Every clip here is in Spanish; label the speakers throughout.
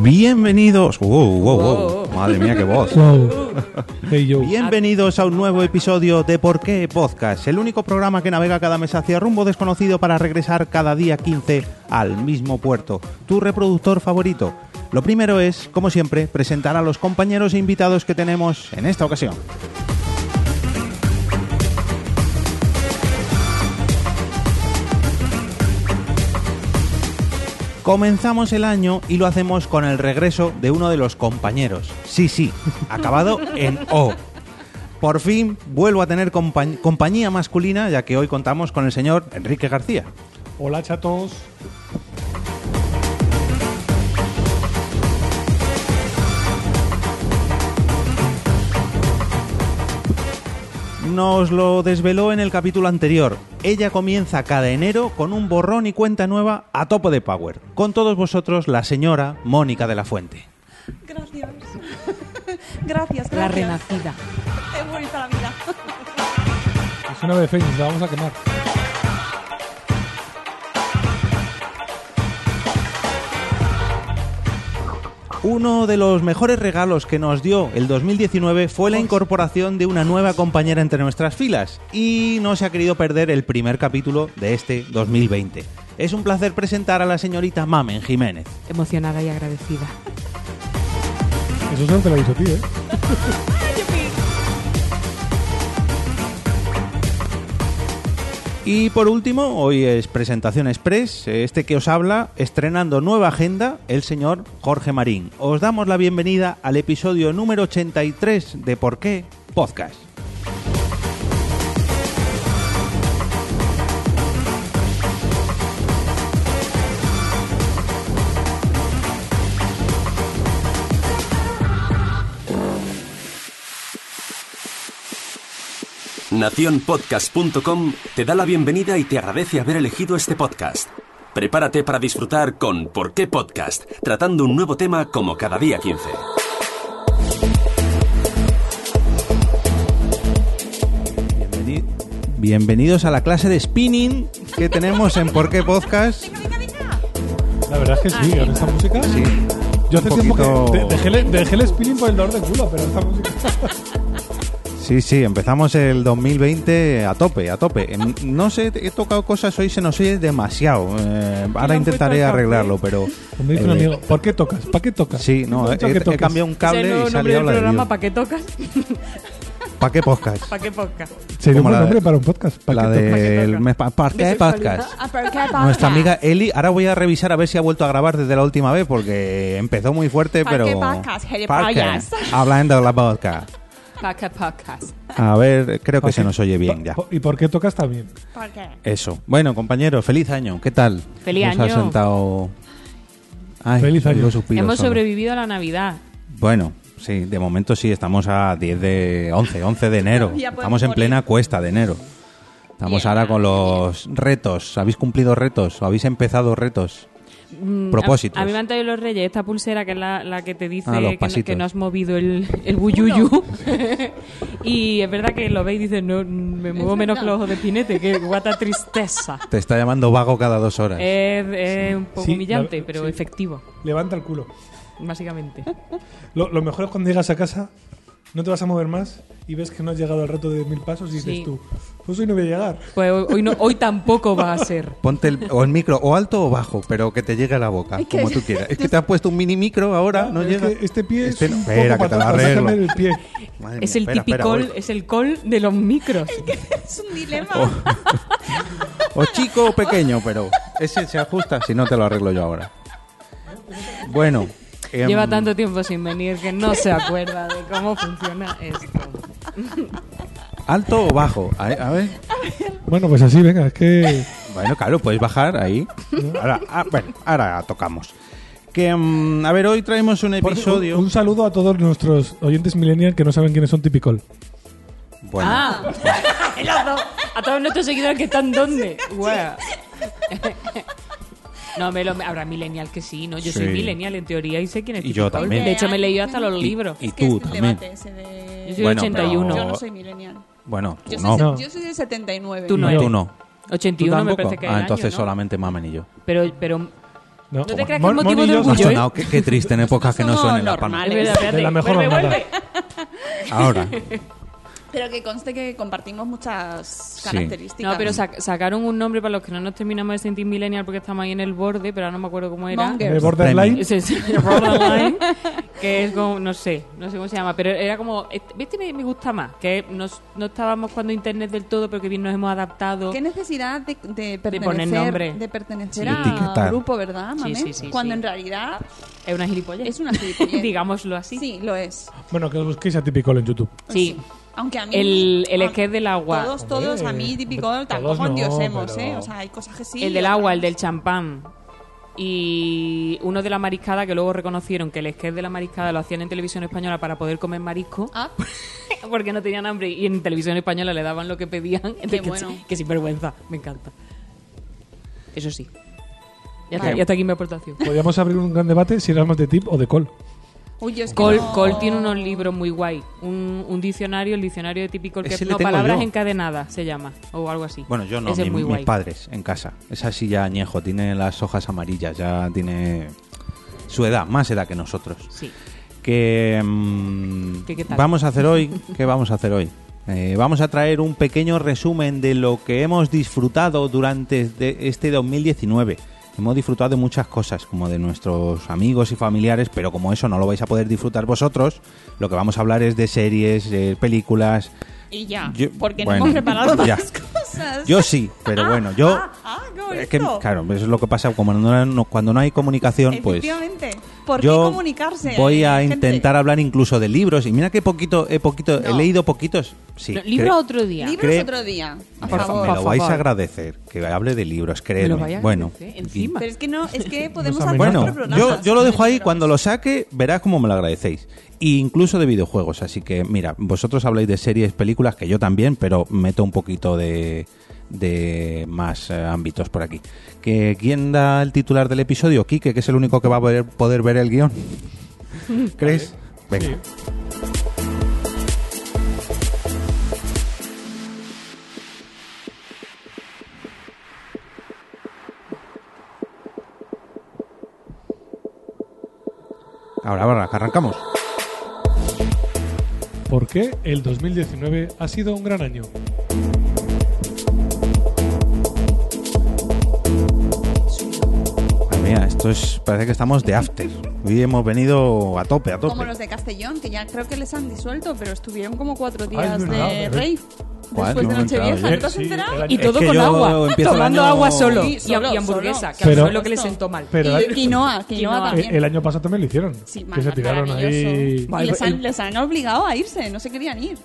Speaker 1: Bienvenidos. Wow, wow, wow. Madre mía, qué voz.
Speaker 2: Wow. Hey, yo.
Speaker 1: Bienvenidos a un nuevo episodio de Por qué Podcast, el único programa que navega cada mes hacia rumbo desconocido para regresar cada día 15 al mismo puerto, tu reproductor favorito. Lo primero es, como siempre, presentar a los compañeros e invitados que tenemos en esta ocasión. Comenzamos el año y lo hacemos con el regreso de uno de los compañeros. Sí, sí, acabado en O. Por fin vuelvo a tener compañ- compañía masculina, ya que hoy contamos con el señor Enrique García.
Speaker 2: Hola, chatos.
Speaker 1: Nos lo desveló en el capítulo anterior. Ella comienza cada enero con un borrón y cuenta nueva a topo de Power. Con todos vosotros, la señora Mónica de la Fuente.
Speaker 3: Gracias. Gracias, gracias.
Speaker 4: La renacida.
Speaker 3: Es bonita la vida.
Speaker 2: Es una ave fénix, la vamos a quemar.
Speaker 1: Uno de los mejores regalos que nos dio el 2019 fue la incorporación de una nueva compañera entre nuestras filas y no se ha querido perder el primer capítulo de este 2020. Es un placer presentar a la señorita Mamen Jiménez.
Speaker 4: Emocionada y agradecida.
Speaker 2: Eso se te lo aviso a ti, ¿eh?
Speaker 1: Y por último, hoy es presentación express, este que os habla, estrenando nueva agenda, el señor Jorge Marín. Os damos la bienvenida al episodio número 83 de Por qué Podcast.
Speaker 5: Naciónpodcast.com te da la bienvenida y te agradece haber elegido este podcast. Prepárate para disfrutar con ¿Por qué podcast? Tratando un nuevo tema como cada día 15.
Speaker 1: Bienveni- bienvenidos a la clase de spinning que tenemos en Por qué Podcast.
Speaker 2: La verdad es que sí, con esta música.
Speaker 1: Ah, Sí,
Speaker 2: Yo
Speaker 1: un
Speaker 2: hace tiempo
Speaker 1: poquito-
Speaker 2: que de- dejé, el- dejé el spinning por el dolor de culo, pero esta música.
Speaker 1: Sí, sí, empezamos el 2020 a tope, a tope. Em, No sé, he tocado cosas hoy, se nos oye demasiado. Eh, ahora
Speaker 3: han
Speaker 1: intentaré
Speaker 3: puesto el
Speaker 1: arreglarlo, pero...
Speaker 2: Como dice un
Speaker 1: eh,
Speaker 2: amigo, ¿por qué tocas? ¿Para qué tocas?
Speaker 1: Sí, no,
Speaker 2: Me
Speaker 1: he,
Speaker 2: han dicho que
Speaker 1: he
Speaker 2: toques.
Speaker 1: cambiado un
Speaker 4: es el
Speaker 1: cable
Speaker 4: nuevo
Speaker 1: y
Speaker 4: nombre
Speaker 1: salía
Speaker 4: del
Speaker 1: la
Speaker 4: programa,
Speaker 1: de
Speaker 4: ¿para qué tocas?
Speaker 1: ¿Para qué podcast?
Speaker 4: ¿Para qué podcast?
Speaker 2: Sería un
Speaker 1: como
Speaker 2: buen
Speaker 1: la
Speaker 2: nombre
Speaker 1: de-
Speaker 2: para un podcast. ¿Para
Speaker 1: La
Speaker 2: qué tocas?
Speaker 1: del mes pa- ¿Para qué podcast?
Speaker 4: Ah,
Speaker 1: Nuestra amiga Eli, ahora voy a revisar a ver si ha vuelto a grabar desde la última vez porque empezó muy fuerte, pero...
Speaker 3: ¿Para qué podcast, gilipollas?
Speaker 1: podcast, hablando de la podcast.
Speaker 4: ¿Para qué podcast?
Speaker 1: A ver, creo que
Speaker 2: ¿Para
Speaker 1: se
Speaker 2: qué-
Speaker 1: nos oye bien
Speaker 2: pa-
Speaker 1: ya.
Speaker 2: po- ¿Y por qué tocas también?
Speaker 3: ¿Por qué?
Speaker 1: Eso. Bueno, compañeros, feliz año. ¿Qué tal?
Speaker 4: Feliz
Speaker 1: Nos
Speaker 4: año.
Speaker 1: ha sentado... Ay,
Speaker 2: Feliz año.
Speaker 1: lo suspiro
Speaker 4: Hemos
Speaker 1: solo.
Speaker 4: sobrevivido a la Navidad.
Speaker 1: Bueno, sí, de momento sí, estamos a 10 de 11, 11 de enero.
Speaker 3: Ya podemos
Speaker 1: Estamos en
Speaker 3: morir.
Speaker 1: plena cuesta de enero. Estamos ahora con los retos. ¿Habéis cumplido retos? ¿O habéis empezado retos?
Speaker 4: Mm,
Speaker 1: Propósitos.
Speaker 4: A, a mí me han traído los reyes esta pulsera que es la, la que te dice
Speaker 1: Ah, los
Speaker 4: que, no,
Speaker 1: pasitos.
Speaker 4: que no has movido el, el buyuyu. y es verdad que lo veis y dices, no, me muevo menos que los ojos de pinete, que guata tristeza.
Speaker 1: Te está llamando vago cada dos horas.
Speaker 4: Es, es un poco
Speaker 2: Sí, la-
Speaker 4: humillante, pero
Speaker 2: sí.
Speaker 4: efectivo,
Speaker 2: Levanta el culo.
Speaker 4: básicamente.
Speaker 2: Lo, lo mejor es cuando llegas a casa, no te vas a mover más y ves que no has llegado al reto de mil pasos y dices
Speaker 4: Sí.
Speaker 2: tú, pues hoy no voy a llegar.
Speaker 4: Pues hoy, hoy no, hoy tampoco va a ser.
Speaker 1: Ponte el, o el micro, o alto o bajo, pero que te llegue a la boca, como tú quieras. Es que te has puesto un mini micro ahora, no
Speaker 2: Es
Speaker 1: llega.
Speaker 2: que este pie
Speaker 1: Este
Speaker 2: es
Speaker 1: no.
Speaker 2: un
Speaker 1: Espera,
Speaker 2: poco
Speaker 1: que te lo
Speaker 2: para atrás,
Speaker 1: arreglo.
Speaker 2: sácame el pie.
Speaker 1: Madre
Speaker 4: Es
Speaker 1: mía,
Speaker 4: el
Speaker 1: espera,
Speaker 4: típico,
Speaker 1: espera,
Speaker 4: col-
Speaker 1: voy.
Speaker 4: es el col de los micros.
Speaker 3: Es un dilema.
Speaker 1: Oh, O chico o pequeño, pero ese se ajusta si no te lo arreglo yo ahora. Bueno. em,
Speaker 4: Lleva tanto tiempo sin venir que no se acuerda de cómo funciona esto.
Speaker 1: ¿Alto o bajo? A- a ver.
Speaker 2: Bueno, pues así, venga, es que
Speaker 1: Bueno, claro, puedes bajar ahí. Ahora, ah, bueno, ahora tocamos. Que, mm, a ver, hoy traemos un
Speaker 2: Por-
Speaker 1: episodio.
Speaker 2: Un, un saludo a todos nuestros oyentes millennial que no saben quiénes son Tipicol.
Speaker 1: Bueno,
Speaker 4: Ah, el otro. a todos nuestros seguidores que están donde. Guau. No, me lo, habrá millennial que sí, ¿no? Yo soy
Speaker 1: Sí.
Speaker 4: millennial en teoría y sé quién es.
Speaker 1: Y
Speaker 4: Steve
Speaker 1: yo
Speaker 4: Cole.
Speaker 1: también.
Speaker 4: De hecho, me he leído hasta los libros.
Speaker 1: y
Speaker 3: Es que
Speaker 1: tú
Speaker 3: es un
Speaker 1: también.
Speaker 3: debate ese de-
Speaker 4: Yo soy
Speaker 1: Bueno,
Speaker 4: 81.
Speaker 1: pero-
Speaker 3: Yo no soy millennial.
Speaker 1: Bueno, tú
Speaker 3: Yo,
Speaker 1: no.
Speaker 3: soy,
Speaker 2: No.
Speaker 3: yo soy del 79.
Speaker 4: Tú no.
Speaker 1: No,
Speaker 4: eres.
Speaker 1: tú no. ¿Tú
Speaker 4: 81 me
Speaker 1: tampoco?
Speaker 4: parece que es
Speaker 1: Ah,
Speaker 4: el
Speaker 1: entonces
Speaker 4: año, ¿no?
Speaker 1: solamente Mamen y yo.
Speaker 4: Pero, pero
Speaker 2: No,
Speaker 4: te creas que es
Speaker 2: Mon-
Speaker 4: motivo
Speaker 2: Mon y
Speaker 4: de
Speaker 2: yo-
Speaker 1: No ha
Speaker 4: orgullo, ¿eh?
Speaker 1: sonado. Qué, qué triste en épocas que no
Speaker 3: Somos
Speaker 1: suenen las palmas.
Speaker 3: normales.
Speaker 4: Es verdad, espérate,
Speaker 2: De la mejor
Speaker 4: vuelve,
Speaker 2: bandada.
Speaker 4: vuelve.
Speaker 1: Ahora.
Speaker 3: Pero que conste que compartimos muchas
Speaker 1: Sí.
Speaker 3: características.
Speaker 4: No, pero sac- sacaron un nombre para los que no nos terminamos de sentir millennial porque estamos ahí en el borde, pero ahora no me acuerdo cómo era.
Speaker 3: Monger.
Speaker 2: En el borderline.
Speaker 4: Ese es el borderline, que es como, no sé, no sé cómo se llama, pero era como, este- ¿viste? Me, me gusta más, que nos, no estábamos cuando internet del todo, pero que bien nos hemos adaptado.
Speaker 3: Qué necesidad de, de pertenecer,
Speaker 4: poner nombre.
Speaker 3: de pertenecer
Speaker 4: Sí.
Speaker 3: a
Speaker 1: Etiquetar.
Speaker 3: grupo, ¿verdad, mame?
Speaker 4: sí, sí,
Speaker 3: Cuando
Speaker 4: sí.
Speaker 3: en realidad
Speaker 4: Es una gilipollas.
Speaker 3: es una gilipollez.
Speaker 4: Digámoslo así.
Speaker 3: Sí, lo es.
Speaker 2: Bueno, que os busquéis a Tipicol en YouTube.
Speaker 4: Sí.
Speaker 3: Aunque a mí...
Speaker 4: El- el
Speaker 3: a-
Speaker 4: sketch del agua.
Speaker 3: Todos, todos,
Speaker 2: Hombre,
Speaker 3: a mí típico,
Speaker 2: todos
Speaker 3: tampoco
Speaker 2: no,
Speaker 3: endiosemos,
Speaker 2: pero-
Speaker 3: ¿eh? O sea, hay cosas que sí.
Speaker 4: el del agua, el del champán. Y uno de la mariscada que luego reconocieron que el sketch de la mariscada lo hacían en televisión española para poder comer marisco.
Speaker 3: Ah,
Speaker 4: Porque no tenían hambre y en televisión española le daban lo que pedían. Entonces, que,
Speaker 3: bueno.
Speaker 4: que sinvergüenza, me encanta. Eso sí. Ya, está,
Speaker 1: Vale.
Speaker 4: ya está aquí mi aportación.
Speaker 2: Podríamos abrir un gran debate si eras más de tip o de col.
Speaker 3: uy, yo es que
Speaker 4: Cole,
Speaker 3: no-
Speaker 4: Cole tiene unos libros muy guay. Un, un diccionario, el diccionario de típico que
Speaker 1: Ese le
Speaker 4: no,
Speaker 1: tengo
Speaker 4: palabras
Speaker 1: yo.
Speaker 4: encadenadas se llama. O algo así.
Speaker 1: Bueno, yo no,
Speaker 4: Ese es
Speaker 1: mi-
Speaker 4: muy
Speaker 1: mis
Speaker 4: guay.
Speaker 1: padres en casa. Es así ya añejo, tiene las hojas amarillas, ya tiene su edad, más edad que nosotros.
Speaker 4: Sí.
Speaker 1: Que, mm,
Speaker 4: ¿Qué- qué tal?
Speaker 1: vamos a hacer hoy, ¿qué vamos a hacer hoy? Eh, vamos a traer un pequeño resumen de lo que hemos disfrutado durante de- este 2019. Hemos disfrutado de muchas cosas, como de nuestros amigos y familiares, pero como eso no lo vais a poder disfrutar vosotros, lo que vamos a hablar es de series, eh, películas,
Speaker 3: Y ya,
Speaker 1: Yo-
Speaker 3: porque
Speaker 1: bueno,
Speaker 3: no hemos preparado
Speaker 1: ya.
Speaker 3: más cosas.
Speaker 1: Yo sí, pero bueno, yo...
Speaker 3: Ah, ah, ¿cómo
Speaker 1: es que,
Speaker 3: esto?
Speaker 1: claro, eso es lo que pasa cuando no, no- cuando no hay comunicación, pues...
Speaker 3: Efectivamente. ¿Por
Speaker 1: yo
Speaker 3: qué comunicarse?
Speaker 1: voy
Speaker 3: eh,
Speaker 1: a
Speaker 3: gente?
Speaker 1: intentar hablar incluso de libros. Y mira que poquito, he, poquito, he
Speaker 3: No.
Speaker 1: leído poquitos. Sí,
Speaker 4: No,
Speaker 1: cre-
Speaker 4: libro otro día.
Speaker 3: Libros
Speaker 1: Cree-
Speaker 3: otro día, a
Speaker 1: me, lo-
Speaker 3: favor.
Speaker 1: me lo vais a
Speaker 4: favor.
Speaker 1: agradecer, que hable de libros,
Speaker 4: Me
Speaker 1: créeme.
Speaker 4: lo vaya a
Speaker 1: bueno,
Speaker 4: agradecer,
Speaker 1: y-
Speaker 4: encima.
Speaker 3: Pero es que no, es que podemos hacer
Speaker 2: Nos amenaza.
Speaker 1: bueno
Speaker 3: otro programa
Speaker 1: yo, yo lo
Speaker 3: sobre
Speaker 1: dejo ahí.
Speaker 3: libros.
Speaker 1: Cuando lo saque, verás cómo me lo agradecéis. E incluso de videojuegos. Así que, mira, vosotros habláis de series, películas, que yo también, pero meto un poquito de, de más eh, ámbitos por aquí. ¿Que, ¿Quién da el titular del episodio? Quique, que es el único que va a poder, poder ver el guión. ¿Crees? Venga. Ahora, ahora, arrancamos.
Speaker 2: ¿Por qué el 2019 ha sido un gran año?
Speaker 1: Madre mía, esto es, parece que estamos de after. Hoy hemos venido a tope, a
Speaker 3: Como
Speaker 1: tope.
Speaker 3: los de Castellón, que ya creo que les han disuelto, pero estuvieron como cuatro
Speaker 2: Ah,
Speaker 3: días
Speaker 2: es verdad,
Speaker 3: de
Speaker 2: es verdad.
Speaker 3: rey.
Speaker 1: Joder,
Speaker 3: Después
Speaker 1: no
Speaker 3: de
Speaker 1: me he enterado
Speaker 3: Nochevieja,
Speaker 1: yo.
Speaker 3: ¿no te has
Speaker 2: Sí,
Speaker 3: enterado?
Speaker 2: el año-
Speaker 4: Y
Speaker 1: Es
Speaker 4: todo
Speaker 1: que
Speaker 4: con
Speaker 1: yo
Speaker 4: agua.
Speaker 1: empiezo el
Speaker 4: Tomando
Speaker 1: año-
Speaker 4: agua solo.
Speaker 3: Sí,
Speaker 4: y-
Speaker 3: solo,
Speaker 4: y
Speaker 3: solo.
Speaker 4: hamburguesa, que a lo mejor
Speaker 2: Pero-
Speaker 4: es lo que le sentó mal.
Speaker 2: Pero-
Speaker 3: Y quinoa, quinoa
Speaker 4: Quinoa.
Speaker 2: El,
Speaker 3: también.
Speaker 2: Eh, el año pasado también lo hicieron.
Speaker 3: Sí,
Speaker 2: que se
Speaker 3: maravilloso.
Speaker 2: tiraron ahí.
Speaker 4: Vale,
Speaker 3: Y les
Speaker 4: el-
Speaker 3: han, les han obligado a irse, no se querían ir.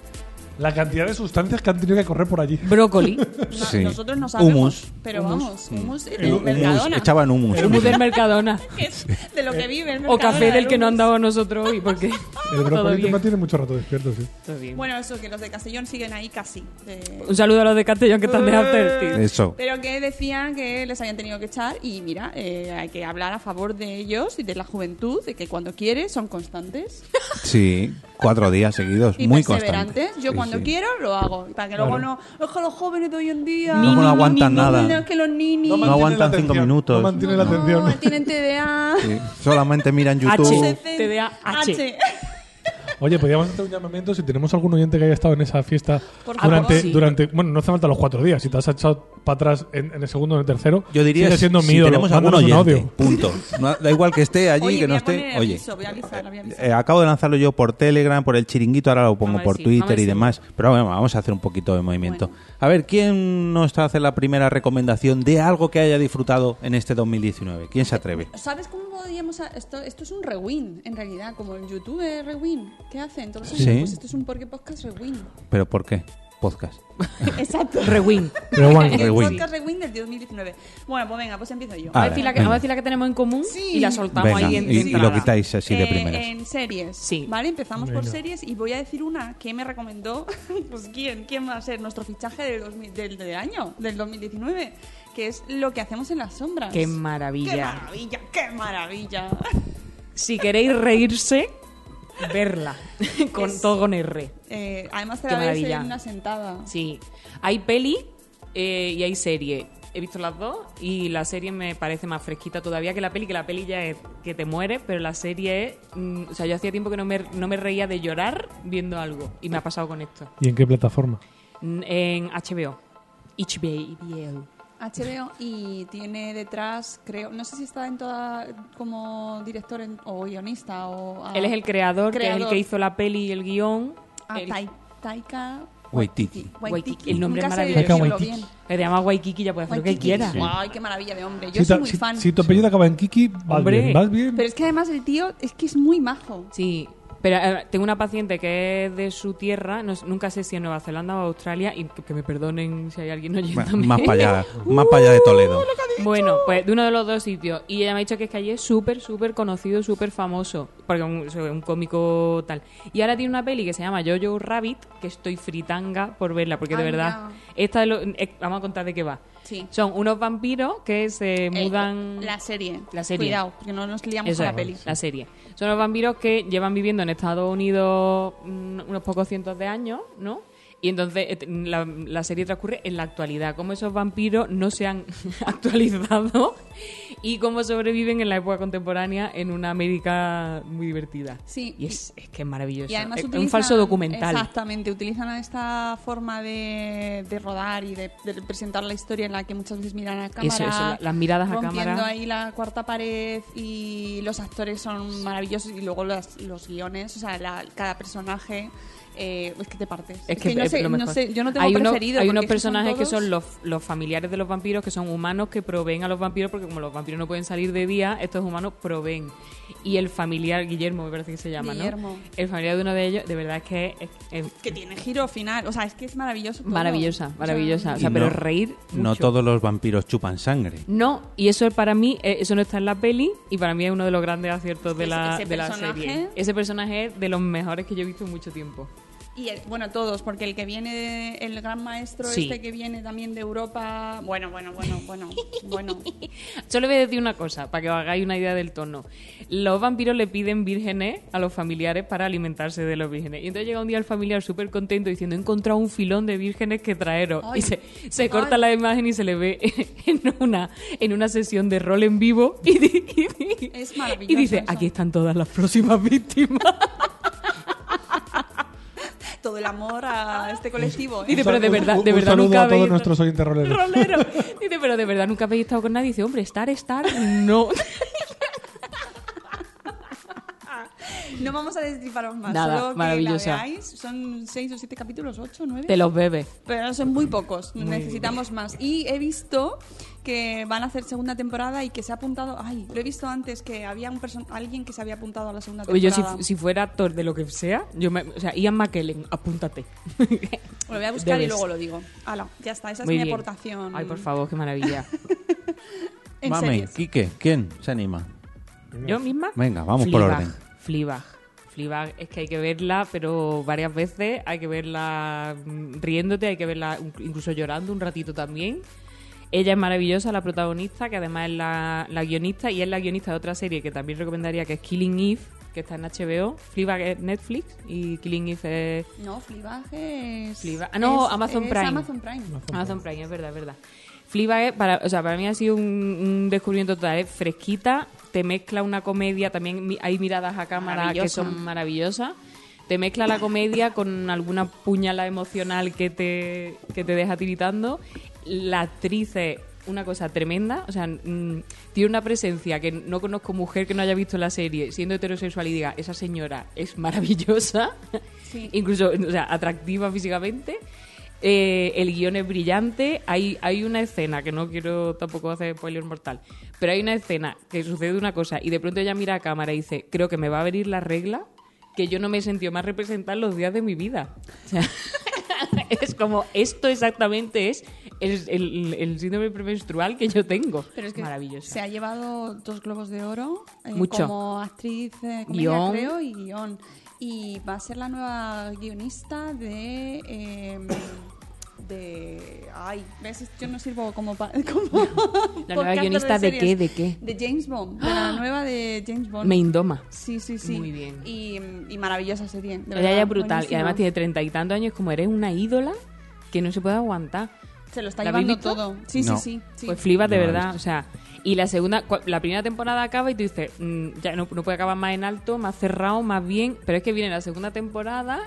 Speaker 2: La cantidad de sustancias que han tenido que correr por allí.
Speaker 4: Brócoli.
Speaker 3: No-
Speaker 1: Sí. Mm.
Speaker 3: Nosotros no sabemos.
Speaker 1: Humus.
Speaker 3: Pero vamos, humus
Speaker 2: El
Speaker 3: del
Speaker 2: humus,
Speaker 3: Mercadona.
Speaker 1: echaban humus.
Speaker 4: Humo del Mercadona.
Speaker 3: que es de lo que vive el
Speaker 4: Eh, O
Speaker 3: Mercadona,
Speaker 4: café del que no
Speaker 3: humus.
Speaker 4: han dado a nosotros hoy, porque.
Speaker 2: El
Speaker 4: todo
Speaker 2: brócoli
Speaker 4: bien,
Speaker 2: te mantiene mucho rato despierto, sí.
Speaker 4: todo bien.
Speaker 3: Bueno, eso, que los de Castellón siguen ahí casi. de-
Speaker 1: Pues
Speaker 4: Un saludo a los de Castellón que están de after, tío.
Speaker 1: Eso.
Speaker 3: Pero que decían que les habían tenido que echar y mira, eh, hay que hablar a favor de ellos y de la juventud, de que cuando quiere son constantes
Speaker 1: Sí, cuatro días seguidos,
Speaker 3: y
Speaker 1: muy
Speaker 3: perseverantes.
Speaker 1: constantes.
Speaker 3: Yo
Speaker 1: Sí,
Speaker 3: cuando
Speaker 1: sí.
Speaker 3: quiero lo hago, para que luego
Speaker 2: Claro.
Speaker 3: no, es que los jóvenes de hoy en día...
Speaker 1: Luego no aguantan nada.
Speaker 3: no, que los ninis...
Speaker 1: No
Speaker 2: mantiene
Speaker 1: aguantan
Speaker 2: la
Speaker 1: cinco
Speaker 2: atención,
Speaker 1: minutos.
Speaker 2: No mantiene la
Speaker 3: no,
Speaker 2: atención.
Speaker 3: tienen TDA...
Speaker 1: Sí, Solamente miran
Speaker 3: Ah,
Speaker 1: YouTube.
Speaker 4: H. TDA.
Speaker 2: Oye, podríamos hacer un llamamiento si tenemos algún oyente que haya estado en esa fiesta
Speaker 3: Por favor.
Speaker 2: durante,
Speaker 4: Ah, sí.
Speaker 2: durante. Bueno, no hace falta los cuatro días. Si te has echado para atrás en, en el segundo o en el tercero,
Speaker 1: Yo diría
Speaker 2: sigue siendo
Speaker 1: si
Speaker 2: mi ídolo.
Speaker 1: tenemos algún
Speaker 2: Mándanos un
Speaker 1: oyente.
Speaker 2: audio.
Speaker 1: Punto. No, da igual que esté allí,
Speaker 3: Oye,
Speaker 1: que no
Speaker 3: voy a poner
Speaker 1: esté.
Speaker 3: el
Speaker 1: Oye,
Speaker 3: aviso, voy a avisar, voy a avisar.
Speaker 1: eh, acabo de lanzarlo yo por Telegram, por el chiringuito, ahora lo pongo
Speaker 4: Vamos a
Speaker 1: por
Speaker 4: decir, vamos
Speaker 1: Twitter
Speaker 4: a
Speaker 1: y
Speaker 4: decir.
Speaker 1: demás. Pero bueno, vamos a hacer un poquito de movimiento. A ver, ¿quién nos hace la primera recomendación de algo que haya disfrutado en este 2019? ¿Quién se atreve?
Speaker 3: ¿Sabes cómo podríamos.? a- Esto, esto es un rewind, en realidad, como el YouTube Rewind. ¿Qué hacen? Todos los
Speaker 1: Sí.
Speaker 3: años? Pues esto es un Porque Podcast Rewind.
Speaker 1: ¿Pero por qué? Podcast.
Speaker 3: Exacto.
Speaker 4: Rewin.
Speaker 2: Pero bueno,
Speaker 3: El
Speaker 1: Rewind.
Speaker 3: Podcast Rewind del 2019. Bueno, pues venga, pues empiezo yo.
Speaker 1: Ah,
Speaker 4: Vamos a decir la que-
Speaker 1: venga.
Speaker 4: vamos a decir la que tenemos en común
Speaker 3: Sí.
Speaker 4: y la soltamos
Speaker 1: Venga,
Speaker 4: ahí
Speaker 1: y,
Speaker 4: en
Speaker 1: y
Speaker 4: entrada.
Speaker 1: lo quitáis así de
Speaker 3: Eh,
Speaker 1: primeras.
Speaker 3: En series.
Speaker 4: Sí.
Speaker 3: Vale, empezamos por
Speaker 2: Venga.
Speaker 3: series y voy a decir una que me recomendó. Pues quién, quién va a ser nuestro fichaje del, 2000 del, del año, del 2019, que es lo que hacemos en las sombras.
Speaker 4: Qué
Speaker 3: ¡Qué
Speaker 4: maravilla.
Speaker 3: maravilla! ¡Qué maravilla!
Speaker 4: Si queréis reírse, verla. Con, Todo con R.
Speaker 3: Eh, además, te
Speaker 4: Qué
Speaker 3: la ves en
Speaker 4: maravilla.
Speaker 3: una sentada.
Speaker 4: Sí. Hay peli eh, y hay serie. he visto las dos y la serie me parece más fresquita todavía que la peli, que la peli ya es que te mueres, pero la serie es... mm, o sea, yo hacía tiempo que no me, no me reía de llorar viendo algo y me ha pasado con esto.
Speaker 2: ¿Y en qué plataforma?
Speaker 4: Mm, En HBO. HBO.
Speaker 3: HBO y tiene detrás, creo, no sé si está en toda como director en- o guionista o... ah,
Speaker 4: Él es el creador, que es el
Speaker 3: creador.
Speaker 4: que hizo la peli y el guión.
Speaker 3: ah,
Speaker 4: El-
Speaker 3: Tai- Taika
Speaker 1: Waititi.
Speaker 4: Waititi. El nombre
Speaker 3: Nunca
Speaker 4: es
Speaker 3: sé
Speaker 4: maravilloso.
Speaker 3: decirlo
Speaker 2: Taika
Speaker 3: bien.
Speaker 4: Le llama Waikiki, ya puede hacer lo que
Speaker 3: Waititi.
Speaker 4: quiera.
Speaker 3: Guau, qué maravilla de hombre. Yo
Speaker 2: si,
Speaker 3: soy
Speaker 2: ta-
Speaker 3: muy
Speaker 2: si-
Speaker 3: fan.
Speaker 2: si tu apellido acaba en Kiki, vas
Speaker 4: Hombre.
Speaker 2: bien. Vas bien.
Speaker 3: Pero es que además el tío es que es muy majo.
Speaker 4: Sí, pero eh, tengo una paciente que es de su tierra, no, sé- nunca sé si en Nueva Zelanda o Australia, y que, que me perdonen si hay alguien
Speaker 1: Bueno,
Speaker 4: oyéndome.
Speaker 1: más para allá, más para allá de
Speaker 3: Uh,
Speaker 1: Toledo.
Speaker 4: Bueno, pues de uno de los dos sitios. Y ella me ha dicho que es que allí es súper, súper conocido, súper famoso. Porque es un, es un cómico tal. Y ahora tiene una peli que se llama Jojo Rabbit, que estoy fritanga por verla, porque de
Speaker 3: Ay,
Speaker 4: verdad.
Speaker 3: mira.
Speaker 4: Esta de lo- eh, vamos a contar de qué va.
Speaker 3: Sí.
Speaker 4: Son unos vampiros que se
Speaker 3: Eh,
Speaker 4: mudan.
Speaker 3: La serie.
Speaker 4: La serie.
Speaker 3: Cuidado, porque no nos liamos
Speaker 4: Eso
Speaker 3: con la
Speaker 4: es,
Speaker 3: peli.
Speaker 4: la serie. Son los vampiros que llevan viviendo en Estados Unidos mm, unos pocos cientos de años, ¿no? Y entonces et- la, la serie transcurre en la actualidad, cómo esos vampiros no se han actualizado y cómo sobreviven en la época contemporánea en una América muy divertida.
Speaker 3: Sí,
Speaker 4: Y es, es que es maravilloso.
Speaker 3: Y además
Speaker 4: es, es eh, un
Speaker 3: utilizan-
Speaker 4: falso documental.
Speaker 3: Exactamente, utilizan esta forma de, de rodar y de, de presentar la historia en la que muchas veces miran a cámara.
Speaker 4: Eso, eso, la- las miradas a
Speaker 3: rompiendo
Speaker 4: cámara.
Speaker 3: ahí la cuarta pared y los actores son maravillosos y luego las- los guiones, o sea, la- cada personaje. eh, es que te partes.
Speaker 4: Es que,
Speaker 3: no,
Speaker 4: es
Speaker 3: sé,
Speaker 4: lo
Speaker 3: no
Speaker 4: mejor.
Speaker 3: sé, yo no tengo
Speaker 4: hay unos-
Speaker 3: preferido.
Speaker 4: hay
Speaker 3: porque
Speaker 4: unos
Speaker 3: es son
Speaker 4: personajes que son
Speaker 3: todos-
Speaker 4: los, los familiares de los vampiros, que son humanos que proveen a los vampiros, porque como los vampiros no pueden salir de día, estos humanos proveen. Y el familiar, Guillermo me parece que se llama,
Speaker 3: Guillermo.
Speaker 4: ¿no? El familiar de uno de ellos, de verdad es que es, es
Speaker 3: Que tiene giro final, o sea, es que es maravilloso. todo. O
Speaker 4: maravillosa,
Speaker 3: sea,
Speaker 4: maravillosa. O
Speaker 1: Y
Speaker 4: sea, pero
Speaker 1: no-
Speaker 4: reír
Speaker 1: No
Speaker 4: mucho.
Speaker 1: todos los vampiros chupan sangre.
Speaker 4: No, y eso para mí, eh, eso no está en la peli, y para mí es uno de los grandes aciertos de
Speaker 3: Ese-
Speaker 4: la,
Speaker 3: ese
Speaker 4: de la
Speaker 3: personaje-
Speaker 4: serie. Ese personaje es de los mejores que yo he visto en mucho tiempo.
Speaker 3: Y el- bueno, todos, porque el que viene, de- el gran maestro
Speaker 4: Sí.
Speaker 3: este que viene también de Europa. Bueno, bueno, bueno, bueno, bueno.
Speaker 4: Solo voy a decir una cosa, para que os hagáis una idea del tono. Los vampiros le piden vírgenes a los familiares para alimentarse de los vírgenes. Y entonces llega un día el familiar súper contento diciendo, he encontrado un filón de vírgenes que traeros.
Speaker 3: Ay.
Speaker 4: y se, se
Speaker 3: Ay.
Speaker 4: corta la imagen y se le ve en una, en una sesión de rol en vivo. Y, di- y di-
Speaker 3: Es
Speaker 4: y
Speaker 3: maravilloso.
Speaker 4: dice,
Speaker 3: eso.
Speaker 4: aquí están todas las próximas víctimas.
Speaker 3: Todo el amor a este colectivo.
Speaker 4: Y
Speaker 3: ¿eh?
Speaker 4: de- pero de
Speaker 2: Un-
Speaker 4: verdad,
Speaker 2: un-
Speaker 4: de
Speaker 2: un
Speaker 4: verdad
Speaker 2: saludo
Speaker 4: nunca
Speaker 2: a todos
Speaker 4: habéis-
Speaker 2: nuestros oyentes roleros.
Speaker 4: Rolero. Dice, pero de verdad nunca habéis estado con nadie. Dice, hombre, estar, estar, no.
Speaker 3: No vamos a destriparos más.
Speaker 4: Nada,
Speaker 3: solo que
Speaker 4: maravillosa.
Speaker 3: la veáis. Son seis o siete capítulos, ocho, nueve.
Speaker 4: Te los bebes.
Speaker 3: Pero son muy pocos. Necesitamos más. Y he visto que van a hacer segunda temporada y que se ha apuntado. Ay, lo he visto antes que había un person- alguien que se había apuntado a la segunda
Speaker 4: Oye, yo
Speaker 3: temporada.
Speaker 4: si, fu- si fuera actor de lo que sea, yo me, o sea, Ian McKellen, apúntate.
Speaker 3: Lo voy a buscar
Speaker 4: Debes.
Speaker 3: y luego lo digo. Hala, ya está. Esa es
Speaker 4: Muy
Speaker 3: mi
Speaker 4: bien.
Speaker 3: aportación.
Speaker 4: Ay, por favor, qué maravilla.
Speaker 3: En
Speaker 1: Mame,
Speaker 3: series.
Speaker 1: Quique, ¿quién se anima?
Speaker 4: ¿Yo misma?
Speaker 1: Venga, vamos por
Speaker 4: Fleabag,
Speaker 1: orden.
Speaker 4: Fleabag. Fleabag es que hay que verla, pero varias veces. Hay que verla mm, riéndote, hay que verla un- incluso llorando un ratito también. Ella es maravillosa, la protagonista, que además es la, la guionista y es la guionista de otra serie que también recomendaría, que es Killing Eve, que está en HBO. Fleabag es Netflix y Killing Eve es
Speaker 3: No, Fleabag es...
Speaker 4: Fleabag- ah, no, Amazon
Speaker 3: es
Speaker 4: Prime.
Speaker 3: Amazon Prime.
Speaker 4: Amazon Prime, es verdad, es verdad. Fleabag, es para, o sea, para mí ha sido un, un descubrimiento total. Es fresquita, te mezcla una comedia, también mi- hay miradas a cámara que
Speaker 3: Maravillosa.
Speaker 4: son maravillosas. Te mezcla la comedia con alguna puñala emocional que te, que te deja tiritando. La actriz es una cosa tremenda, o sea, mm, tiene una presencia que no conozco mujer que no haya visto la serie, siendo heterosexual y diga, esa señora es maravillosa.
Speaker 3: Sí.
Speaker 4: incluso o sea, atractiva físicamente. Eh, el guión es brillante. Hay, hay una escena que no quiero tampoco hacer spoiler mortal, pero hay una escena que sucede una cosa y de pronto ella mira a cámara y dice: Creo que me va a venir la regla que yo no me he sentido más representar los días de mi vida. O sea, es como esto exactamente es el, el- el síndrome premenstrual que yo tengo.
Speaker 3: Pero es que
Speaker 4: maravilloso.
Speaker 3: se ha llevado dos globos de oro eh,
Speaker 4: Mucho.
Speaker 3: como actriz, eh, comedia,
Speaker 4: Guión.
Speaker 3: creo, y guión. Y va a ser la nueva guionista de... eh, de ay ves yo no sirvo como, pa- como podcaster
Speaker 4: guionista de qué,
Speaker 3: series.
Speaker 4: de qué?
Speaker 3: de James Bond de la nueva de James Bond
Speaker 4: me indoma.
Speaker 3: sí sí sí
Speaker 4: Muy bien.
Speaker 3: y, y maravillosa serie de
Speaker 4: Ella
Speaker 3: verdad,
Speaker 4: es brutal y
Speaker 3: buenísima.
Speaker 4: además tiene treinta y tantos años como eres una ídola que no se puede aguantar.
Speaker 3: Se lo está
Speaker 4: ¿La habéis
Speaker 3: llevando
Speaker 4: visto?
Speaker 3: todo. Sí,
Speaker 1: No.
Speaker 3: sí, sí. sí.
Speaker 4: Pues flipas de
Speaker 1: No la he
Speaker 4: verdad, o sea. Y la segunda, cua- la primera temporada acaba y tú dices, mm, ya no, no puede acabar más en alto, más cerrado, más bien. Pero es que viene la segunda temporada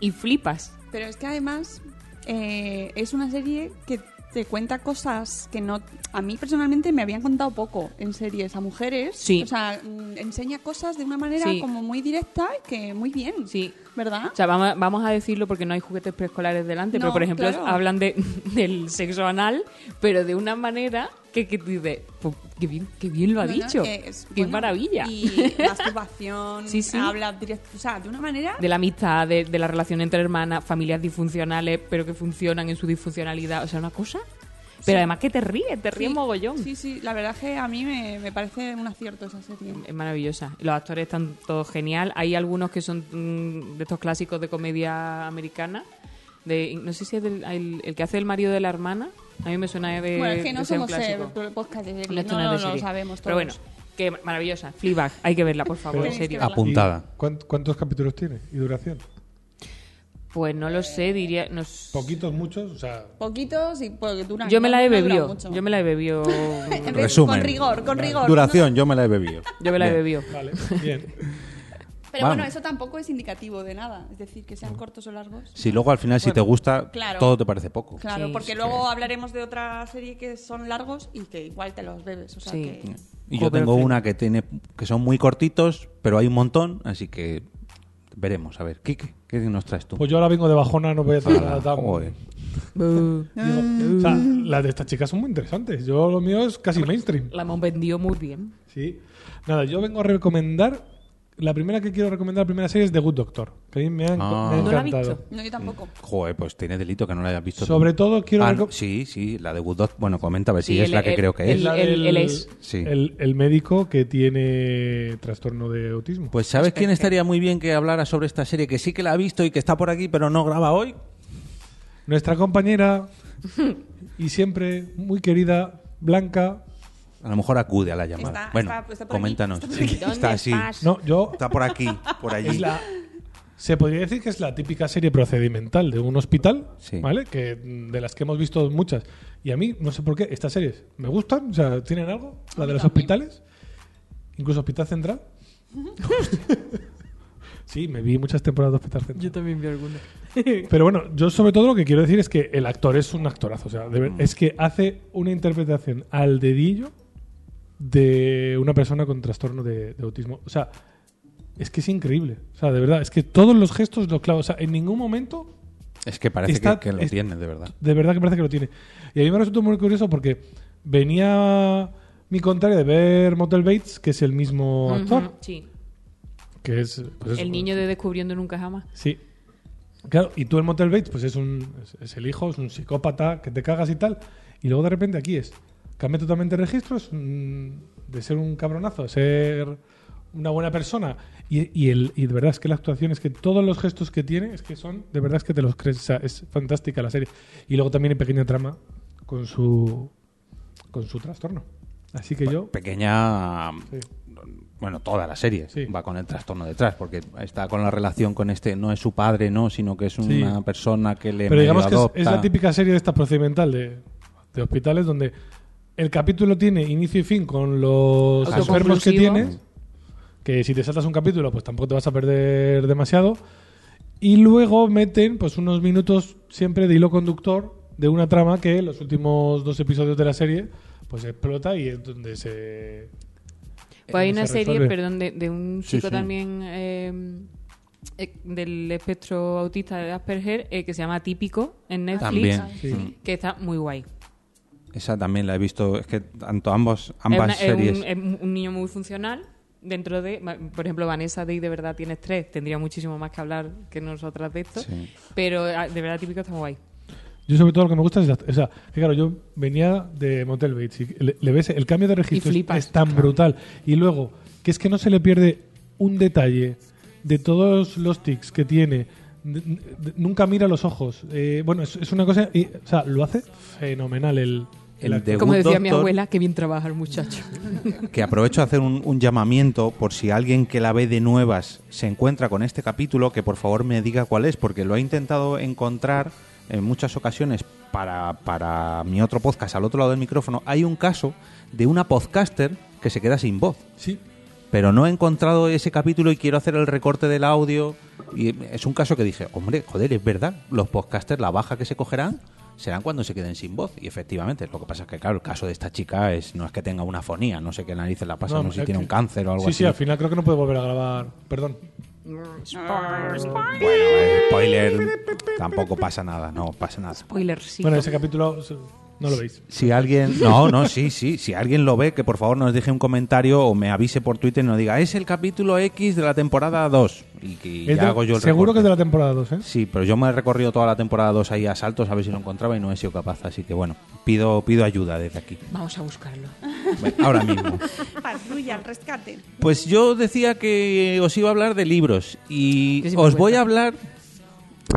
Speaker 4: y flipas.
Speaker 3: Pero es que además eh, es una serie que te cuenta cosas que no a mí personalmente me habían contado poco en series a mujeres
Speaker 4: Sí.
Speaker 3: o sea mm, enseña cosas de una manera
Speaker 4: Sí.
Speaker 3: como muy directa y que muy bien
Speaker 4: Sí.
Speaker 3: verdad
Speaker 4: O sea, vamos, vamos a decirlo porque no hay juguetes preescolares delante,
Speaker 3: No,
Speaker 4: pero por ejemplo
Speaker 3: claro.
Speaker 4: hablan de, del sexo anal, pero de una manera que, que tú dices, "Pues, qué bien, qué bien lo ha
Speaker 3: No, no,
Speaker 4: dicho,
Speaker 3: que es-
Speaker 4: qué
Speaker 3: bueno,
Speaker 4: maravilla.
Speaker 3: y masturbación
Speaker 4: Sí, sí.
Speaker 3: habla directo o sea de una manera
Speaker 4: De la amistad, de, de la relación entre hermanas, familias disfuncionales, pero que funcionan en su disfuncionalidad, o sea, una cosa. Pero además que te ríes, te ríes
Speaker 3: Sí,
Speaker 4: mogollón.
Speaker 3: sí sí la verdad es que a mí me, me parece un acierto esa serie
Speaker 4: Es maravillosa. Los actores están todos genial. Hay algunos que son mm, de estos clásicos de comedia americana. De, no sé si es del- el, el que hace el marido de la hermana. A mí me suena de.
Speaker 3: bueno es que
Speaker 4: de
Speaker 3: no
Speaker 4: ser un
Speaker 3: somos eh,
Speaker 4: clásico.
Speaker 3: podcast de
Speaker 4: No,
Speaker 3: serie
Speaker 4: esto
Speaker 3: no,
Speaker 4: no es de
Speaker 3: lo- lo
Speaker 4: serie.
Speaker 3: sabemos todos
Speaker 4: Pero bueno, que maravillosa. Fleabag, hay que verla, por favor, en
Speaker 2: Tenéis
Speaker 4: serio.
Speaker 3: que verla.
Speaker 1: Apuntada.
Speaker 2: ¿Y cuán- ¿Cuántos capítulos tiene y duración?
Speaker 4: Pues no lo sé, diría. No s-
Speaker 2: ¿Poquitos, muchos? O sea,
Speaker 3: poquitos y pues, duran
Speaker 4: yo me la he
Speaker 3: no duran
Speaker 4: bebido.
Speaker 3: mucho.
Speaker 4: Yo me la he bebido.
Speaker 3: En ri-
Speaker 1: Resumen.
Speaker 3: Con rigor, con rigor.
Speaker 1: Duración, yo me la he bebido.
Speaker 4: Yo me la he
Speaker 1: Bien.
Speaker 4: bebido.
Speaker 2: vale, bien.
Speaker 3: No- Pero bueno,
Speaker 1: Vamos. Mm.
Speaker 3: eso tampoco es indicativo de nada. Es decir, que sean cortos o largos.
Speaker 1: Si luego al final, si te gusta,
Speaker 3: claro.
Speaker 1: todo te parece poco.
Speaker 3: Claro,
Speaker 4: Sí,
Speaker 3: porque
Speaker 4: sí.
Speaker 3: luego hablaremos de otra serie que son largos y que igual te los bebes. O sea
Speaker 4: Sí.
Speaker 3: que.
Speaker 1: Y
Speaker 4: Joder,
Speaker 1: yo tengo
Speaker 4: Fred.
Speaker 1: una que tiene que son muy cortitos, pero hay un montón, así que veremos. A ver, Kike, ¿qué nos traes tú?
Speaker 2: Pues yo ahora vengo de bajona, no voy a hacer
Speaker 1: Ah,
Speaker 2: nada tan-
Speaker 1: joder.
Speaker 4: Buh.
Speaker 2: Digo, o sea, las de estas chicas son muy interesantes. Yo lo mío es casi mainstream.
Speaker 4: La hemos vendido muy bien.
Speaker 2: Sí. Nada, yo vengo a recomendar. La primera que quiero recomendar, la primera serie es The Good Doctor. Que a mí me ha, enc-
Speaker 1: Ah.
Speaker 2: me ha
Speaker 4: ¿No la has
Speaker 2: encantado.
Speaker 4: visto?
Speaker 3: No, yo tampoco.
Speaker 1: Joder, pues tiene delito que no la hayas visto.
Speaker 2: Sobre
Speaker 1: tú.
Speaker 2: todo quiero
Speaker 1: Ah, no,
Speaker 2: reco-
Speaker 1: Sí, sí, la de Good Dog. Bueno, comenta a ver
Speaker 4: Sí,
Speaker 1: si es
Speaker 4: el-
Speaker 1: la que
Speaker 4: el-
Speaker 1: creo que
Speaker 4: el-
Speaker 1: es.
Speaker 2: la
Speaker 4: él- él es-
Speaker 1: Sí.
Speaker 2: el- el médico que tiene trastorno de autismo.
Speaker 1: Pues ¿sabes quién estaría muy bien que hablara sobre esta serie? Que sí que la ha visto y que está por aquí, pero no graba hoy.
Speaker 2: Nuestra compañera y siempre muy querida, Blanca.
Speaker 1: A lo mejor acude a la llamada.
Speaker 3: Está-
Speaker 1: bueno,
Speaker 3: está- está por aquí,
Speaker 1: coméntanos.
Speaker 3: está por aquí.
Speaker 1: Sí, está así.
Speaker 2: No, yo.
Speaker 1: Está por aquí, por allí.
Speaker 2: Es la, se podría decir que es la típica serie procedimental de un hospital,
Speaker 1: Sí.
Speaker 2: ¿vale? Que, mm, de las que hemos visto muchas. Y a mí, no sé por qué, estas series me gustan, o sea, tienen algo, la de los hospitales, incluso Hospital Central. sí, me vi muchas temporadas de Hospital Central.
Speaker 4: también vi alguna.
Speaker 2: Pero bueno, yo sobre todo lo que quiero decir es que el actor es un actorazo. O sea, de ver- es que hace una interpretación al dedillo de una persona con trastorno de, de autismo. O sea, es que es increíble. O sea, de verdad, es que todos los gestos los clava. O sea, en ningún momento
Speaker 1: Es que parece
Speaker 2: Está-
Speaker 1: que, que lo
Speaker 2: es-
Speaker 1: tiene, de verdad.
Speaker 2: de verdad que parece que lo tiene. Y a mí me resultó muy curioso porque venía mi contrario de ver Motel Bates, que es el mismo actor,
Speaker 4: Sí.
Speaker 2: que es... pues eso,
Speaker 4: El niño de Descubriendo Nunca Jamás.
Speaker 2: Sí. Claro, y tú el Motel Bates, pues es un es, es el hijo, es un psicópata que te cagas y tal. Y luego de repente aquí es. Cambia totalmente el registro, es un- de ser un cabronazo, a ser una buena persona. Y, y el, y de verdad es que la actuación, es que todos los gestos que tiene, es que son, de verdad es que te los crees. O sea, es fantástica la serie. Y luego también hay pequeña trama con su, con su trastorno. Así que yo.
Speaker 1: Pequeña.
Speaker 2: Sí.
Speaker 1: Bueno, toda la serie
Speaker 2: Sí.
Speaker 1: va con el trastorno detrás, porque está con la relación con este, no es su padre, no, sino que es
Speaker 2: Sí.
Speaker 1: una persona que le
Speaker 2: Pero
Speaker 1: medio
Speaker 2: digamos que es,
Speaker 1: adopta.
Speaker 2: es la típica serie de esta procedimental de, de hospitales donde el capítulo tiene inicio y fin con los
Speaker 4: Autoconclusivo.
Speaker 2: enfermos que tienes, que si te saltas un capítulo pues tampoco te vas a perder demasiado, y luego meten pues unos minutos siempre de hilo conductor de una trama que en los últimos dos episodios de la serie pues explota y es donde se...
Speaker 4: Pues hay
Speaker 2: eh,
Speaker 4: una
Speaker 2: se
Speaker 4: serie,
Speaker 2: resuelve.
Speaker 4: perdón, de, de un
Speaker 1: Sí,
Speaker 4: chico
Speaker 1: sí.
Speaker 4: también eh, eh, del espectro autista de Asperger eh, que se llama Típico en Netflix,
Speaker 1: Ah, También.
Speaker 3: ¿eh?
Speaker 2: Sí.
Speaker 4: que está muy guay.
Speaker 1: Esa también la he visto. Es que tanto ambos,
Speaker 4: Es
Speaker 1: ambas
Speaker 4: una- es,
Speaker 1: series.
Speaker 4: un, es un- un niño muy funcional dentro de, ma- por ejemplo, Vanessa Day de verdad tiene estrés, tendría muchísimo más que hablar que nosotras de esto,
Speaker 1: Sí.
Speaker 4: pero ah, de verdad Típico está muy guay.
Speaker 2: Yo sobre todo lo que me gusta es... La, o sea, que claro, yo venía de Motel Bates y le, le ves el cambio de registro es-
Speaker 4: flipas,
Speaker 2: es, tan brutal. Y luego, que es que no se le pierde un detalle de todos los tics que tiene. De- de- nunca mira los ojos. Eh, bueno, es, es una cosa... y- o sea, lo hace fenomenal el...
Speaker 1: El
Speaker 2: actor.
Speaker 1: de-
Speaker 4: Como
Speaker 1: Good
Speaker 4: decía mi
Speaker 1: Doctor.
Speaker 4: abuela, que bien trabaja el muchacho.
Speaker 1: que aprovecho a hacer un, un llamamiento por si alguien que la ve de nuevas se encuentra con este capítulo, que por favor me diga cuál es, porque lo he intentado encontrar en muchas ocasiones para, para mi otro podcast al otro lado del micrófono, hay un caso de una podcaster que se queda sin voz.
Speaker 2: Sí.
Speaker 1: Pero no he encontrado ese capítulo y quiero hacer el recorte del audio. Y es un caso que dije, hombre, joder, es verdad, los podcasters, la baja que se cogerán serán cuando se queden sin voz. Y efectivamente, lo que pasa es que, claro, el caso de esta chica es no es que tenga una fonía, no sé qué narices la pasa, no, sé
Speaker 2: es
Speaker 1: si tiene
Speaker 2: que-
Speaker 1: un cáncer o algo
Speaker 2: Sí,
Speaker 1: así.
Speaker 2: sí, al final creo que no puede volver a grabar. Perdón.
Speaker 1: Bueno, eh, spoiler, tampoco pasa nada, no pasa nada.
Speaker 4: Spoilercito.
Speaker 2: Bueno, ese capítulo se- no lo veis.
Speaker 1: Si alguien. No, no, sí, sí. Si alguien lo ve, que por favor nos deje un comentario o me avise por Twitter y nos diga, es el capítulo X de la temporada 2. Y que
Speaker 2: Es
Speaker 1: ya
Speaker 2: de-
Speaker 1: hago yo el
Speaker 2: seguro que es de
Speaker 1: recorte.
Speaker 2: la temporada 2, ¿eh?
Speaker 1: Sí, pero yo me he recorrido toda la temporada 2 ahí a saltos a ver si lo encontraba y no he sido capaz. Así que bueno, pido, pido ayuda desde aquí.
Speaker 4: Vamos a buscarlo.
Speaker 1: Ven, Ahora mismo.
Speaker 3: Patrulla, al rescate.
Speaker 1: Pues yo decía que os iba a hablar de libros y
Speaker 4: Yo sí me
Speaker 1: os voy
Speaker 4: cuento.
Speaker 1: a hablar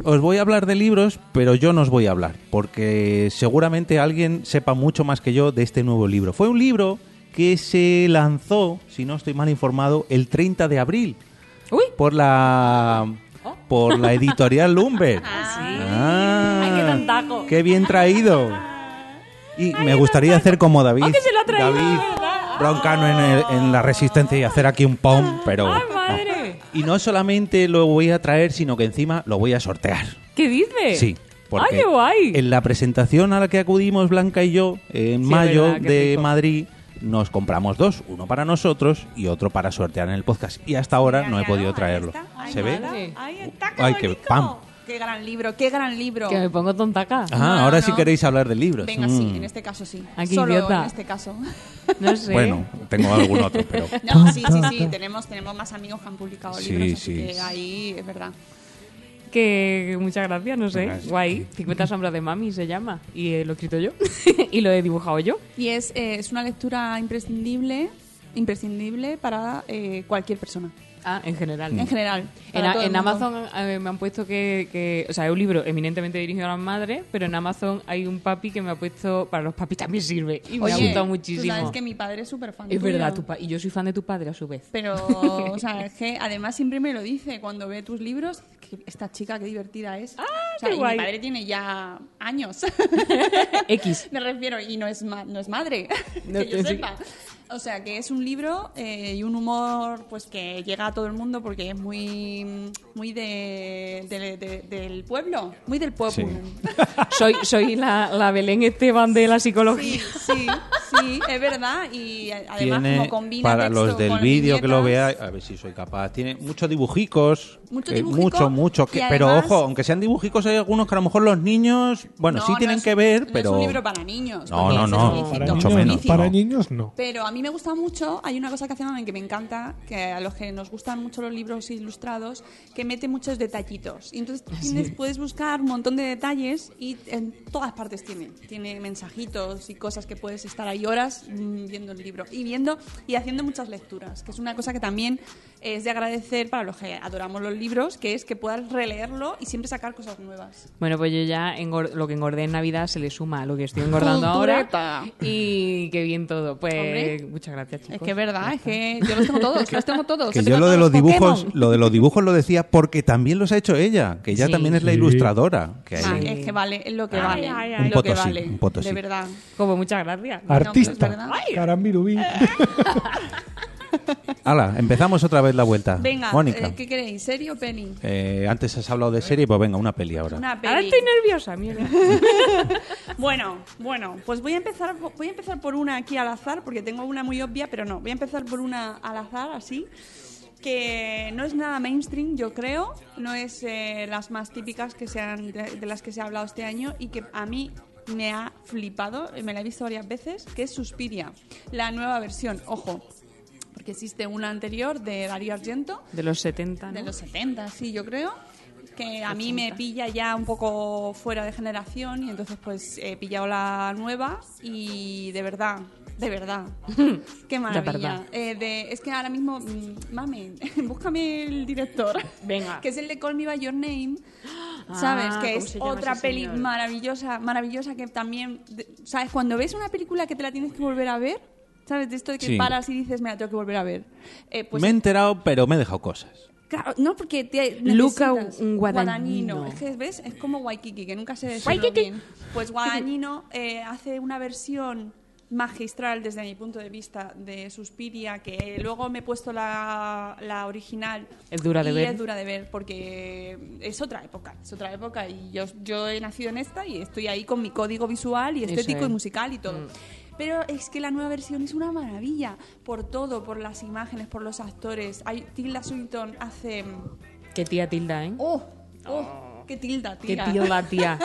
Speaker 1: os voy a hablar de libros, pero yo no os voy a hablar porque seguramente alguien sepa mucho más que yo de este nuevo libro. Fue un libro que se lanzó, si no estoy mal informado, el 30 de abril
Speaker 4: Uy,
Speaker 1: por la
Speaker 4: ¿Oh?
Speaker 1: por la editorial Lumber. Ah,
Speaker 4: Ay, qué tantaco.
Speaker 1: Qué bien traído. Y me gustaría hacer como David,
Speaker 4: Ah, que se lo ha traído,
Speaker 1: David
Speaker 4: ¿verdad?
Speaker 1: Broncano en, el- en la Resistencia y hacer aquí un pom, pero
Speaker 4: ¡Ay,
Speaker 1: no.
Speaker 4: madre!
Speaker 1: y no solamente lo voy a traer, sino que encima lo voy a sortear.
Speaker 4: ¿Qué dices?
Speaker 1: Sí. Porque
Speaker 4: ¡Ay, qué guay!
Speaker 1: En la presentación a la que acudimos Blanca y yo en
Speaker 4: Sí,
Speaker 1: mayo
Speaker 4: verdad, qué
Speaker 1: de
Speaker 4: rico.
Speaker 1: Madrid nos compramos dos, uno para nosotros y otro para sortear en el podcast. Y hasta ahora no he podido traerlo. ¿Se ve?
Speaker 3: Ahí está,
Speaker 1: Ay, qué pam.
Speaker 3: Qué gran libro, qué gran libro.
Speaker 4: Que me pongo tontaca.
Speaker 1: Ah,
Speaker 3: No,
Speaker 1: ahora
Speaker 3: no,
Speaker 1: sí
Speaker 3: no.
Speaker 1: queréis hablar de libros.
Speaker 3: Venga, sí,
Speaker 1: Mm.
Speaker 3: en este caso sí.
Speaker 4: Ah, qué
Speaker 3: Solo
Speaker 4: idiota.
Speaker 3: en este caso.
Speaker 4: No sé.
Speaker 1: Bueno, tengo algún otro, pero.
Speaker 3: No, sí, sí, sí, tenemos, tenemos más amigos que han publicado
Speaker 1: Sí,
Speaker 3: libros,
Speaker 1: sí.
Speaker 3: así que ahí es verdad.
Speaker 4: Que muchas gracias, no sé. Guay. 50 sombras de mami se llama. Y eh, lo he escrito yo. y lo he dibujado yo.
Speaker 3: Y es, eh, es una lectura imprescindible, imprescindible para eh, cualquier persona,
Speaker 4: Ah, en general.
Speaker 3: en general.
Speaker 4: En,
Speaker 3: para
Speaker 4: a-
Speaker 3: todo el
Speaker 4: en
Speaker 3: mundo.
Speaker 4: Amazon eh, me han puesto que, que- O sea, es un libro eminentemente dirigido a las madres, pero en Amazon hay un papi que me ha puesto. Para los papis también sirve. Y me ha
Speaker 3: Oye,
Speaker 4: gustado
Speaker 3: Tú
Speaker 4: muchísimo.
Speaker 3: sabes que mi padre es súper fan.
Speaker 4: Es
Speaker 3: tuyo.
Speaker 4: verdad, tu pa- y yo soy fan de tu padre a su vez.
Speaker 3: Pero, o sea, es que además siempre me lo dice cuando ve tus libros, que esta chica qué divertida es. Ah, o sea,
Speaker 4: qué
Speaker 3: y
Speaker 4: guay.
Speaker 3: mi padre tiene ya años.
Speaker 4: X.
Speaker 3: me refiero, y no es, ma- no es madre,
Speaker 4: No,
Speaker 3: que yo
Speaker 4: sí.
Speaker 3: sepa. O sea, que es un libro eh, y un humor pues que llega a todo el mundo porque es muy, muy de, de- de- del pueblo, muy del pueblo.
Speaker 4: Soy, soy la, la Belén Esteban de la
Speaker 3: Sí,
Speaker 4: psicología.
Speaker 3: sí, sí, es verdad. Y además
Speaker 1: Tiene,
Speaker 3: como combina
Speaker 1: para
Speaker 3: texto
Speaker 1: los del
Speaker 3: con
Speaker 1: vídeo que lo
Speaker 3: viñetas,
Speaker 1: veáis, a ver si soy capaz, tiene muchos dibujicos.
Speaker 3: Mucho
Speaker 1: eh,
Speaker 3: dibujico,
Speaker 1: mucho, mucho,
Speaker 3: y
Speaker 1: que- pero
Speaker 3: además-
Speaker 1: ojo, aunque sean dibujicos, hay algunos que a lo mejor los niños, bueno,
Speaker 3: No,
Speaker 1: sí
Speaker 3: no
Speaker 1: tienen
Speaker 3: es-
Speaker 1: que ver,
Speaker 3: no
Speaker 1: pero.
Speaker 3: es un libro para niños.
Speaker 1: No,
Speaker 3: porque
Speaker 1: no,
Speaker 3: es
Speaker 1: no,
Speaker 3: explícito,
Speaker 2: Para,
Speaker 1: mucho
Speaker 2: niños,
Speaker 1: menos,
Speaker 3: explícito.
Speaker 2: para
Speaker 1: no.
Speaker 2: niños no.
Speaker 3: Pero a mí me gusta mucho, hay una cosa que hacen en que me encanta, que a los que nos gustan mucho los libros ilustrados, que mete muchos detallitos. Y entonces
Speaker 1: Ah,
Speaker 3: tienes- puedes buscar un montón de detalles y en todas partes tiene. Tiene mensajitos y cosas que puedes estar ahí horas mm, viendo el libro y viendo y haciendo muchas lecturas, que es una cosa que también es de agradecer para los que adoramos los libros, que es que puedas releerlo y siempre sacar cosas nuevas.
Speaker 4: Bueno, pues yo ya engor- lo que engordé en Navidad se le suma a lo que estoy engordando ahora. Y qué bien todo. Pues
Speaker 3: Hombre.
Speaker 4: muchas gracias, chicos.
Speaker 3: Es que es verdad, es que yo los tengo todos, los tengo todos.
Speaker 1: Que yo lo de los dibujos, lo de los dibujos lo decía porque también los ha hecho ella, que ella
Speaker 4: Sí.
Speaker 1: también es la
Speaker 2: Sí.
Speaker 1: ilustradora. Que
Speaker 3: Ah,
Speaker 1: hay-
Speaker 3: es que vale, es lo que
Speaker 4: Ay,
Speaker 3: vale.
Speaker 4: ay,
Speaker 1: ay. Un
Speaker 3: lo que
Speaker 1: potosí,
Speaker 3: vale.
Speaker 1: un potosí.
Speaker 3: De verdad.
Speaker 4: Como muchas gracias.
Speaker 2: Ah.
Speaker 3: No,
Speaker 2: Artista.
Speaker 3: no, es verdad.
Speaker 2: Carambirubi.
Speaker 1: Hala, empezamos otra vez la vuelta.
Speaker 3: Venga,
Speaker 1: Ah, Mónica.
Speaker 3: eh, ¿qué queréis? ¿Serie o peli?
Speaker 1: eh, antes has hablado de serie, pues venga, una peli ahora.
Speaker 3: Una
Speaker 4: Ahora
Speaker 3: peli.
Speaker 4: estoy nerviosa, mierda.
Speaker 3: Bueno, bueno, pues voy a empezar voy a empezar por una aquí al azar porque tengo una muy obvia, pero no, voy a empezar por una al azar así que no es nada mainstream, yo creo, no es eh, las más típicas que sean de, de las que se ha hablado este año y que a mí me ha flipado, y me la he visto varias veces, que es Suspiria, la nueva versión, ojo, porque existe una anterior de Darío Argento
Speaker 4: De los 70, ¿no?
Speaker 3: de los 70, sí, yo creo. Que a mí me pilla ya un poco fuera de generación y entonces pues he pillado la nueva y de verdad, de verdad, qué maravilla.
Speaker 4: verdad.
Speaker 3: Eh, de- es que ahora mismo, mm, mame, búscame el director,
Speaker 4: Venga.
Speaker 3: que es el de Call Me By Your Name,
Speaker 4: Ah,
Speaker 3: ¿sabes? Que
Speaker 4: ¿cómo
Speaker 3: es
Speaker 4: se llama
Speaker 3: otra
Speaker 4: ese
Speaker 3: peli
Speaker 4: señor?
Speaker 3: maravillosa, maravillosa que también, de- ¿sabes? Cuando ves una película que te la tienes que volver a ver, ¿sabes? De esto de que
Speaker 1: Sí.
Speaker 3: paras y dices, me la tengo que volver a ver. Eh, pues
Speaker 1: me he enterado, pero me he dejado cosas.
Speaker 3: Claro, no, porque te
Speaker 4: Luca
Speaker 3: necesitas
Speaker 4: un guadagnino.
Speaker 3: Es que, ¿ves? Es como Waikiki, que nunca se
Speaker 4: Waikiki.
Speaker 3: describe bien. Pues guadagnino eh, hace una versión magistral desde mi punto de vista de Suspiria, que luego me he puesto la, la original.
Speaker 4: Es dura de
Speaker 3: y
Speaker 4: ver.
Speaker 3: Es dura de ver, porque es otra época, es otra época. Y yo, yo he nacido en esta y estoy ahí con mi código visual y
Speaker 4: Eso
Speaker 3: estético
Speaker 4: es. Mm.
Speaker 3: y musical y todo. Pero es que la nueva versión es una maravilla por todo, por las imágenes, por los actores. Hay, Tilda Swinton hace... mm,
Speaker 4: Qué tía Tilda, ¿eh?
Speaker 3: ¡Oh! ¡Oh! ¡Qué tilda,
Speaker 4: Qué
Speaker 3: tía!
Speaker 4: tilda, tía.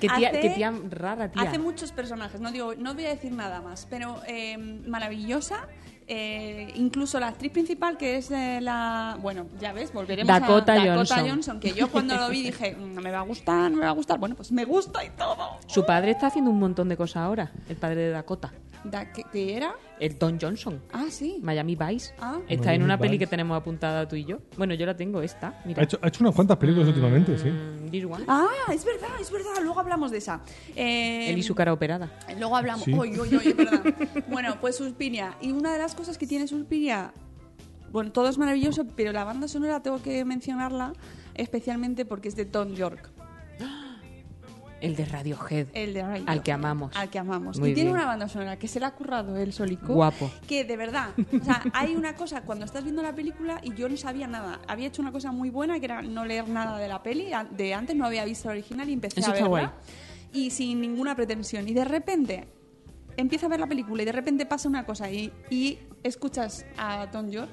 Speaker 4: Qué tía,
Speaker 3: Hace-
Speaker 4: qué tía rara, tía.
Speaker 3: Hace muchos personajes, no, digo, no voy a decir nada más, pero eh, maravillosa. eh, incluso la actriz principal, que es eh, la. Bueno, ya ves, volveremos
Speaker 4: Dakota
Speaker 3: a Dakota
Speaker 4: Johnson.
Speaker 3: Johnson, que yo cuando lo vi dije, "Mm, no me va a gustar, no me va a gustar. Bueno, pues me gusta y todo.
Speaker 4: Su padre está haciendo un montón de cosas ahora. El padre de Dakota.
Speaker 3: Da- ¿qué, qué era?
Speaker 4: El Don Johnson.
Speaker 3: Ah, sí.
Speaker 4: Miami Vice.
Speaker 3: Ah.
Speaker 4: Está
Speaker 2: Miami
Speaker 4: en una peli
Speaker 2: Vice.
Speaker 4: que tenemos apuntada tú y yo. Bueno, yo la tengo, esta. Mira.
Speaker 2: Ha hecho, ha hecho unas cuantas películas últimamente, sí.
Speaker 4: Mm, This One.
Speaker 3: Ah, es verdad, es verdad. Luego hablamos de esa. Eh,
Speaker 4: Él y su cara operada.
Speaker 3: Luego hablamos.
Speaker 2: Sí.
Speaker 3: Oy, oy, oy, perdón. bueno, pues Suspiria. Y una de las cosas que tiene Suspiria, bueno, todo es maravilloso, pero la banda sonora tengo que mencionarla especialmente porque es de Tom York,
Speaker 4: El de Radiohead.
Speaker 3: el de Radiohead.
Speaker 4: Al que amamos.
Speaker 3: Al que amamos.
Speaker 4: Muy
Speaker 3: y tiene
Speaker 4: bien.
Speaker 3: una banda sonora que se la ha currado él solico.
Speaker 4: Guapo.
Speaker 3: Que de verdad, o sea, hay una cosa, cuando estás viendo la película y yo no sabía nada. Había hecho una cosa muy buena que era no leer nada de la peli. a- De antes no había visto la original y empecé
Speaker 4: Eso
Speaker 3: a
Speaker 4: está
Speaker 3: verla.
Speaker 4: guay.
Speaker 3: Y sin ninguna pretensión. Y de repente empieza a ver la película y de repente pasa una cosa y, y escuchas a Tom York.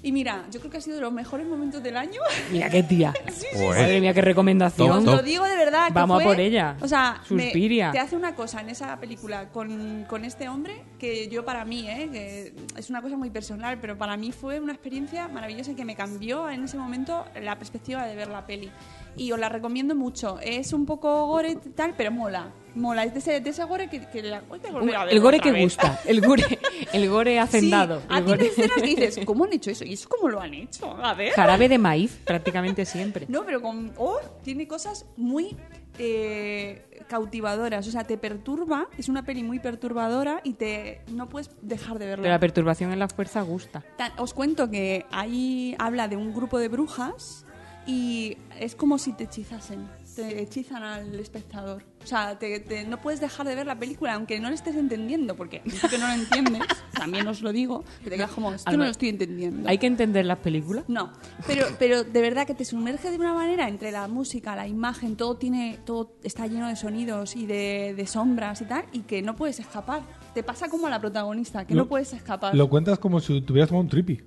Speaker 3: Y mira, yo creo que ha sido de los mejores momentos del año.
Speaker 4: Mira qué tía.
Speaker 1: Joder.
Speaker 4: Madre mía, qué recomendación.
Speaker 1: Top,
Speaker 3: Os
Speaker 1: Pues, top.
Speaker 3: lo digo de verdad. que
Speaker 4: Vamos a
Speaker 3: fue-
Speaker 4: por ella.
Speaker 3: O sea, me-
Speaker 4: Suspiria.
Speaker 3: te hace una cosa en esa película con, con este hombre que yo para mí, eh, que es una cosa muy personal, pero para mí fue una experiencia maravillosa que me cambió en ese momento la perspectiva de ver la peli. Y os la recomiendo mucho. Es un poco gore y tal, pero mola. Mola. Es de ese, de ese gore que, que la- Uy, que volver a
Speaker 4: el
Speaker 3: verlo
Speaker 4: gore
Speaker 3: otra
Speaker 4: que
Speaker 3: vez.
Speaker 4: gusta. El gore, el gore
Speaker 3: Sí,
Speaker 4: hacendado.
Speaker 3: a
Speaker 4: el
Speaker 3: ti te
Speaker 4: gore-
Speaker 3: escenas que dices, ¿cómo han hecho eso? ¿Y eso cómo lo han hecho? A ver.
Speaker 4: Jarabe de maíz, prácticamente siempre.
Speaker 3: No, pero con. Oh, tiene cosas muy eh, cautivadoras. O sea, te perturba. Es una peli muy perturbadora y te no puedes dejar de
Speaker 4: Pero la
Speaker 3: verla.
Speaker 4: perturbación en la fuerza gusta.
Speaker 3: Tan- Os cuento que ahí habla de un grupo de brujas y es como si te hechizasen. Te hechizan al espectador. O sea, te- te- no puedes dejar de ver la película, aunque no la estés entendiendo, porque que no lo entiendes, también os lo digo, que te quedas como, esto no
Speaker 4: Alba,
Speaker 3: lo estoy entendiendo.
Speaker 4: Hay que entender las películas.
Speaker 3: No, pero, pero de verdad que te sumerge de una manera entre la música, la imagen, todo tiene, todo está lleno de sonidos y de, de sombras y tal, y que no puedes escapar. Te pasa como a la protagonista, que no
Speaker 2: Lo-
Speaker 3: puedes escapar.
Speaker 2: Lo cuentas como si tuvieras tomado un trippy.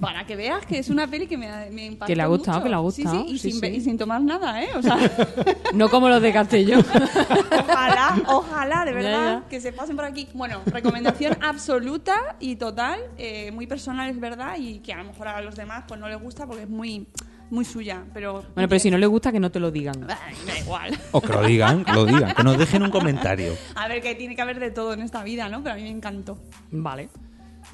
Speaker 3: Para que veas que es una peli que me, me impactó
Speaker 4: Que le ha gustado,
Speaker 3: mucho.
Speaker 4: que le ha
Speaker 3: Sí,
Speaker 4: gustado,
Speaker 3: sí, y,
Speaker 4: sí,
Speaker 3: sin,
Speaker 4: sí.
Speaker 3: y sin tomar nada, ¿eh? O sea,
Speaker 4: No como los de Castellón.
Speaker 3: ojalá, ojalá, de
Speaker 4: Ya,
Speaker 3: verdad,
Speaker 4: ya.
Speaker 3: que se pasen por aquí. Bueno, recomendación absoluta y total, eh, muy personal, es verdad, y que a lo mejor a los demás pues no les gusta porque es muy, muy suya, pero...
Speaker 4: Bueno, pero si no le gusta, que no te lo digan.
Speaker 3: Ay, da igual.
Speaker 1: O que lo digan, que lo digan, que nos dejen un comentario.
Speaker 3: A ver, que tiene que haber de todo en esta vida, ¿no? Pero a mí me encantó.
Speaker 4: Vale.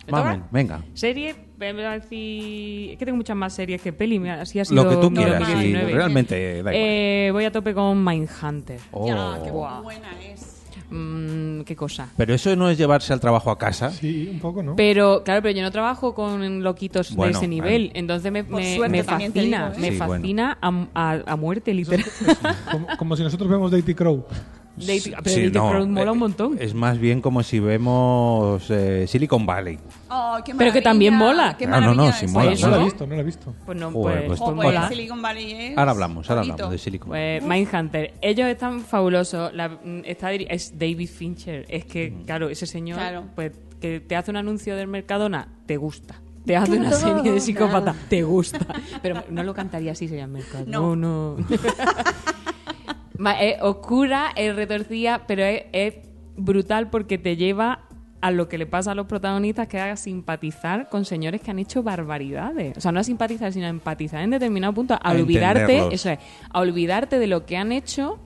Speaker 4: ¿Te
Speaker 1: Mamen,
Speaker 4: toca?
Speaker 1: venga.
Speaker 4: Serie, me voy a decir. Es que tengo muchas más series que peli. mira, Así ha sido
Speaker 1: Lo que tú quieras,
Speaker 3: normal.
Speaker 1: sí,
Speaker 4: 2019.
Speaker 1: realmente da igual.
Speaker 4: Eh, voy a tope con Mindhunter.
Speaker 1: Oh.
Speaker 3: Ya, qué
Speaker 4: Guau.
Speaker 3: buena es.
Speaker 4: Mm, qué cosa.
Speaker 1: Pero eso no es llevarse al trabajo a casa.
Speaker 2: Sí, un poco, ¿no?
Speaker 4: Pero, claro, pero yo no trabajo con loquitos
Speaker 1: Bueno,
Speaker 4: de ese nivel. Entonces me,
Speaker 3: Por
Speaker 4: me-
Speaker 3: suerte
Speaker 4: me
Speaker 3: también te digo,
Speaker 4: fascina.
Speaker 3: ¿eh?
Speaker 4: Me
Speaker 1: Sí, bueno.
Speaker 4: fascina a, a- a muerte, literal.
Speaker 2: como, como si nosotros vemos Daily Crow.
Speaker 4: Date-
Speaker 1: Sí,
Speaker 4: pero Date
Speaker 1: no,
Speaker 4: Crown mola un
Speaker 1: eh,
Speaker 4: montón.
Speaker 1: Es más bien como si vemos eh, Silicon Valley.
Speaker 3: Oh, qué
Speaker 4: Pero que
Speaker 3: maravilla,
Speaker 4: también mola.
Speaker 3: qué
Speaker 1: Ah, no, no,
Speaker 3: maravilla
Speaker 1: sí
Speaker 3: es.
Speaker 1: mola,
Speaker 4: Pues
Speaker 2: No la he
Speaker 4: ¿no?
Speaker 2: visto, no la he visto.
Speaker 4: Pues no,
Speaker 1: Joder,
Speaker 4: pues,
Speaker 1: pues
Speaker 3: Oh,
Speaker 4: pues
Speaker 3: pues
Speaker 4: mola.
Speaker 3: Silicon Valley es
Speaker 1: Ahora hablamos, ahora
Speaker 3: bonito.
Speaker 1: hablamos de Silicon Valley.
Speaker 4: Pues Mindhunter, ellos están fabulosos. La- mm, está diri- es David Fincher. Es que,
Speaker 1: Mm.
Speaker 4: claro, ese señor,
Speaker 3: Claro.
Speaker 4: pues que te hace un anuncio del Mercadona, te gusta. Te hace una serie de psicópatas, te gusta. Pero no lo cantaría así, sería el Mercadona. No,
Speaker 3: No.
Speaker 4: no. Ma- es oscura, es retorcida, pero es, es brutal porque te lleva a lo que le pasa a los protagonistas, que es a simpatizar con señores que han hecho barbaridades. O sea, no a simpatizar, sino a empatizar en determinado punto, a,
Speaker 1: A
Speaker 4: olvidarte,
Speaker 1: entenderlos.
Speaker 4: eso es, a olvidarte de lo que han hecho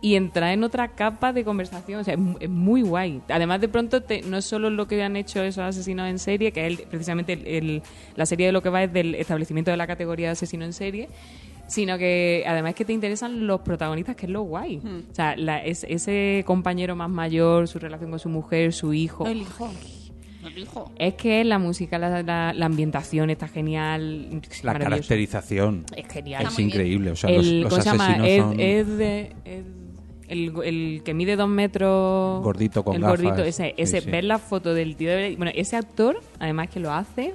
Speaker 4: y entrar en otra capa de conversación. O sea, es mu- es muy guay. Además, de pronto, te- no es solo lo que han hecho esos asesinos en serie, que es el- precisamente el- el- la serie de lo que va es del establecimiento de la categoría de asesino en serie, sino que además es que te interesan los protagonistas, que es lo guay. O sea, la- es- ese compañero más mayor, su relación con su mujer, su hijo.
Speaker 3: El hijo. Elijo.
Speaker 4: Es que la música, la, la- la ambientación está genial. es
Speaker 1: La
Speaker 4: maravilloso.
Speaker 1: caracterización
Speaker 4: Es genial.
Speaker 1: es
Speaker 3: muy bien.
Speaker 1: increíble. O sea, los,
Speaker 4: el,
Speaker 1: los
Speaker 4: ¿cómo se llama?
Speaker 1: asesinos
Speaker 4: Ed-
Speaker 1: son...
Speaker 4: Ed- Ed- el, el que mide dos metros.
Speaker 1: Gordito con
Speaker 4: El
Speaker 1: gafas.
Speaker 4: gordito, ese.
Speaker 1: Sí,
Speaker 4: ese
Speaker 1: sí.
Speaker 4: Ver la foto del tío. de- Bueno, ese actor, además que lo hace.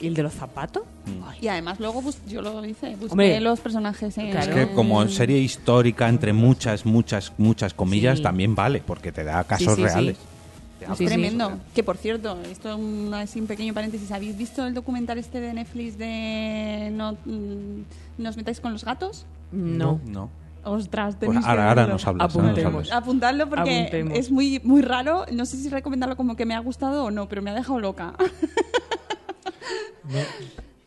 Speaker 4: Y el de los zapatos.
Speaker 1: Mm.
Speaker 4: Ay,
Speaker 3: Y además luego bus- yo lo hice, busqué
Speaker 4: Hombre.
Speaker 3: los personajes en...
Speaker 4: Claro.
Speaker 1: Es que como serie histórica, entre muchas, muchas, muchas comillas,
Speaker 4: Sí.
Speaker 1: también vale, porque te da casos
Speaker 4: sí, sí.
Speaker 1: reales.
Speaker 4: Sí, sí.
Speaker 3: Tremendo. Que por cierto, esto es un, así un pequeño paréntesis. ¿Habéis visto el documental este de Netflix de No mm, no os metáis con los gatos?
Speaker 4: No.
Speaker 1: No.
Speaker 3: Ostras,
Speaker 1: Pues
Speaker 3: tenéis que
Speaker 1: ahora, ahora
Speaker 3: verlo.
Speaker 1: nos hablas.
Speaker 4: Apuntemos.
Speaker 1: ahora nos hablas.
Speaker 3: Apuntadlo porque
Speaker 4: Apuntemos.
Speaker 3: es muy, muy raro. No sé si recomendarlo como que me ha gustado o no, pero me ha dejado loca.
Speaker 2: No.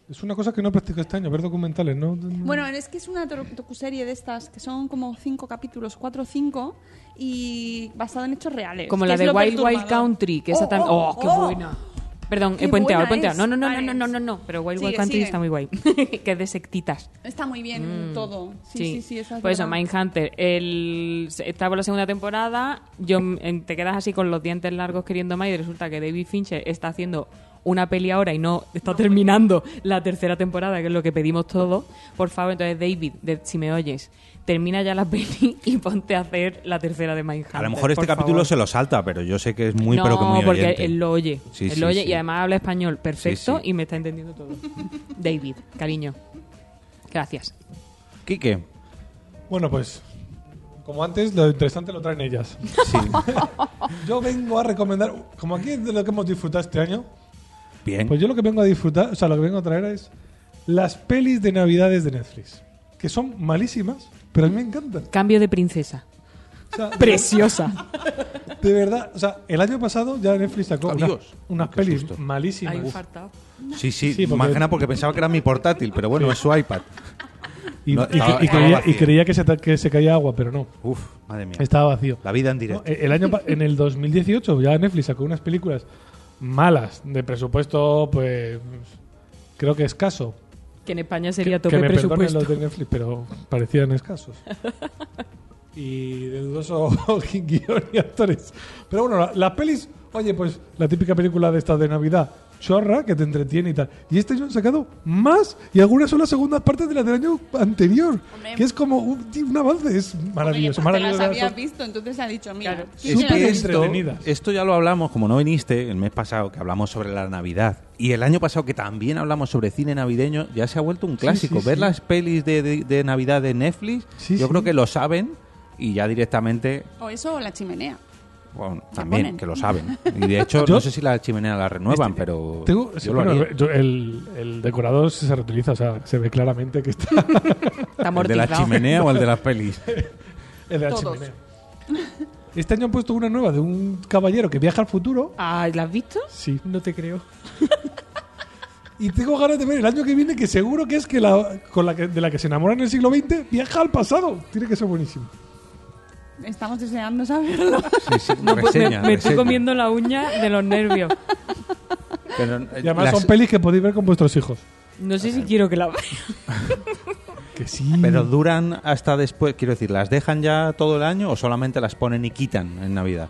Speaker 2: Es una cosa que no practico este año, ver documentales, ¿no?
Speaker 3: Bueno, es que es una docu- docuserie de estas que son como cinco capítulos, cuatro o cinco, y basada en hechos reales.
Speaker 4: Como
Speaker 3: que
Speaker 4: la
Speaker 3: es
Speaker 4: de
Speaker 3: lo
Speaker 4: Wild Wild
Speaker 3: perturbador.
Speaker 4: Country, que esa
Speaker 3: Oh,
Speaker 4: tan.
Speaker 3: oh,
Speaker 4: ¡Oh, qué
Speaker 3: oh.
Speaker 4: buena! Perdón,
Speaker 3: Qué
Speaker 4: he puenteado, he
Speaker 3: buena
Speaker 4: puenteado.
Speaker 3: es.
Speaker 4: No, no, no,
Speaker 3: Vale.
Speaker 4: no, no, no, no. Pero Wild
Speaker 3: Sigue,
Speaker 4: Wild Country
Speaker 3: sigue.
Speaker 4: está muy guay. que es de sectitas.
Speaker 3: Está muy bien todo. Sí, sí, sí, esa es
Speaker 4: Mm, Por eso,
Speaker 3: verdad.
Speaker 4: Mindhunter. El... se- Estaba la segunda temporada. Yo en- te quedas así con los dientes largos queriendo más y resulta que David Fincher está haciendo una peli ahora y no está terminando la tercera temporada, que es lo que pedimos todos. Por favor, entonces, David, de- si me oyes, termina ya la peli y ponte a hacer la tercera de Mindhunter.
Speaker 1: A lo mejor este
Speaker 4: por
Speaker 1: capítulo
Speaker 4: favor.
Speaker 1: se lo salta, pero yo sé que es muy,
Speaker 4: no,
Speaker 1: pero que muy
Speaker 4: porque
Speaker 1: oyente.
Speaker 4: él lo oye.
Speaker 1: Sí,
Speaker 4: él
Speaker 1: sí,
Speaker 4: lo oye
Speaker 1: sí.
Speaker 4: y además habla español perfecto
Speaker 1: Sí, sí.
Speaker 4: y me está entendiendo todo. David, cariño. Gracias.
Speaker 1: Quique.
Speaker 2: Bueno, pues como antes, lo interesante lo traen ellas.
Speaker 1: Sí.
Speaker 2: Yo vengo a recomendar, como aquí es de lo que hemos disfrutado este año,
Speaker 1: Bien.
Speaker 2: pues yo lo que vengo a disfrutar, o sea, lo que vengo a traer es las pelis de navidades de Netflix, que son malísimas, pero a mí me encantan.
Speaker 4: Cambio de princesa.
Speaker 2: O sea,
Speaker 4: Preciosa.
Speaker 2: de verdad, o sea, el año pasado ya Netflix sacó unas,
Speaker 1: Adiós.
Speaker 2: unas
Speaker 1: Qué
Speaker 2: pelis
Speaker 1: susto.
Speaker 2: malísimas.
Speaker 1: sí, sí,
Speaker 2: Sí, porque-
Speaker 1: más que nada porque pensaba que era mi portátil, pero bueno, es su iPad.
Speaker 2: Y,
Speaker 1: No,
Speaker 2: y-
Speaker 1: estaba-
Speaker 2: y
Speaker 1: estaba
Speaker 2: creía,
Speaker 1: vacío.
Speaker 2: y creía que se, ta- que se caía agua, pero no,
Speaker 1: Uf, madre mía.
Speaker 2: estaba vacío.
Speaker 1: La vida en
Speaker 2: No,
Speaker 1: directo.
Speaker 2: el año pa- en el 2018 ya Netflix sacó unas películas malas de presupuesto pues creo que escaso
Speaker 4: Que en España sería
Speaker 2: que
Speaker 4: tope
Speaker 2: me perdonen
Speaker 4: presupuesto.
Speaker 2: los de Netflix pero parecían escasos y de dudoso guión y actores pero bueno la- las pelis oye pues la típica película de estas de navidad chorra que te entretiene y tal y este año han sacado más y algunas son las segundas partes de las del año anterior
Speaker 3: Hombre.
Speaker 2: que es como un, un avance es maravilloso
Speaker 3: Porque pues las
Speaker 2: maravilloso
Speaker 3: habías visto, entonces ha dicho, mira,
Speaker 4: Claro.
Speaker 3: ¿quién
Speaker 1: Es
Speaker 2: Súper
Speaker 1: que
Speaker 3: era?
Speaker 1: esto,
Speaker 2: entretenidas.
Speaker 1: esto ya lo hablamos, como no viniste el mes pasado, que hablamos sobre la Navidad. Y el año pasado, que también hablamos sobre cine navideño, ya se ha vuelto un clásico.
Speaker 2: sí,
Speaker 1: Ver
Speaker 2: sí.
Speaker 1: las pelis de, de- de Navidad de Netflix,
Speaker 2: Sí,
Speaker 1: yo
Speaker 2: sí.
Speaker 1: creo que lo saben y ya directamente,
Speaker 3: O eso o la chimenea.
Speaker 1: bueno,
Speaker 3: Ya
Speaker 1: también
Speaker 3: ponen.
Speaker 1: que lo saben. Y de hecho,
Speaker 2: Yo- Este,
Speaker 1: no sé si la chimenea la renuevan, pero
Speaker 2: Tengo-
Speaker 1: yo
Speaker 2: sí,
Speaker 1: lo
Speaker 2: bueno,
Speaker 1: haría.
Speaker 2: yo- el, el decorador se reutiliza, o sea, se ve claramente que está
Speaker 4: Está
Speaker 1: ¿El de la
Speaker 4: amortizado.
Speaker 1: chimenea o el de las pelis?
Speaker 2: en la
Speaker 3: Todos.
Speaker 2: chimenea. Este año han puesto una nueva de un caballero que viaja al futuro.
Speaker 4: Ah, ¿la has visto?
Speaker 2: Sí.
Speaker 4: No te creo.
Speaker 2: Y tengo ganas de ver el año que viene, que seguro que es que la, con la que, de la que se enamora en el siglo XX viaja al pasado. Tiene que ser buenísimo.
Speaker 3: Estamos deseando saberlo.
Speaker 2: Oh,
Speaker 1: Sí, sí,
Speaker 2: pues
Speaker 4: me,
Speaker 1: reseña,
Speaker 4: me estoy
Speaker 1: reseña.
Speaker 4: comiendo la uña de los nervios.
Speaker 1: Pero, eh,
Speaker 2: Y además
Speaker 1: las-
Speaker 2: son pelis que podéis ver con vuestros hijos.
Speaker 4: No sé si quiero que la vea.
Speaker 2: Que sí.
Speaker 1: pero duran hasta después, quiero decir, ¿las dejan ya todo el año o solamente las ponen y quitan en Navidad?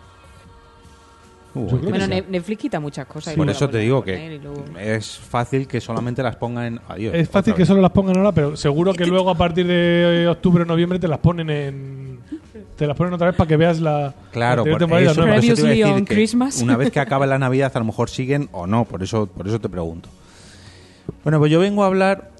Speaker 1: Uh,
Speaker 2: Yo creo que
Speaker 4: Bueno,
Speaker 2: sí.
Speaker 1: interesante.
Speaker 4: Ne- Netflix quita muchas cosas. y
Speaker 1: Por
Speaker 4: luego
Speaker 1: eso
Speaker 4: la
Speaker 1: te
Speaker 4: vuelven
Speaker 1: digo
Speaker 4: a poner y
Speaker 1: que
Speaker 4: luego-
Speaker 1: es fácil que solamente las pongan en... Adiós,
Speaker 2: es fácil
Speaker 1: otra
Speaker 2: que
Speaker 1: vez.
Speaker 2: solo las pongan ahora, pero seguro que luego a partir de eh, octubre o noviembre te las ponen en. Te las ponen otra vez para que veas la.
Speaker 1: Claro,
Speaker 2: la anterior
Speaker 1: por
Speaker 2: temporada y la
Speaker 1: eso,
Speaker 2: nueva.
Speaker 1: por eso te iba a
Speaker 4: Previously
Speaker 1: decir
Speaker 4: on
Speaker 1: que
Speaker 4: Christmas.
Speaker 1: una vez que acaba la Navidad a lo mejor siguen o no, por eso, por eso te pregunto. Bueno, pues yo vengo a hablar,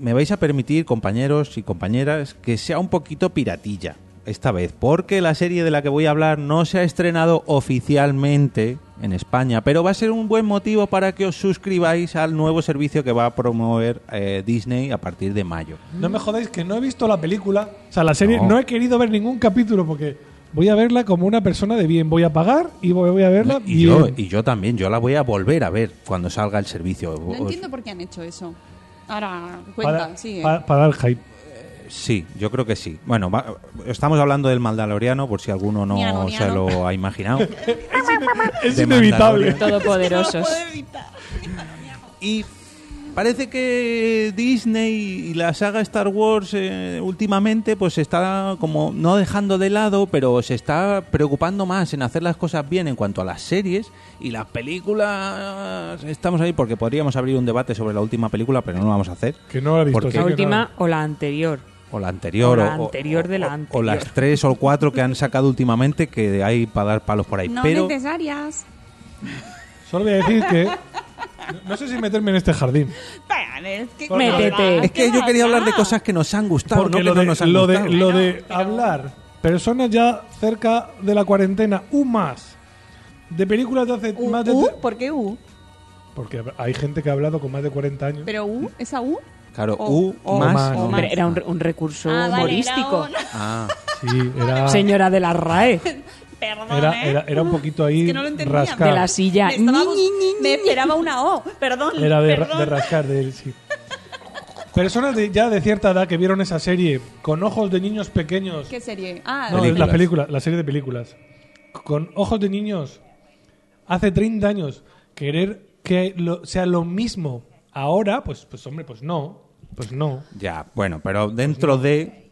Speaker 1: me vais a permitir, compañeros y compañeras, que sea un poquito piratilla esta vez, porque la serie de la que voy a hablar no se ha estrenado oficialmente en España, pero va a ser un buen motivo para que os suscribáis al nuevo servicio que va a promover eh, Disney a partir de mayo.
Speaker 2: No me jodáis que no he visto la película, o sea, la serie,
Speaker 1: No.
Speaker 2: no, he querido ver ningún capítulo porque voy a verla como una persona de bien. Voy a pagar y voy voy a verla
Speaker 1: Y yo,
Speaker 2: bien.
Speaker 1: y yo también, yo la voy a volver a ver cuando salga el servicio.
Speaker 3: No
Speaker 1: Os-
Speaker 3: entiendo por qué han hecho eso. Ahora, cuenta,
Speaker 2: oh. para,
Speaker 3: sigue.
Speaker 2: pa- para dar hype.
Speaker 1: Sí, yo creo que sí. Bueno, va- estamos hablando del Mandaloriano, por si alguno no
Speaker 3: Miano,
Speaker 1: se
Speaker 3: miano.
Speaker 1: lo ha imaginado.
Speaker 2: Es
Speaker 1: De
Speaker 2: inevitable.
Speaker 1: Mandalorian.
Speaker 4: Todopoderosos.
Speaker 1: Y Parece que Disney y la saga Star Wars eh, últimamente pues se está como no dejando de lado, pero se está preocupando más en hacer las cosas bien en cuanto a las series y las películas. Estamos ahí porque podríamos abrir un debate sobre la última película, pero no lo vamos a hacer.
Speaker 2: Que no la he visto.
Speaker 1: Porque-
Speaker 2: así
Speaker 4: La
Speaker 2: que
Speaker 4: última
Speaker 2: nada.
Speaker 4: o la anterior.
Speaker 1: O la anterior.
Speaker 4: O la
Speaker 1: o-
Speaker 4: anterior
Speaker 1: o-
Speaker 4: de la
Speaker 1: o- O,
Speaker 4: anterior.
Speaker 1: las tres o cuatro que han sacado últimamente que hay para dar palos por ahí.
Speaker 3: No
Speaker 1: Eh, pero
Speaker 3: necesarias.
Speaker 2: Solo voy a decir que. No sé si meterme en este jardín.
Speaker 3: Espera, es que-
Speaker 2: Porque-
Speaker 4: Métete.
Speaker 3: Ah,
Speaker 1: es que yo quería hablar de cosas que nos han gustado,
Speaker 2: Porque
Speaker 1: no
Speaker 2: lo,
Speaker 1: que no
Speaker 2: de,
Speaker 1: nos han
Speaker 2: lo de-
Speaker 1: gustado.
Speaker 2: lo de hablar, personas ya cerca de la cuarentena, un más, de películas de hace
Speaker 3: U,
Speaker 2: más de...
Speaker 3: U, ¿Por qué U?
Speaker 2: Porque hay gente que ha hablado con más de 40 años.
Speaker 3: ¿Pero U? ¿Esa U?
Speaker 1: Claro,
Speaker 3: O-
Speaker 1: U
Speaker 3: o-
Speaker 1: más.
Speaker 2: más,
Speaker 1: no.
Speaker 2: o
Speaker 4: Hombre, era un, un recurso
Speaker 3: Ah, vale,
Speaker 4: humorístico.
Speaker 3: era una-
Speaker 1: Ah,
Speaker 2: Sí, era,
Speaker 4: Señora de la RAE.
Speaker 3: Perdón,
Speaker 2: era,
Speaker 3: ¿eh?
Speaker 2: era, era un poquito ahí
Speaker 3: Es que no lo entendía.
Speaker 2: rascar.
Speaker 4: De la silla.
Speaker 3: Me, estaba-
Speaker 4: Ni, ni, ni,
Speaker 3: me esperaba una O. Perdón.
Speaker 2: Era de, ra-
Speaker 3: perdón.
Speaker 2: de rascar, de, sí. Personas de- ya de cierta edad que vieron esa serie con ojos de niños pequeños.
Speaker 3: ¿Qué serie? Ah,
Speaker 2: No,
Speaker 1: Películas.
Speaker 2: la película, la serie de películas. Con ojos de niños, hace 30 años, querer que lo- sea lo mismo ahora, pues, pues hombre, pues no. Pues no.
Speaker 1: ya, bueno, pero dentro de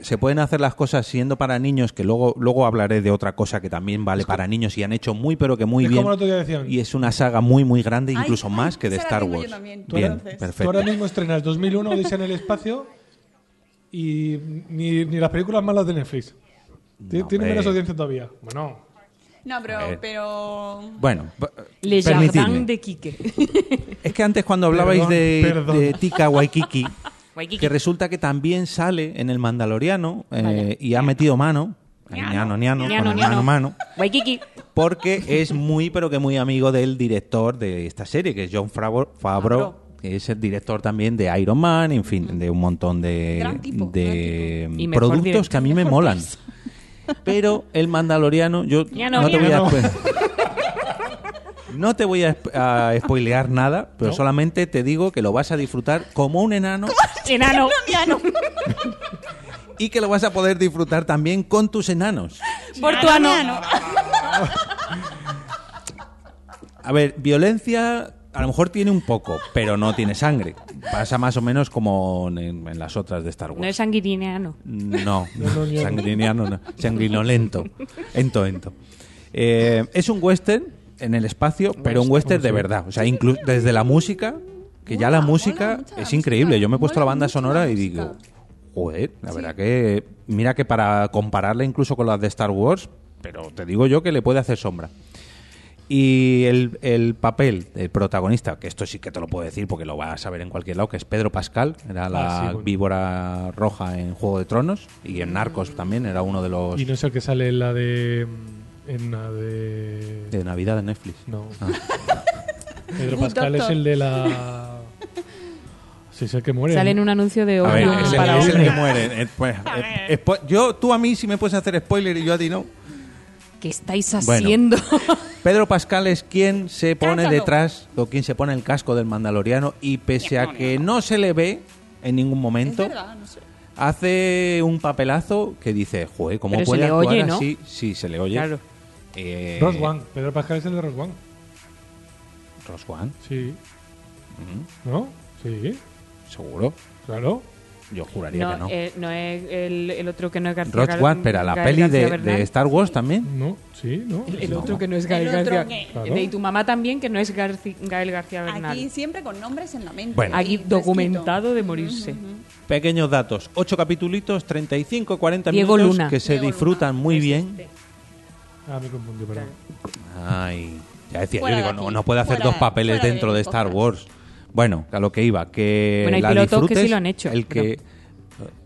Speaker 1: se pueden hacer las cosas siendo para niños, que luego luego hablaré de otra cosa que también vale para niños y han hecho muy pero que muy
Speaker 2: es
Speaker 1: bien.
Speaker 2: como el otro día decían.
Speaker 1: Y es una saga muy muy grande,
Speaker 3: Ay,
Speaker 1: incluso
Speaker 3: ay,
Speaker 1: más que de
Speaker 3: esa la
Speaker 1: Star
Speaker 3: tengo yo
Speaker 1: Wars.
Speaker 3: también. Tú
Speaker 1: Bien,
Speaker 3: entonces.
Speaker 1: perfecto.
Speaker 2: Tú ahora mismo estrenas 2001, Odisea en el espacio y ni, ni las películas malas de Netflix. Ti-
Speaker 1: No,
Speaker 2: Tiene
Speaker 1: hombre.
Speaker 2: menos audiencia todavía. Bueno,
Speaker 3: No,
Speaker 1: A
Speaker 3: pero,
Speaker 1: ver.
Speaker 3: pero.
Speaker 1: Bueno, p-
Speaker 4: Le
Speaker 1: permitidme.
Speaker 4: Jardin de Quique.
Speaker 1: Es que antes cuando hablabais
Speaker 2: Perdón,
Speaker 1: de,
Speaker 2: perdón.
Speaker 1: de Tika Waikiki,
Speaker 4: Waikiki.
Speaker 1: que resulta que también sale en el Mandaloriano eh,
Speaker 4: Vaya.
Speaker 1: y ha metido mano, Ay, ñano, ñano,
Speaker 4: Ñano,
Speaker 1: bueno,
Speaker 4: ñano.
Speaker 1: mano, mano,
Speaker 4: Waikiki.
Speaker 1: porque es muy pero que muy amigo del director de esta serie, que es John Favreau, Favreau, que es el director también de Iron Man, en fin, de un montón de,
Speaker 3: Gran tipo,
Speaker 1: de
Speaker 4: gran tipo. Y mejor
Speaker 1: productos
Speaker 4: director,
Speaker 1: que a mí me
Speaker 4: mejor
Speaker 1: molan.
Speaker 4: pez.
Speaker 1: Pero el Mandaloriano, yo
Speaker 4: Ñano,
Speaker 1: no te voy a
Speaker 4: ñano.
Speaker 1: expo- no te voy a, sp- a spoilear nada, pero solamente te digo que lo vas a disfrutar como un enano
Speaker 4: Enano.
Speaker 1: y que lo vas a poder disfrutar también con tus enanos.
Speaker 4: Portuano.
Speaker 1: A ver, violencia a lo mejor tiene un poco, pero no tiene sangre. Pasa más o menos como en, en las otras de Star
Speaker 4: No
Speaker 1: Wars.
Speaker 4: es sanguineano.
Speaker 1: No,
Speaker 2: No, no, no.
Speaker 1: sangriniano no, sangrinolento, ento, ento. Eh, es un western en el espacio, pero un western de verdad. O sea, inclu- desde la música, que ya la
Speaker 3: Mola, mola
Speaker 1: música
Speaker 3: mucho la
Speaker 1: es increíble.
Speaker 3: música,
Speaker 1: Yo me he puesto la
Speaker 3: mola
Speaker 1: banda
Speaker 3: mucho la
Speaker 1: sonora y
Speaker 3: música.
Speaker 1: digo, joder, la verdad que, mira que para compararla incluso con las de Star Wars, pero te digo yo que le puede hacer sombra. Y el, el papel del protagonista, que esto sí que te lo puedo decir porque lo vas a ver en cualquier lado, que es Pedro Pascal, era la
Speaker 2: Ah, sí, bueno.
Speaker 1: víbora roja en Juego de Tronos y en Narcos también, era uno de los
Speaker 2: y no es el que sale en la de... mm, En la de...
Speaker 1: de Navidad de Netflix.
Speaker 2: No.
Speaker 1: Ah.
Speaker 2: Pedro
Speaker 3: Good
Speaker 2: Pascal es
Speaker 3: doctor.
Speaker 2: el de la... Sí, es el que muere.
Speaker 4: Sale en una anuncio de
Speaker 1: A
Speaker 4: Oprah
Speaker 1: ver, es el,
Speaker 4: para
Speaker 1: es el que
Speaker 4: hombres.
Speaker 1: muere. Eh, pues, eh, spo- yo, tú a mí si me puedes hacer spoiler y yo a ti no.
Speaker 4: ¿Qué estáis
Speaker 1: Bueno.
Speaker 4: haciendo?
Speaker 1: Pedro Pascal es quien se pone
Speaker 3: Cállalo.
Speaker 1: detrás o quien se pone el casco del mandaloriano y pese a que no se le ve en ningún
Speaker 3: Es
Speaker 1: momento,
Speaker 3: verdad, no sé.
Speaker 1: hace un papelazo que dice, joder, ¿cómo
Speaker 4: Pero se
Speaker 1: puede
Speaker 4: le
Speaker 1: actuar
Speaker 4: oye, ¿no?
Speaker 1: así? Sí, se le oye.
Speaker 4: Claro.
Speaker 1: Eh,
Speaker 2: Ross One. Pedro Pascal es el de Ross One.
Speaker 1: Ross One,
Speaker 2: Sí.
Speaker 1: Mm-hmm.
Speaker 2: ¿No? Sí.
Speaker 1: seguro.
Speaker 2: Claro.
Speaker 1: Yo juraría que
Speaker 4: No,
Speaker 1: no.
Speaker 4: eh, no es el, el otro que no es García
Speaker 1: Ross
Speaker 4: Gar-
Speaker 1: One, pero la
Speaker 4: Gael
Speaker 1: peli
Speaker 4: García
Speaker 1: de,
Speaker 4: Bernal.
Speaker 1: de Star Wars también.
Speaker 2: No. Sí, no.
Speaker 4: El, el
Speaker 1: No.
Speaker 4: otro que no es
Speaker 3: El
Speaker 4: Gael
Speaker 3: otro
Speaker 4: García.
Speaker 3: que-
Speaker 2: Claro.
Speaker 4: De- Y tu mamá también, que no es Garci- Gael García Bernal.
Speaker 3: Aquí siempre con nombres en la mente.
Speaker 1: Bueno.
Speaker 4: Aquí
Speaker 3: Y fresquito.
Speaker 4: documentado de morirse.
Speaker 1: Pequeños datos, ocho capitulitos, 35, 40
Speaker 4: Diego
Speaker 1: minutos
Speaker 4: Luna.
Speaker 1: que se
Speaker 3: Diego Luna.
Speaker 1: disfrutan muy bien.
Speaker 2: Ah, me confundí, perdón.
Speaker 1: Ay, ya decía, yo
Speaker 3: Fuera de
Speaker 1: digo, no,
Speaker 3: aquí,
Speaker 1: no puede hacer
Speaker 3: fuera
Speaker 1: dos
Speaker 3: de-
Speaker 1: papeles
Speaker 3: fuera de
Speaker 1: dentro
Speaker 3: mi
Speaker 1: de Star
Speaker 3: podcast.
Speaker 1: Wars. Bueno, a lo que iba, que
Speaker 4: Bueno, hay
Speaker 1: la
Speaker 4: pilotos que
Speaker 1: disfrutes,
Speaker 4: sí lo han hecho,
Speaker 1: El que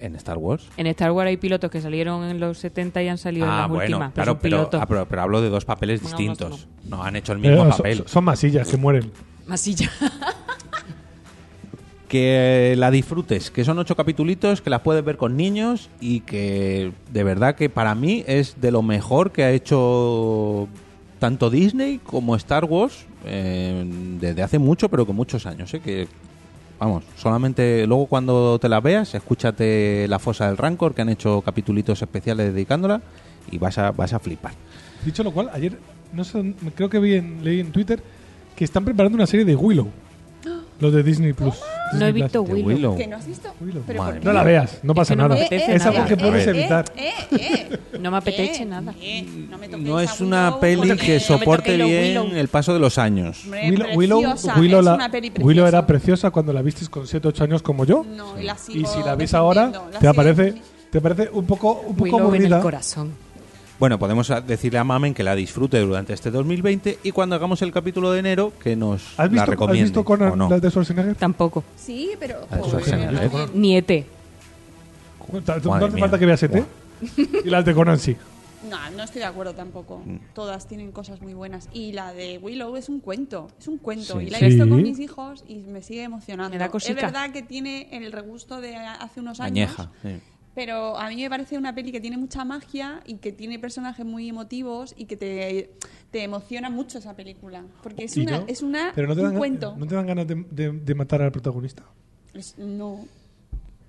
Speaker 1: en Star Wars.
Speaker 4: En Star Wars hay pilotos que salieron en los 70 y han salido en
Speaker 1: ah,
Speaker 4: las
Speaker 1: bueno,
Speaker 4: últimas.
Speaker 1: claro,
Speaker 4: son
Speaker 1: pero,
Speaker 4: pilotos.
Speaker 1: ah, pero, pero hablo de dos papeles
Speaker 4: No, no,
Speaker 1: distintos. No, han hecho el
Speaker 2: Eh,
Speaker 1: mismo
Speaker 2: son-
Speaker 1: papel.
Speaker 2: Son, masillas que mueren.
Speaker 4: Masilla.
Speaker 1: que la disfrutes, que son ocho capitulitos, que las puedes ver con niños y que de verdad que para mí es de lo mejor que ha hecho tanto Disney como Star Wars eh, desde hace mucho, pero que muchos años, ¿eh? que vamos, solamente luego cuando te las veas, escúchate La Fosa del Rancor, que han hecho capitulitos especiales dedicándola y vas a, vas a flipar.
Speaker 2: Dicho lo cual, ayer, no sé, dónde- creo que vi en- leí en Twitter que están preparando una serie de Willow. Los de Disney Plus.
Speaker 4: No
Speaker 2: Disney
Speaker 4: he
Speaker 2: Plus.
Speaker 4: visto
Speaker 1: De
Speaker 4: Willow.
Speaker 1: Willow.
Speaker 3: ¿Que no has visto?
Speaker 2: Willow.
Speaker 3: Pero
Speaker 1: Madre
Speaker 3: por-
Speaker 2: No la veas, no pasa
Speaker 4: que no
Speaker 2: nada.
Speaker 4: me apetece
Speaker 2: Esa
Speaker 4: nada.
Speaker 2: porque
Speaker 4: Eh,
Speaker 2: puedes
Speaker 1: eh,
Speaker 2: evitar.
Speaker 3: Eh, eh,
Speaker 4: No me apetece
Speaker 3: eh,
Speaker 4: nada.
Speaker 3: eh, no me toques
Speaker 1: No
Speaker 3: a
Speaker 1: es una
Speaker 3: Willow,
Speaker 1: peli
Speaker 3: porque
Speaker 1: que
Speaker 3: no me toques
Speaker 1: soporte
Speaker 4: Willow,
Speaker 1: bien
Speaker 4: Willow.
Speaker 1: el paso de los años.
Speaker 3: Hombre,
Speaker 2: Willow, Willow-
Speaker 3: preciosa,
Speaker 2: Willow
Speaker 3: es
Speaker 2: la-
Speaker 3: una peli
Speaker 2: Willow
Speaker 3: preciosa.
Speaker 2: era preciosa cuando la visteis con 7, 8 años como yo.
Speaker 3: No, y la
Speaker 2: Y
Speaker 3: sigo
Speaker 2: si la ves
Speaker 3: defendiendo,
Speaker 2: ahora,
Speaker 3: la
Speaker 2: te
Speaker 3: sigo-
Speaker 2: parece, te parece un poco, un poco
Speaker 4: Willow en el
Speaker 2: aburrida.
Speaker 4: corazón.
Speaker 1: Bueno, podemos a- decirle a Mamen que la disfrute durante este 2020 y cuando hagamos el capítulo de enero que nos
Speaker 2: ¿Has
Speaker 1: la
Speaker 2: visto, ¿Has
Speaker 1: recomiende.
Speaker 2: visto Conan,
Speaker 1: ¿o no?
Speaker 2: las de Schwarzenegger?
Speaker 4: Tampoco. E
Speaker 3: Sí, pero...
Speaker 1: Ah, eso
Speaker 3: joder,
Speaker 1: es genial, ¿eh?
Speaker 3: no.
Speaker 4: Niete.
Speaker 2: Ta- No
Speaker 1: Madre
Speaker 2: hace
Speaker 1: mía.
Speaker 2: falta que veas ET. Y las de Conan sí.
Speaker 3: No, no estoy de acuerdo tampoco.
Speaker 1: Mm.
Speaker 3: Todas tienen cosas muy buenas. Y la de Willow es un cuento, es un cuento.
Speaker 1: Sí.
Speaker 3: y la
Speaker 2: Sí.
Speaker 3: he visto con mis hijos y me sigue emocionando.
Speaker 4: Me da cosica.
Speaker 3: Es verdad que tiene el regusto de hace unos años.
Speaker 1: Añeja. sí.
Speaker 3: Pero a mí me parece una peli que tiene mucha magia y que tiene personajes muy emotivos y que te, te emociona mucho esa película. Porque es
Speaker 2: Y
Speaker 3: una,
Speaker 2: no-
Speaker 3: es una,
Speaker 2: pero no te
Speaker 3: un
Speaker 2: dan, ga-
Speaker 3: cuento.
Speaker 2: ¿No te dan ganas de, de- de matar al protagonista?
Speaker 3: Es- no.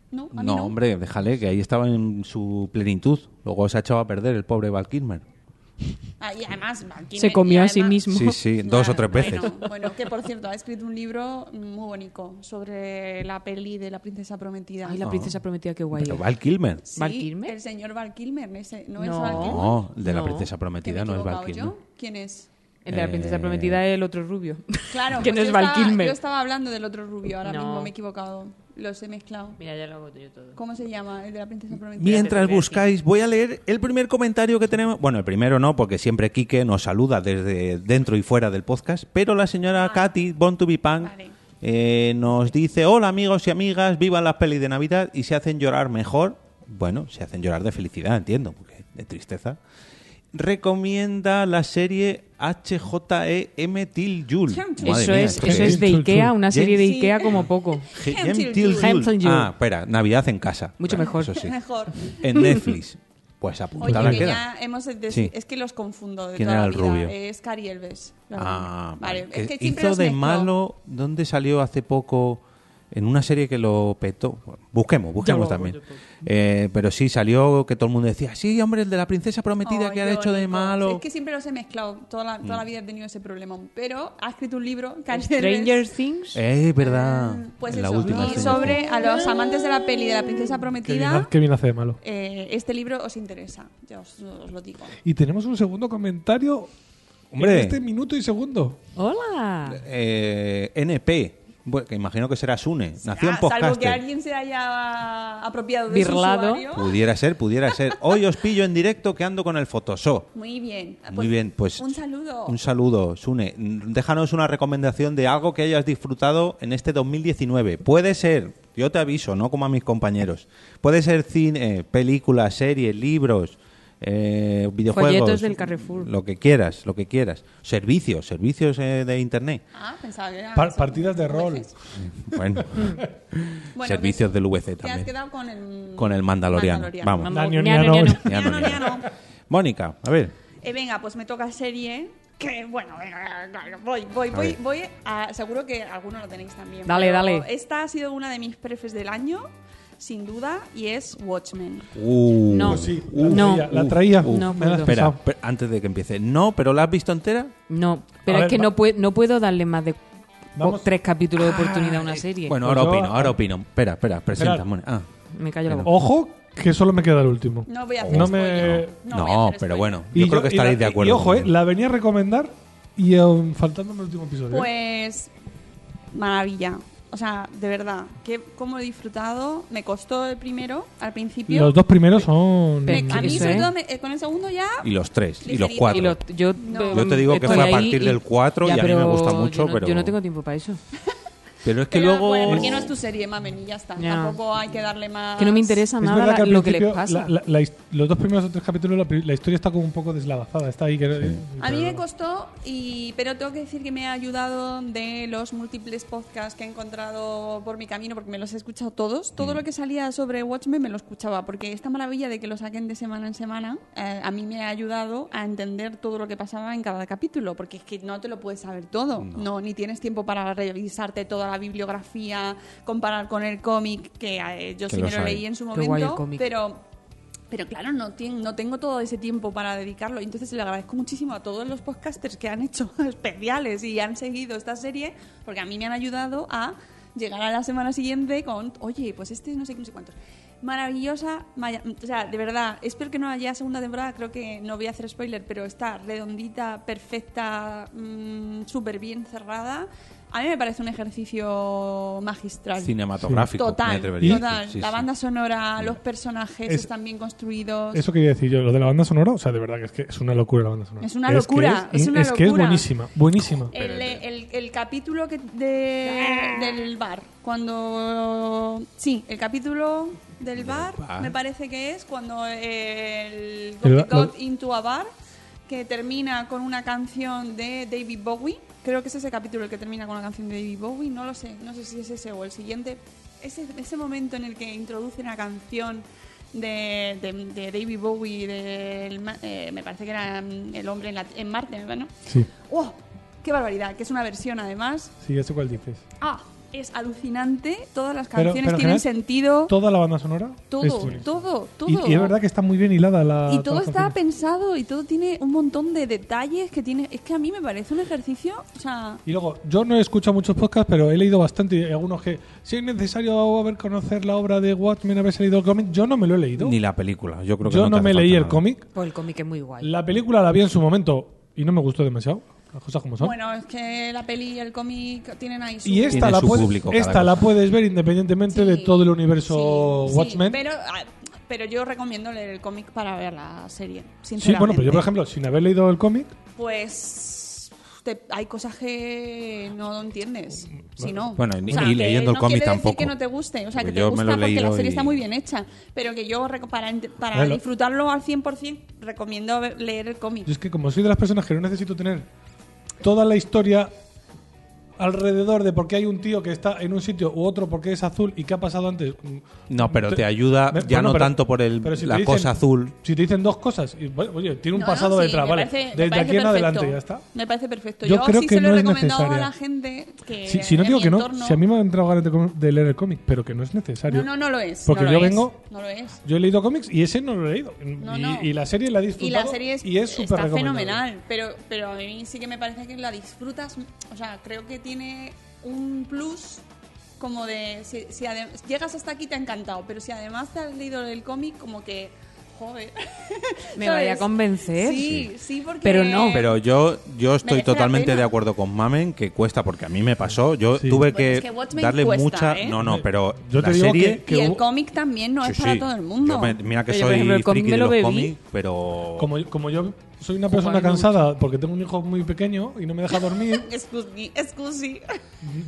Speaker 3: No, a mí
Speaker 1: No, hombre, déjale, que ahí estaba en su plenitud. Luego se ha echado a perder el pobre Val Kilmer.
Speaker 3: Ah, y además, Val Kilmer-
Speaker 4: Se comió
Speaker 3: y
Speaker 4: a sí
Speaker 3: además-
Speaker 4: mismo.
Speaker 1: Sí, sí, dos o tres veces.
Speaker 3: Bueno, bueno, que por cierto, ha escrito un libro muy bonito sobre la peli de la princesa prometida.
Speaker 1: Ah.
Speaker 4: Ay, la princesa prometida, qué guay. E
Speaker 1: Pero
Speaker 4: es.
Speaker 1: Val Kilmer.
Speaker 3: Sí,
Speaker 4: ¿Val Kilmer?
Speaker 3: El señor Val Kilmer, ese, no, es
Speaker 4: No.
Speaker 3: Val Kilmer.
Speaker 1: No, de la
Speaker 4: No.
Speaker 1: princesa
Speaker 3: ¿Que me
Speaker 1: prometida
Speaker 3: he
Speaker 1: no es Val
Speaker 3: equivocado
Speaker 1: Kilmer.
Speaker 3: yo? ¿Quién es?
Speaker 4: El de la princesa
Speaker 1: Eh.
Speaker 4: prometida es el otro rubio.
Speaker 3: Claro,
Speaker 4: que
Speaker 3: pues
Speaker 4: no es
Speaker 3: yo
Speaker 4: Val
Speaker 3: estaba-
Speaker 4: Kilmer.
Speaker 3: Yo estaba hablando del otro rubio, ahora
Speaker 4: No.
Speaker 3: mismo me he equivocado. Los he mezclado.
Speaker 4: Mira, ya lo hago yo todo.
Speaker 3: ¿Cómo se llama el de la princesa prometida?
Speaker 1: Mientras
Speaker 4: te voy a
Speaker 1: buscáis, voy a leer el primer comentario que tenemos. Bueno, el primero no, porque siempre Quique nos saluda desde dentro y fuera del podcast. Pero la señora Katy, Born to be Punk,
Speaker 3: Vale.
Speaker 1: eh, nos dice: Hola amigos y amigas, vivan las pelis de Navidad y se hacen llorar mejor. Bueno, se hacen llorar de felicidad, entiendo, porque de tristeza. Recomienda la serie HJEM Till Jul.
Speaker 3: Eso
Speaker 1: Madre
Speaker 4: Eso
Speaker 1: mía,
Speaker 4: es,
Speaker 1: ¿esto
Speaker 4: eso
Speaker 1: qué
Speaker 4: es de
Speaker 2: Chul, chul.
Speaker 4: Ikea, una serie de
Speaker 3: Sí.
Speaker 4: Ikea como poco.
Speaker 1: Hem
Speaker 3: Hem
Speaker 1: Till
Speaker 3: Till
Speaker 1: Jul.
Speaker 4: Hem Till Jul.
Speaker 1: Ah, espera, Navidad en casa.
Speaker 4: Mucho
Speaker 1: Vale,
Speaker 4: mejor.
Speaker 1: Eso sí.
Speaker 3: Mejor.
Speaker 1: En Netflix. Pues
Speaker 3: Oye,
Speaker 1: apuntada
Speaker 3: que
Speaker 1: queda.
Speaker 3: ya hemos de-
Speaker 1: Sí.
Speaker 3: es que los confundo de
Speaker 1: ¿Quién
Speaker 3: toda
Speaker 1: era
Speaker 3: la
Speaker 1: el
Speaker 3: vida.
Speaker 1: rubio?
Speaker 3: Es Cari Elves. la
Speaker 1: Ah,
Speaker 3: rubia.
Speaker 1: vale.
Speaker 3: Es
Speaker 1: Que
Speaker 3: que siempre
Speaker 1: hizo
Speaker 3: los
Speaker 1: de
Speaker 3: mezclo.
Speaker 1: malo, ¿dónde salió hace poco? En una serie que lo petó. Busquemos, busquemos también. Eh, pero sí, salió que todo el mundo decía, sí, hombre, el de la princesa prometida
Speaker 3: Ay,
Speaker 1: que
Speaker 3: qué
Speaker 1: han hecho de
Speaker 3: bonito.
Speaker 1: malo. Mm.
Speaker 3: Es que siempre los he mezclado. Toda la, toda la vida he tenido ese problema. Pero ha escrito un libro, Cari
Speaker 4: Stranger
Speaker 3: Elves.
Speaker 4: Things.
Speaker 1: Eh, verdad.
Speaker 3: Pues
Speaker 1: en
Speaker 3: eso.
Speaker 1: la última
Speaker 3: y
Speaker 1: escena,
Speaker 3: sobre
Speaker 1: sí.
Speaker 3: a los amantes de la peli de la princesa
Speaker 2: Qué bien,
Speaker 3: prometida,
Speaker 2: qué bien hace de malo.
Speaker 3: eh, este libro os interesa. Ya os, os lo digo.
Speaker 2: Y tenemos un segundo comentario
Speaker 1: Hombre.
Speaker 2: en este minuto y segundo.
Speaker 4: Hola.
Speaker 1: Eh, NP, bueno, que imagino que será Sune. Nació en
Speaker 3: Ah, salvo que
Speaker 1: Podcaster.
Speaker 3: alguien se haya apropiado de su
Speaker 4: Birlado.
Speaker 3: usuario.
Speaker 1: Pudiera ser, pudiera ser. Hoy os pillo en directo que ando con el Photoshop.
Speaker 3: Muy bien. Ah,
Speaker 1: Muy bien, pues.
Speaker 3: Un saludo.
Speaker 1: Un saludo, Sune. Mm, Déjanos una recomendación de algo que hayas disfrutado en este 2019. Puede ser, yo te aviso, no como a mis compañeros. Puede ser cine, eh, películas, series, libros, eh, videojuegos.
Speaker 4: Folletos del Carrefour.
Speaker 1: Lo que quieras, lo que quieras. Servicios, servicios eh, de internet.
Speaker 3: Ah, Pues pensaba que era-
Speaker 2: Par- partidas de rol.
Speaker 1: Bueno,
Speaker 3: Bueno,
Speaker 1: servicios
Speaker 3: que-
Speaker 1: del VC
Speaker 3: Te has
Speaker 1: también.
Speaker 3: quedado con el,
Speaker 1: Con el Mandaloriano. Vamos.
Speaker 4: Mamá,
Speaker 2: Ñano,
Speaker 4: ñano,
Speaker 2: ñano.
Speaker 4: ñano.
Speaker 1: Ya no,
Speaker 3: Ñano,
Speaker 1: ya no.
Speaker 3: ñano.
Speaker 1: Mónica, a ver.
Speaker 3: Eh, venga, pues me toca serie. Que bueno, venga, claro, voy, voy, voy, voy a- seguro que alguno lo tenéis también.
Speaker 4: Dale,
Speaker 3: pero
Speaker 4: dale.
Speaker 3: Esta ha sido una de mis prefes del año, sin duda, y es Watchmen.
Speaker 1: Uh,
Speaker 4: No.
Speaker 2: Pues sí, la
Speaker 4: Uh, no.
Speaker 2: traía. la
Speaker 1: uh,
Speaker 2: traía.
Speaker 1: uh.
Speaker 4: No
Speaker 2: Me la has
Speaker 4: puedo.
Speaker 1: Espera,
Speaker 2: pasado.
Speaker 1: per- antes de que empiece. No, pero ¿la has visto entera?
Speaker 4: No,
Speaker 2: A
Speaker 4: pero
Speaker 2: ver,
Speaker 4: es que
Speaker 2: va-
Speaker 4: no, puedo, no puedo darle más de
Speaker 2: Vamos.
Speaker 4: tres capítulos de oportunidad a
Speaker 3: Eh,
Speaker 1: eh,
Speaker 4: una serie.
Speaker 1: Bueno,
Speaker 2: Pues
Speaker 1: ahora
Speaker 2: yo-
Speaker 1: opino, ahora opino. Espera, espera, presenta,
Speaker 2: Espera.
Speaker 1: Moni. Ah.
Speaker 4: me callo la boca.
Speaker 2: Ojo, que solo me queda el último.
Speaker 3: No voy a hacer
Speaker 2: No
Speaker 3: spoiler.
Speaker 2: me-
Speaker 1: Oh. No,
Speaker 3: voy a hacer
Speaker 1: pero
Speaker 3: spoiler.
Speaker 1: bueno,
Speaker 2: Y
Speaker 1: yo, creo que
Speaker 2: y la-
Speaker 1: estaréis de acuerdo.
Speaker 2: Y ojo, eh,
Speaker 1: conmigo.
Speaker 2: la venía a recomendar y aún faltándome el último episodio. ¿eh?
Speaker 3: Pues maravilla. O sea, de verdad, que cómo he disfrutado. Me costó el primero al principio.
Speaker 2: Los dos primeros son.
Speaker 3: Pues, Me- a mí
Speaker 4: Eso,
Speaker 3: sobre
Speaker 4: ¿eh?
Speaker 3: todo me- eh, con el segundo ya
Speaker 1: Y los tres, y los
Speaker 3: Ligerito.
Speaker 1: cuatro.
Speaker 4: Y lo- yo,
Speaker 3: No.
Speaker 1: Yo te digo que
Speaker 4: estoy
Speaker 1: fue a
Speaker 4: ahí
Speaker 1: partir del cuatro y a mí me
Speaker 4: pero
Speaker 1: gusta mucho,
Speaker 4: yo no,
Speaker 1: pero-
Speaker 4: Yo no tengo tiempo para eso.
Speaker 1: Pero es que
Speaker 3: Pero,
Speaker 1: luego.
Speaker 3: Bueno, porque no es tu serie, mamen, y ya está.
Speaker 4: Ya.
Speaker 3: Tampoco hay que darle más.
Speaker 4: Que no me interesa
Speaker 2: Es
Speaker 4: nada
Speaker 2: verdad
Speaker 4: la-
Speaker 2: al
Speaker 4: lo que les
Speaker 2: principio
Speaker 4: pasa.
Speaker 2: la- la- la his- los dos primeros o tres capítulos, la, pri- la historia está como un poco deslavazada. Está ahí que. eh,
Speaker 3: A mí me costó, y, pero tengo que decir que me ha ayudado de los múltiples podcasts que he encontrado por mi camino, porque me los he escuchado todos. Todo lo que salía sobre Watchmen me lo escuchaba, porque esta maravilla de que lo saquen de semana en semana, eh, a mí me ha ayudado a entender todo lo que pasaba en cada capítulo, porque es que no te lo puedes saber todo, no, ni tienes tiempo para revisarte toda la bibliografía, comparar con el cómic, que eh, yo
Speaker 1: Que
Speaker 3: sí
Speaker 1: lo
Speaker 3: me lo
Speaker 1: sabe.
Speaker 3: leí en su
Speaker 4: Qué guay el
Speaker 3: momento,
Speaker 4: cómic.
Speaker 3: pero Pero claro, no, tien- no tengo todo ese tiempo para dedicarlo. Y Entonces le agradezco muchísimo a todos los podcasters que han hecho especiales y han seguido esta serie, porque a mí me han ayudado a llegar a la semana siguiente con, oye, pues este no sé qué, no sé cuántos. Maravillosa, maya- o sea, de verdad, espero que no haya segunda temporada, creo que no voy a hacer spoiler, pero está redondita, perfecta, mm, súper bien cerrada. A mí me parece un ejercicio magistral.
Speaker 1: Cinematográfico. me
Speaker 3: Total,
Speaker 1: atrevería a decir.
Speaker 3: total.
Speaker 1: Sí,
Speaker 3: la
Speaker 1: sí.
Speaker 3: banda sonora, los personajes
Speaker 2: Es-
Speaker 3: están bien construidos.
Speaker 2: Eso quería decir yo, lo de la banda sonora, o sea, de verdad que es, que es una locura la banda sonora.
Speaker 3: Es una
Speaker 2: que
Speaker 3: locura, es una
Speaker 2: que es
Speaker 3: locura. Eh,
Speaker 2: buenísima, buenísima.
Speaker 3: el, el- el capítulo que de- del bar, cuando... Sí, el capítulo del bar,
Speaker 1: bar.
Speaker 3: me parece que es cuando eh, el
Speaker 2: El
Speaker 3: Gothic
Speaker 2: ba- lo-
Speaker 3: God into a bar, que termina con una canción de David Bowie. Creo que es ese capítulo el que termina con una canción de David Bowie, no lo sé, no sé si es ese o el siguiente. Ese, ese momento en el que introduce una canción de, de, de David Bowie, del ma- eh, me parece que era mm, El hombre en, la- en Marte, ¿no?
Speaker 2: Sí,
Speaker 3: ¡Wow! ¡Oh! ¡Qué barbaridad! Que es una versión además.
Speaker 2: sí, ya sé cuál dices.
Speaker 3: ¡Ah! Es alucinante. Todas las
Speaker 2: Pero-
Speaker 3: canciones
Speaker 2: pero
Speaker 3: tienen
Speaker 2: en general,
Speaker 3: sentido.
Speaker 2: Toda la banda sonora.
Speaker 3: Todo,
Speaker 2: es buenísima.
Speaker 3: todo, todo.
Speaker 2: Y, y es verdad que está muy bien hilada la.
Speaker 3: Y todo está
Speaker 2: transacción.
Speaker 3: pensado y todo tiene un montón de detalles que tiene. Es que a mí me parece un ejercicio. O sea.
Speaker 2: Y luego, yo no he escuchado muchos podcasts, pero he leído bastante. Y hay algunos que, si es necesario haber conocer la obra de Watchmen, haber salido el cómic, yo no me lo he leído.
Speaker 1: Ni la película. Yo creo que
Speaker 2: yo no,
Speaker 1: te
Speaker 2: me
Speaker 1: hace
Speaker 2: leí
Speaker 1: falta
Speaker 2: el
Speaker 1: nada.
Speaker 2: cómic.
Speaker 4: Pues el cómic es muy guay.
Speaker 2: La película la vi en su momento y no me gustó demasiado. Las cosas como son.
Speaker 3: Bueno, es que la peli y el cómic tienen ahí su.
Speaker 2: y esta,
Speaker 1: Tiene
Speaker 2: la
Speaker 1: su
Speaker 2: puedes,
Speaker 1: público cada
Speaker 2: esta la
Speaker 1: cosa.
Speaker 2: puedes ver independientemente de
Speaker 3: Sí,
Speaker 2: todo el universo
Speaker 3: sí, sí,
Speaker 2: Watchmen.
Speaker 3: pero, ah, pero yo recomiendo leer el cómic para ver la serie. Sinceramente.
Speaker 2: Sí, bueno, pero yo, por ejemplo, sin haber leído el cómic,
Speaker 3: pues te- hay cosas que no entiendes. Si no,
Speaker 1: Bueno, y-
Speaker 3: O sea,
Speaker 1: y
Speaker 3: que
Speaker 1: leyendo el
Speaker 3: no
Speaker 1: cómic
Speaker 3: quiere decir
Speaker 1: tampoco.
Speaker 3: que no te guste, o sea, que
Speaker 1: Porque
Speaker 3: te
Speaker 1: yo me
Speaker 3: gusta
Speaker 1: lo he
Speaker 3: porque la
Speaker 1: leído
Speaker 3: serie está
Speaker 1: y-
Speaker 3: muy bien hecha, pero que yo reco- para, ent- para
Speaker 2: Bueno.
Speaker 3: disfrutarlo al 100% recomiendo ver- leer el cómic.
Speaker 2: yo es que como soy de las personas que no necesito tener toda la historia alrededor de por qué hay un tío que está en un sitio u otro, por qué es azul y qué ha pasado antes. mm,
Speaker 1: No, pero te ayuda
Speaker 2: Me-
Speaker 1: ya
Speaker 2: bueno,
Speaker 1: no
Speaker 2: pero-
Speaker 1: tanto por el,
Speaker 2: pero si
Speaker 1: la
Speaker 2: te dicen-
Speaker 1: cosa azul.
Speaker 2: Si te dicen dos cosas, y, bueno, oye, tiene un
Speaker 3: No, no,
Speaker 2: pasado
Speaker 3: sí,
Speaker 2: detrás,
Speaker 3: me
Speaker 2: vale.
Speaker 3: parece- me
Speaker 2: Desde
Speaker 3: parece
Speaker 2: aquí en
Speaker 3: perfecto.
Speaker 2: adelante ya está.
Speaker 3: Me parece perfecto.
Speaker 2: Yo
Speaker 3: Yo,
Speaker 2: creo
Speaker 3: sí
Speaker 2: que
Speaker 3: se lo
Speaker 2: no
Speaker 3: he
Speaker 2: es
Speaker 3: recomendado
Speaker 2: necesaria.
Speaker 3: a la gente que
Speaker 2: Si, si no
Speaker 3: Eh, en
Speaker 2: digo
Speaker 3: mi
Speaker 2: que no,
Speaker 3: entorno-
Speaker 2: si a mí me han entrado ganas de, com- de leer el cómic, pero que no es necesario.
Speaker 3: no, no, no lo es.
Speaker 2: Porque
Speaker 3: no
Speaker 2: yo
Speaker 3: lo es,
Speaker 2: vengo-
Speaker 3: no lo es.
Speaker 2: Yo he leído cómics y ese no lo he leído.
Speaker 3: No,
Speaker 2: y,
Speaker 3: no.
Speaker 2: y la serie la he disfrutado.
Speaker 3: Y la serie es,
Speaker 2: y es súper
Speaker 3: está
Speaker 2: recomendable.
Speaker 3: fenomenal, pero, pero a mí sí que me parece que la disfrutas. O sea, creo que tiene un plus como de. Si, si adem- llegas hasta aquí te ha encantado, pero si además te has leído el cómic, como que. Joder.
Speaker 4: Me
Speaker 3: ¿Sabes?
Speaker 4: vaya a convencer.
Speaker 3: Sí, sí, porque.
Speaker 4: Pero no.
Speaker 1: Pero yo, yo estoy
Speaker 3: Merece la
Speaker 1: totalmente
Speaker 3: pena.
Speaker 1: de acuerdo con Mamen que cuesta, porque a mí me pasó. Yo
Speaker 2: Sí.
Speaker 1: tuve
Speaker 3: Bueno,
Speaker 1: que
Speaker 3: es que Watchmen
Speaker 1: darle
Speaker 3: cuesta,
Speaker 1: mucha.
Speaker 3: ¿eh?
Speaker 1: No, no, pero
Speaker 2: Yo te
Speaker 1: la
Speaker 2: digo
Speaker 1: serie.
Speaker 2: que-
Speaker 3: Y el
Speaker 2: hubo-
Speaker 3: cómic también no
Speaker 1: Sí,
Speaker 3: es para
Speaker 1: sí.
Speaker 3: todo el mundo.
Speaker 1: Yo me- mira que
Speaker 4: Pero yo, por ejemplo,
Speaker 1: soy
Speaker 4: el cómic
Speaker 1: friki
Speaker 4: me
Speaker 1: de
Speaker 4: lo
Speaker 1: los
Speaker 4: bebí.
Speaker 1: cómics, pero.
Speaker 2: Como, yo- como yo soy una
Speaker 4: Ojo, a
Speaker 2: persona
Speaker 4: mí me
Speaker 2: cansada porque tengo un hijo muy pequeño y no me deja dormir,
Speaker 3: Excuse me, excuse me.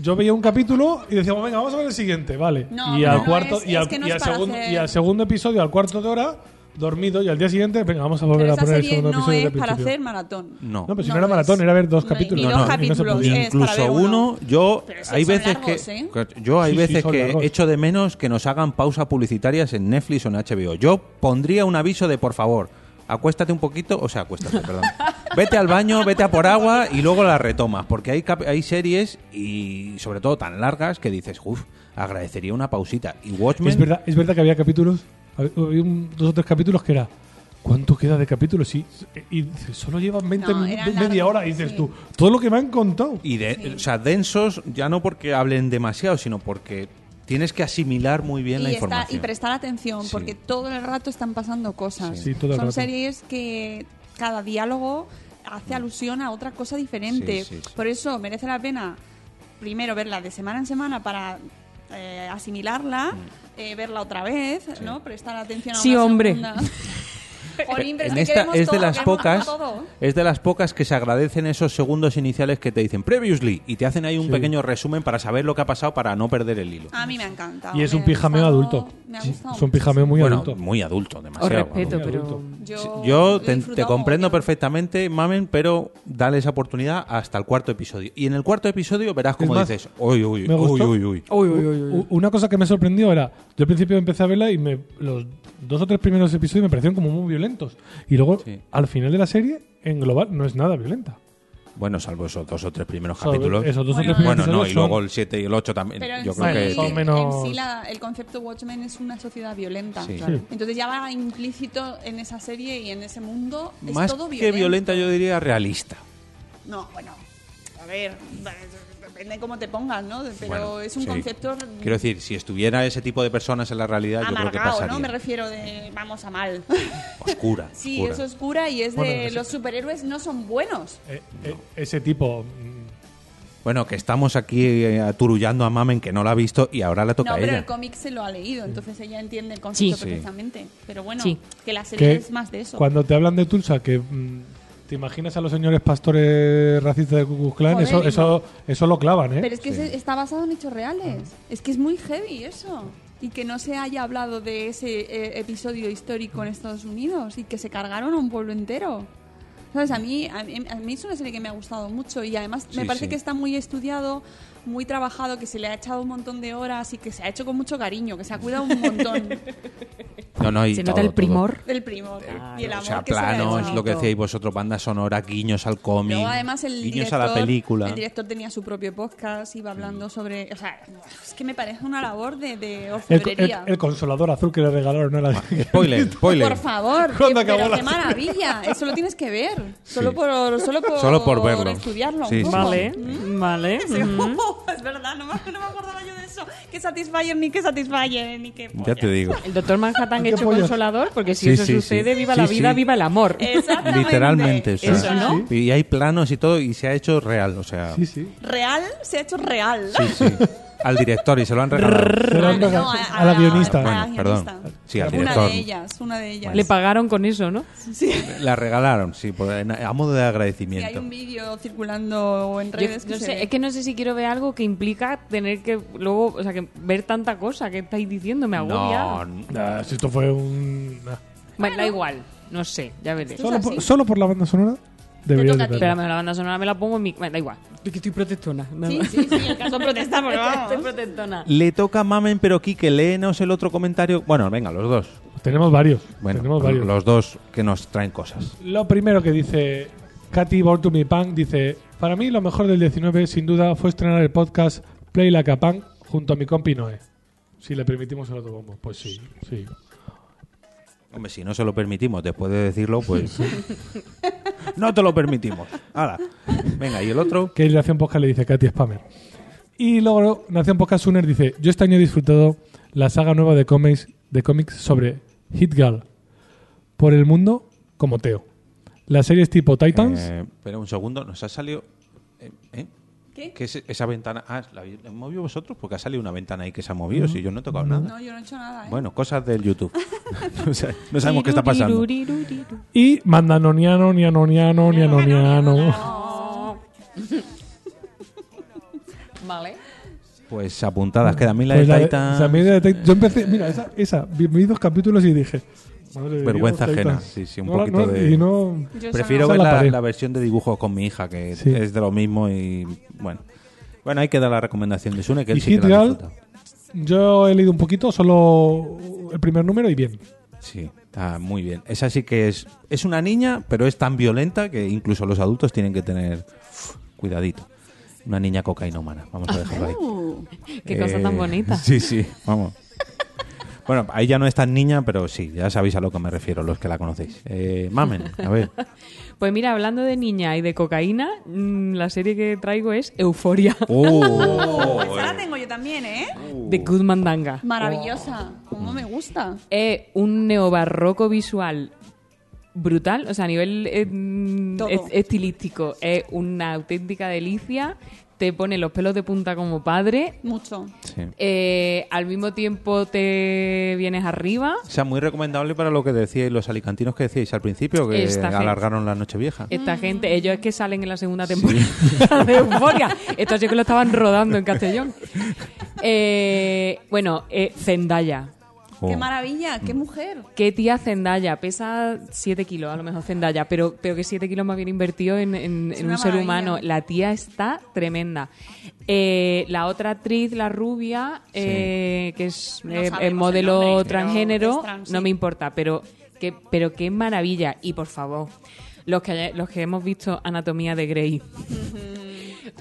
Speaker 2: yo veía un capítulo y decíamos, venga, vamos a ver el siguiente, vale.
Speaker 3: No,
Speaker 2: y
Speaker 3: pero
Speaker 2: al
Speaker 3: no
Speaker 2: cuarto
Speaker 3: es-
Speaker 2: y al
Speaker 3: es que no
Speaker 2: y
Speaker 3: es
Speaker 2: al
Speaker 3: para
Speaker 2: segundo
Speaker 3: hacer-
Speaker 2: y al segundo episodio, al cuarto de hora, dormido y al día siguiente, venga, vamos a volver
Speaker 3: Pero
Speaker 2: a
Speaker 3: esa
Speaker 2: poner el
Speaker 3: serie
Speaker 2: segundo
Speaker 3: no
Speaker 2: episodio
Speaker 3: es
Speaker 2: del
Speaker 3: para
Speaker 2: principio.
Speaker 3: hacer maratón.
Speaker 1: No.
Speaker 2: No, pero si
Speaker 3: No
Speaker 2: no era
Speaker 3: lo es.
Speaker 2: maratón, era ver dos
Speaker 3: No,
Speaker 2: capítulos.
Speaker 3: ni
Speaker 2: No,
Speaker 3: dos
Speaker 2: no, y no se
Speaker 3: capítulos,
Speaker 2: podía.
Speaker 3: es. para
Speaker 1: Incluso
Speaker 3: ver uno.
Speaker 1: uno, yo
Speaker 3: Pero esos
Speaker 1: hay
Speaker 3: son
Speaker 1: veces
Speaker 3: largos,
Speaker 1: que
Speaker 3: ¿eh?
Speaker 1: yo hay
Speaker 2: Sí, sí,
Speaker 1: veces
Speaker 2: son
Speaker 1: que
Speaker 2: largos.
Speaker 1: echo de menos que nos hagan pausas publicitarias en Netflix o en HBO. Yo pondría un aviso de por favor, acuéstate un poquito, o sea, acuéstate, perdón. Vete al baño, vete a por agua y luego la retomas, porque hay cap- hay series y sobre todo tan largas que dices, uff, agradecería una pausita. Y Watchmen
Speaker 2: Es verdad, es verdad que había capítulos, hab- había un- dos o tres capítulos que era. ¿Cuánto queda de capítulos? Y, y dices, solo llevan 20
Speaker 3: No,
Speaker 2: min-
Speaker 3: eran
Speaker 2: media
Speaker 3: largos,
Speaker 2: hora. Y dices
Speaker 3: sí.
Speaker 2: tú, todo lo que me han contado.
Speaker 1: Y de, o sea, densos, ya no porque hablen demasiado, sino porque tienes que asimilar muy bien la
Speaker 3: y, está-
Speaker 1: información.
Speaker 3: y prestar atención,
Speaker 1: Sí.
Speaker 3: porque todo el rato están pasando cosas.
Speaker 2: Sí, todo el
Speaker 3: Son
Speaker 2: rato.
Speaker 3: series que cada diálogo hace alusión a otra cosa diferente.
Speaker 1: Sí, sí, sí.
Speaker 3: Por eso merece la pena, primero, verla de semana en semana para eh, asimilarla,
Speaker 1: Mm.
Speaker 3: eh, verla otra vez, ¿no? Prestar atención a
Speaker 4: Sí,
Speaker 3: una
Speaker 4: hombre.
Speaker 3: segunda. Jolín, pero
Speaker 1: en
Speaker 3: que
Speaker 1: esta
Speaker 3: queremos
Speaker 1: es de
Speaker 3: todo,
Speaker 1: las
Speaker 3: queremos
Speaker 1: pocas
Speaker 3: todo.
Speaker 1: es de las pocas que se agradecen esos segundos iniciales que te dicen previously y te hacen ahí un
Speaker 2: Sí.
Speaker 1: pequeño resumen para saber lo que ha pasado para no perder el hilo
Speaker 3: A mí me ha encantado.
Speaker 2: Y es
Speaker 3: me
Speaker 2: un
Speaker 3: ha
Speaker 2: pijameo
Speaker 3: gustado,
Speaker 2: adulto.
Speaker 3: Me ha
Speaker 2: Sí,
Speaker 3: gustado
Speaker 2: Es un pijameo muy
Speaker 1: bueno
Speaker 2: adulto.
Speaker 1: muy adulto
Speaker 4: Os
Speaker 1: demasiado
Speaker 4: respeto,
Speaker 1: adulto.
Speaker 4: pero.
Speaker 2: adulto.
Speaker 3: muchísimo.
Speaker 1: yo
Speaker 3: lo he
Speaker 1: te, te
Speaker 3: disfrutado
Speaker 1: comprendo
Speaker 3: mogollón.
Speaker 1: perfectamente mamen pero dale esa oportunidad hasta el cuarto episodio y en el cuarto episodio verás como
Speaker 2: más,
Speaker 1: dices uy uy
Speaker 2: me
Speaker 1: uy
Speaker 2: gustó.
Speaker 1: uy uy
Speaker 4: Uy, uy, uy, uy.
Speaker 2: U- Una cosa que me sorprendió era, yo al principio empecé a verla y me, los dos o tres primeros episodios me parecieron como muy violentos. Y luego,
Speaker 1: Sí.
Speaker 2: al final de la serie, en global, no es nada violenta.
Speaker 1: Bueno, salvo esos dos o tres primeros
Speaker 2: Salvo
Speaker 1: capítulos.
Speaker 2: esos dos o
Speaker 1: bueno,
Speaker 2: tres primeros
Speaker 1: no, y
Speaker 2: episodios
Speaker 1: luego
Speaker 2: son-
Speaker 1: el 7 y el 8 también.
Speaker 3: Pero en
Speaker 1: Yo
Speaker 3: sí,
Speaker 1: creo
Speaker 2: Bueno,
Speaker 1: que.
Speaker 2: son
Speaker 1: que-
Speaker 2: menos-
Speaker 3: en sí la- el concepto Watchmen es una sociedad violenta.
Speaker 1: Sí.
Speaker 2: Sí.
Speaker 3: Entonces ya va implícito en esa serie y en ese mundo. Es
Speaker 1: Más
Speaker 3: todo
Speaker 1: que
Speaker 3: violento.
Speaker 1: violenta, yo diría realista.
Speaker 3: No, bueno, a ver, depende cómo te pongas, ¿no? Pero
Speaker 1: Bueno,
Speaker 3: es un
Speaker 1: sí.
Speaker 3: concepto
Speaker 1: Quiero decir, si estuviera ese tipo de personas en la realidad, yo creo que
Speaker 3: amargado,
Speaker 1: pasaría.
Speaker 3: ¿no? Me refiero de vamos a mal.
Speaker 1: Oscura.
Speaker 3: sí,
Speaker 1: oscura. pues
Speaker 3: es oscura y es
Speaker 2: Bueno,
Speaker 3: de
Speaker 2: es-
Speaker 3: los superhéroes no son buenos.
Speaker 2: Eh, eh, ese tipo. mm,
Speaker 1: Bueno, que estamos aquí eh, aturullando a Mamen que no la ha visto y ahora le toca
Speaker 3: no,
Speaker 1: a
Speaker 3: pero
Speaker 1: ella.
Speaker 3: el cómic se lo ha leído, entonces ella entiende el concepto
Speaker 1: Sí.
Speaker 3: perfectamente. Pero bueno,
Speaker 4: Sí.
Speaker 3: que la serie
Speaker 2: que
Speaker 3: es más de eso.
Speaker 2: Cuando te hablan de Tulsa, que mm, te imaginas a los señores pastores racistas de Ku Klux Klan,
Speaker 3: Joder,
Speaker 2: eso,
Speaker 3: y-
Speaker 2: eso, eso lo clavan, ¿eh?
Speaker 3: Pero es que ese- está basado en hechos reales. Es que es muy heavy eso. Y que no se haya hablado de ese eh, episodio histórico en Estados Unidos y que se cargaron a un pueblo entero. ¿Sabes? A mí, a mí, a mí es una serie que me ha gustado mucho y además me
Speaker 1: Sí,
Speaker 3: parece
Speaker 1: sí.
Speaker 3: que está muy estudiado, muy trabajado, que se le ha echado un montón de horas y que se ha hecho con mucho cariño, que se ha cuidado un montón
Speaker 1: No, no, y
Speaker 4: Se
Speaker 1: todo,
Speaker 4: nota el
Speaker 1: todo.
Speaker 4: primor.
Speaker 3: del primo y el
Speaker 1: Eh, o
Speaker 3: amor
Speaker 1: sea,
Speaker 3: que se le ha
Speaker 1: planos,
Speaker 3: echado.
Speaker 1: lo que decíais vosotros, banda sonora, guiños al cómic,
Speaker 3: Luego, además, el
Speaker 1: guiños
Speaker 3: director,
Speaker 1: a la película.
Speaker 3: El director tenía su propio podcast, iba hablando sobre. O sea, es que me parece una labor de, de
Speaker 2: el, co- el-
Speaker 3: orfebrería.
Speaker 2: el consolador azul que le regalaron a la
Speaker 1: Spoiler, spoiler.
Speaker 3: Por favor, que-
Speaker 2: ¿Cuándo acabó
Speaker 3: pero
Speaker 2: la
Speaker 3: qué
Speaker 2: serie?
Speaker 3: maravilla. Eso lo tienes que ver. Solo,
Speaker 1: Sí.
Speaker 3: por, solo por
Speaker 1: Solo por verlo.
Speaker 3: estudiarlo.
Speaker 1: Sí, sí,
Speaker 3: un poco.
Speaker 4: Vale, vale.
Speaker 3: Sí, es verdad, no me, no me acordaba yo de eso. Que Satisfyer ni que Satisfyer ni que.
Speaker 1: Ya te digo.
Speaker 4: El doctor Manhattan hecho
Speaker 2: pollo?
Speaker 4: consolador, porque si
Speaker 1: Sí,
Speaker 4: eso
Speaker 1: sí, sí.
Speaker 4: sucede, viva la
Speaker 1: Sí,
Speaker 4: vida,
Speaker 1: sí.
Speaker 4: viva el amor.
Speaker 3: Eh, Exactamente.
Speaker 1: Literalmente. o sea,
Speaker 4: Eso, ¿no?
Speaker 1: Y hay planos y todo, y se ha hecho real, o sea,
Speaker 2: Sí, sí.
Speaker 3: Real se ha hecho real.
Speaker 1: sí, sí. al director y se lo han regalado.
Speaker 2: Se lo han
Speaker 3: No,
Speaker 2: regalado a la guionista.
Speaker 3: a la
Speaker 1: Bueno, perdón.
Speaker 3: guionista.
Speaker 1: Sí, al
Speaker 3: Una
Speaker 1: director.
Speaker 3: de ellas, una de ellas.
Speaker 4: Le pagaron con eso, ¿no?
Speaker 3: Sí.
Speaker 1: La regalaron, sí, por- en- a modo de
Speaker 3: Si
Speaker 1: agradecimiento.
Speaker 3: hay un vídeo circulando en
Speaker 4: Yo-
Speaker 3: redes
Speaker 4: yo
Speaker 3: que se
Speaker 4: sé-
Speaker 3: ve.
Speaker 4: es que no sé si quiero ver algo que implica tener que luego, o sea, que ver tanta cosa que estáis diciendo, me agobia.
Speaker 1: no, n-
Speaker 2: Nah, si esto fue un. nah.
Speaker 4: Bueno, da igual, no sé, ya veré.
Speaker 3: Esto es
Speaker 2: Solo,
Speaker 3: así.
Speaker 2: por, solo por la banda sonora deberías
Speaker 3: toca a ti.
Speaker 2: de verlo.
Speaker 4: Espérame, la banda sonora me la pongo en mi. Bueno, da igual. Es que estoy protestona.
Speaker 3: Sí, sí, sí, el caso protesta, porque
Speaker 4: Estoy
Speaker 3: vamos.
Speaker 4: protestona.
Speaker 1: Le toca a Mamen, pero Quique, léenos el otro comentario. Bueno, venga, los dos.
Speaker 2: Pues Tenemos varios.
Speaker 1: Bueno,
Speaker 2: tenemos varios.
Speaker 1: los dos que nos traen cosas.
Speaker 2: Lo primero que dice Katy Born to Me Punk dice: Para mí lo mejor del 19, sin duda, fue estrenar el podcast Play la Capán junto a mi compi Noé. Si le permitimos el autobombo. Pues sí, sí.
Speaker 1: Hombre, si no se lo permitimos después de decirlo, pues. no te lo permitimos. Ahora, venga, ¿y el otro?
Speaker 2: que Nación Podcast le dice Katy Spammer. Y luego Nación Podcast Suner dice, yo este año he disfrutado la saga nueva de cómics, de cómics sobre Hit Girl por el mundo como Teo. Las series tipo Titans,
Speaker 1: Eh, espera un segundo, nos ha salido. eh, ¿eh?
Speaker 3: ¿Qué?
Speaker 1: ¿Qué es esa ventana? Ah, ¿la habéis la habéis movido vosotros? Porque ha salido una ventana ahí que se ha movido, si yo no he tocado nada.
Speaker 3: No, yo no he hecho nada, ¿eh?
Speaker 1: Bueno, cosas del YouTube. no sa- no sabemos qué está pasando.
Speaker 4: Tiruriruriru.
Speaker 2: y Mandanoniano, Nianoniano, Nianoniano.
Speaker 4: Vale.
Speaker 1: Pues apuntadas, queda a mí la
Speaker 2: Pues
Speaker 1: de
Speaker 2: la de-
Speaker 1: Titan.
Speaker 2: también la de Titan- Yo empecé, mira, esa, esa, vi, vi dos capítulos y dije... madre de
Speaker 1: Vergüenza
Speaker 2: Dios,
Speaker 1: ajena,
Speaker 2: Titans.
Speaker 1: sí, sí, un
Speaker 2: No la-
Speaker 1: poquito
Speaker 2: no,
Speaker 1: de-
Speaker 2: y no-
Speaker 3: Yo
Speaker 1: Prefiero
Speaker 2: Esa
Speaker 1: ver
Speaker 2: la
Speaker 1: la,
Speaker 2: pared.
Speaker 1: la versión de dibujos con mi hija, que
Speaker 2: Sí.
Speaker 1: es de lo mismo y bueno. Bueno, hay que dar la recomendación de Sune, que él
Speaker 2: Y
Speaker 1: sí
Speaker 2: Hit
Speaker 1: que la ha
Speaker 2: Girl,
Speaker 1: disfrutado.
Speaker 2: yo he leído un poquito, solo el primer número y bien.
Speaker 1: Sí, está muy bien. Esa sí que es, es una niña, pero es tan violenta que incluso los adultos tienen que tener cuidadito. Una niña cocaína humana, vamos a dejarlo ahí.
Speaker 3: Uh,
Speaker 4: Oh, Qué cosa tan
Speaker 1: Eh,
Speaker 4: bonita.
Speaker 1: Sí, sí, vamos. Bueno, ahí ya no es tan niña, pero sí, ya sabéis a lo que me refiero, los que la conocéis. Eh, mamen, a ver.
Speaker 4: Pues mira, hablando de niña y de cocaína, mm, la serie que traigo es Euforia
Speaker 1: ¡Oh!
Speaker 3: esa la tengo yo también, ¿eh?
Speaker 4: de Good Mandanga.
Speaker 3: Maravillosa. ¿Cómo me gusta?
Speaker 4: Es un neobarroco visual brutal, o sea, a nivel eh, mm,
Speaker 3: Todo.
Speaker 4: est- estilístico es una auténtica delicia. Te pone los pelos de punta como padre.
Speaker 3: Mucho.
Speaker 1: Sí.
Speaker 4: eh, al mismo tiempo te vienes arriba.
Speaker 1: O sea, muy recomendable para lo que decíais los alicantinos que decíais al principio, que
Speaker 4: Esta gente.
Speaker 1: alargaron la noche vieja.
Speaker 4: Esta gente, ellos es que salen en la segunda temporada de Euforia. Esto sí que lo estaban rodando en Castellón. Eh, bueno, eh, Zendaya.
Speaker 1: Oh.
Speaker 3: Qué maravilla, qué mujer.
Speaker 4: Qué tía Zendaya, pesa 7 kilos a lo mejor Zendaya, pero, pero que 7 kilos más bien invertido en, en-
Speaker 3: Es
Speaker 4: en
Speaker 3: una
Speaker 4: un ser
Speaker 3: maravilla.
Speaker 4: humano. La tía está tremenda. Eh, la otra actriz, la rubia, eh, que es
Speaker 3: No
Speaker 4: eh,
Speaker 3: sabemos
Speaker 4: eh,
Speaker 3: el
Speaker 4: modelo
Speaker 3: nombre, pero
Speaker 4: transgénero,
Speaker 3: es trans, sí.
Speaker 4: no me importa, pero qué, pero qué maravilla. Y por favor, los que, haya- los que hemos visto Anatomía de Grey.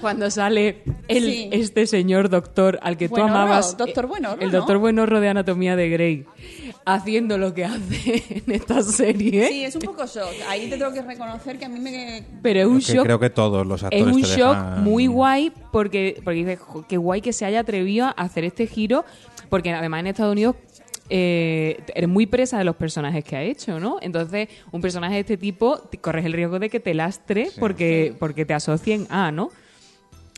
Speaker 4: Cuando sale el,
Speaker 3: Sí.
Speaker 4: este señor doctor al que tú
Speaker 3: Buenorro,
Speaker 4: amabas,
Speaker 3: doctor
Speaker 4: eh,
Speaker 3: Buenorro,
Speaker 4: el
Speaker 3: ¿no?
Speaker 4: doctor Buenorro de Anatomía de Grey, haciendo lo que hace en esta serie,
Speaker 3: Sí, es un poco shock. Ahí te tengo que reconocer que a mí me...
Speaker 4: pero es un
Speaker 1: Que
Speaker 4: shock
Speaker 1: creo que todos los
Speaker 4: es
Speaker 1: actores
Speaker 4: un
Speaker 1: te
Speaker 4: shock
Speaker 1: dejan-
Speaker 4: muy guay porque, porque dices, "Jo, qué guay que se haya atrevido a hacer este giro, porque además en Estados Unidos eh, eres muy presa de los personajes que ha hecho, ¿no? Entonces, un personaje de este tipo te- corres el riesgo de que te lastre porque, porque te asocien a, ¿no?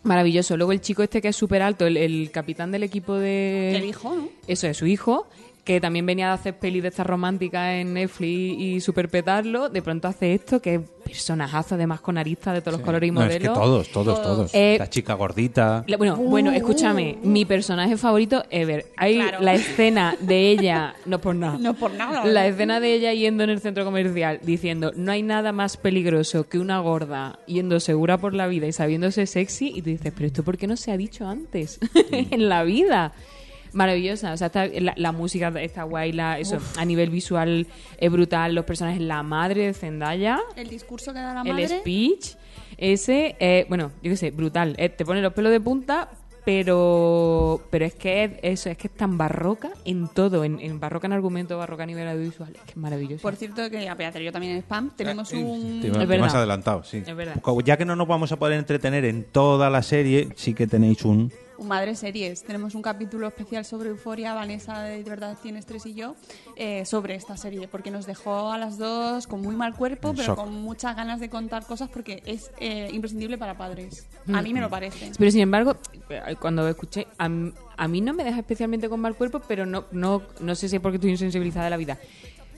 Speaker 4: Maravilloso. Luego el chico este que es súper alto, el, el capitán del equipo de...
Speaker 3: El hijo, ¿no?
Speaker 4: Eso es, su hijo, que también venía de hacer pelis de estas románticas en Netflix y super petarlo, de pronto hace esto, que es personajazo además con aristas de todos los colores y
Speaker 1: No, es
Speaker 4: modelos.
Speaker 1: que todos, todos, todos.
Speaker 4: Eh,
Speaker 1: la chica gordita.
Speaker 4: La- Bueno, bueno, escúchame, mi personaje favorito ever. Hay
Speaker 3: Uh. Claro.
Speaker 4: la escena de ella, no por nada.
Speaker 3: No por nada.
Speaker 4: La escena de ella yendo en el centro comercial diciendo, "No hay nada más peligroso que una gorda yendo segura por la vida y sabiéndose sexy" y tú dices, "Pero esto por qué no se ha dicho antes en la vida?" Maravillosa, o sea, está- la, la música está guay, la, eso, a nivel visual es brutal, los personajes, la madre de Zendaya,
Speaker 3: El discurso que da la
Speaker 4: el
Speaker 3: madre...
Speaker 4: speech ese eh, bueno yo qué sé brutal Eh, te pone los pelos de punta pero pero es que es, eso es que es tan barroca en todo en, en barroca en argumento barroca a nivel audiovisual es que es maravilloso
Speaker 3: Por cierto, que a Beatriz, yo también en spam, tenemos un...
Speaker 1: Ah, Te, te
Speaker 4: verdad.
Speaker 1: me has adelantado, sí.
Speaker 4: Es verdad.
Speaker 1: Como Ya que no nos vamos a poder entretener en toda la serie, sí que tenéis un...
Speaker 3: Madre Series. Tenemos un capítulo especial sobre Euforia, Vanessa de Verdad Tienes Tres y yo, eh, sobre esta serie, porque nos dejó a las dos con muy mal cuerpo,
Speaker 1: En
Speaker 3: pero
Speaker 1: shock.
Speaker 3: con muchas ganas de contar cosas porque es eh, imprescindible para padres. A mí me lo parece.
Speaker 4: Mm. pero sin embargo eh, cuando escuché a, m- a mí no me deja especialmente con mal cuerpo pero no no no sé si es porque estoy insensibilizada de la vida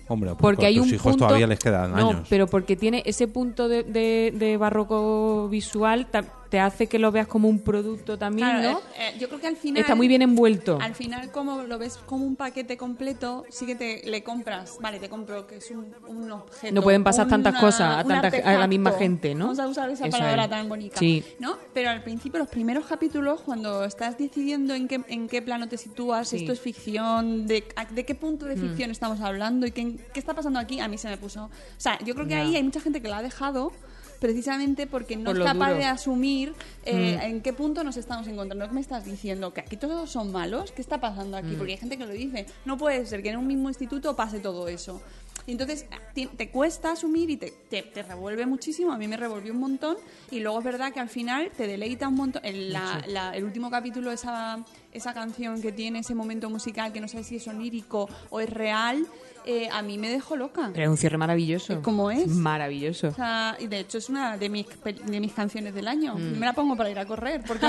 Speaker 1: Hombre, pues
Speaker 4: porque
Speaker 1: con
Speaker 4: hay
Speaker 1: tus
Speaker 4: un
Speaker 1: hijos
Speaker 4: punto-
Speaker 1: todavía les quedan
Speaker 4: no,
Speaker 1: años.
Speaker 4: pero porque tiene ese punto de, de- de barroco visual ta- te hace que lo veas como un producto también
Speaker 3: Claro,
Speaker 4: no
Speaker 3: eh, eh, yo creo que al final.
Speaker 4: Está muy bien envuelto.
Speaker 3: Al final, como lo ves como un paquete completo, sí que te le compras. Vale, te compro, que es un, un objeto.
Speaker 4: No pueden pasar
Speaker 3: una-
Speaker 4: tantas cosas a
Speaker 3: un
Speaker 4: tanta- a la misma
Speaker 3: artefacto.
Speaker 4: gente, ¿no?
Speaker 3: Vamos a usar esa
Speaker 4: Eso
Speaker 3: palabra
Speaker 4: es.
Speaker 3: tan bonita.
Speaker 4: Sí.
Speaker 3: ¿no? Pero al principio, los primeros capítulos, cuando estás decidiendo en qué, en qué plano te sitúas,
Speaker 4: Sí. Mm.
Speaker 3: esto es ficción, de, a- de qué punto de ficción estamos hablando y qué, qué está pasando aquí, a mí se me puso. O sea, yo creo que
Speaker 4: Ya.
Speaker 3: ahí hay mucha gente que la ha dejado precisamente porque no
Speaker 4: Por
Speaker 3: es
Speaker 4: lo
Speaker 3: capaz
Speaker 4: duro.
Speaker 3: de asumir eh, en qué punto nos estamos encontrando. ¿Qué me estás diciendo? ¿Que aquí todos son malos? ¿Qué está pasando aquí? Porque hay gente que lo dice. No puede ser que en un mismo instituto pase todo eso. Y entonces ah, ti- te cuesta asumir y te, te, te revuelve muchísimo. A mí me revolvió un montón. Y luego es verdad que al final te deleita un montón. El, la- la- el último capítulo, esa, esa canción que tiene ese momento musical que no sabes si es onírico o es real, eh, a mí me dejó loca.
Speaker 4: Pero es un cierre maravilloso.
Speaker 3: ¿Y cómo es?
Speaker 4: Maravilloso.
Speaker 3: O sea, y de hecho es una de mis, pel- de mis canciones del año. Me la pongo para ir a correr, porque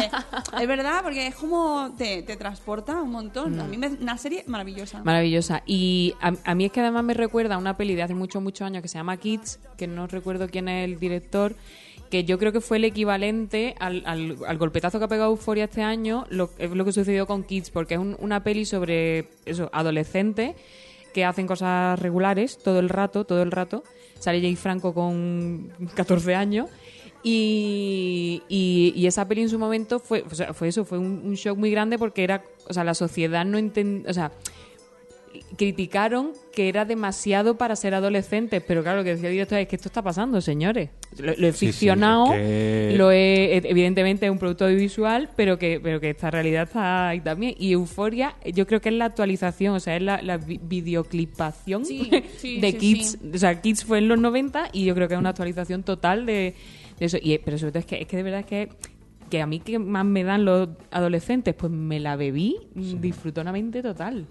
Speaker 3: es verdad, porque es como te, te transporta un montón. A mí me, una serie maravillosa.
Speaker 4: Maravillosa. Y a, a mí es que además me recuerda a una peli de hace muchos, muchos años que se llama Kids, que no recuerdo quién es el director, que yo creo que fue el equivalente al, al- al golpetazo que ha pegado Euforia este año, lo, es lo que sucedió con Kids, porque es un- una peli sobre eso, adolescentes que hacen cosas regulares todo el rato, todo el rato. Sale Jay Franco con 14 años. Y, y- y esa peli en su momento fue, o sea, fue eso, fue un, un shock muy grande porque era, o sea, la sociedad no entendía, o sea, criticaron que era demasiado para ser adolescentes, pero claro, lo que decía el director es que esto está pasando, señores. Lo, lo he
Speaker 1: Sí, sí,
Speaker 4: ficcionado,
Speaker 1: es que-
Speaker 4: lo he, e- evidentemente es un producto audiovisual, pero que, pero que esta realidad está ahí también. Y Euforia, yo creo que es la actualización, o sea, es la, la vi- videoclipación
Speaker 3: Sí, sí,
Speaker 4: de
Speaker 3: sí,
Speaker 4: Kids.
Speaker 3: sí.
Speaker 4: O sea, Kids fue en los 90 y yo creo que es una actualización total de, de eso. Y, eh, pero sobre todo es que, es que de verdad es que que a mí que más me dan los adolescentes, pues me la bebí disfrutonamente total.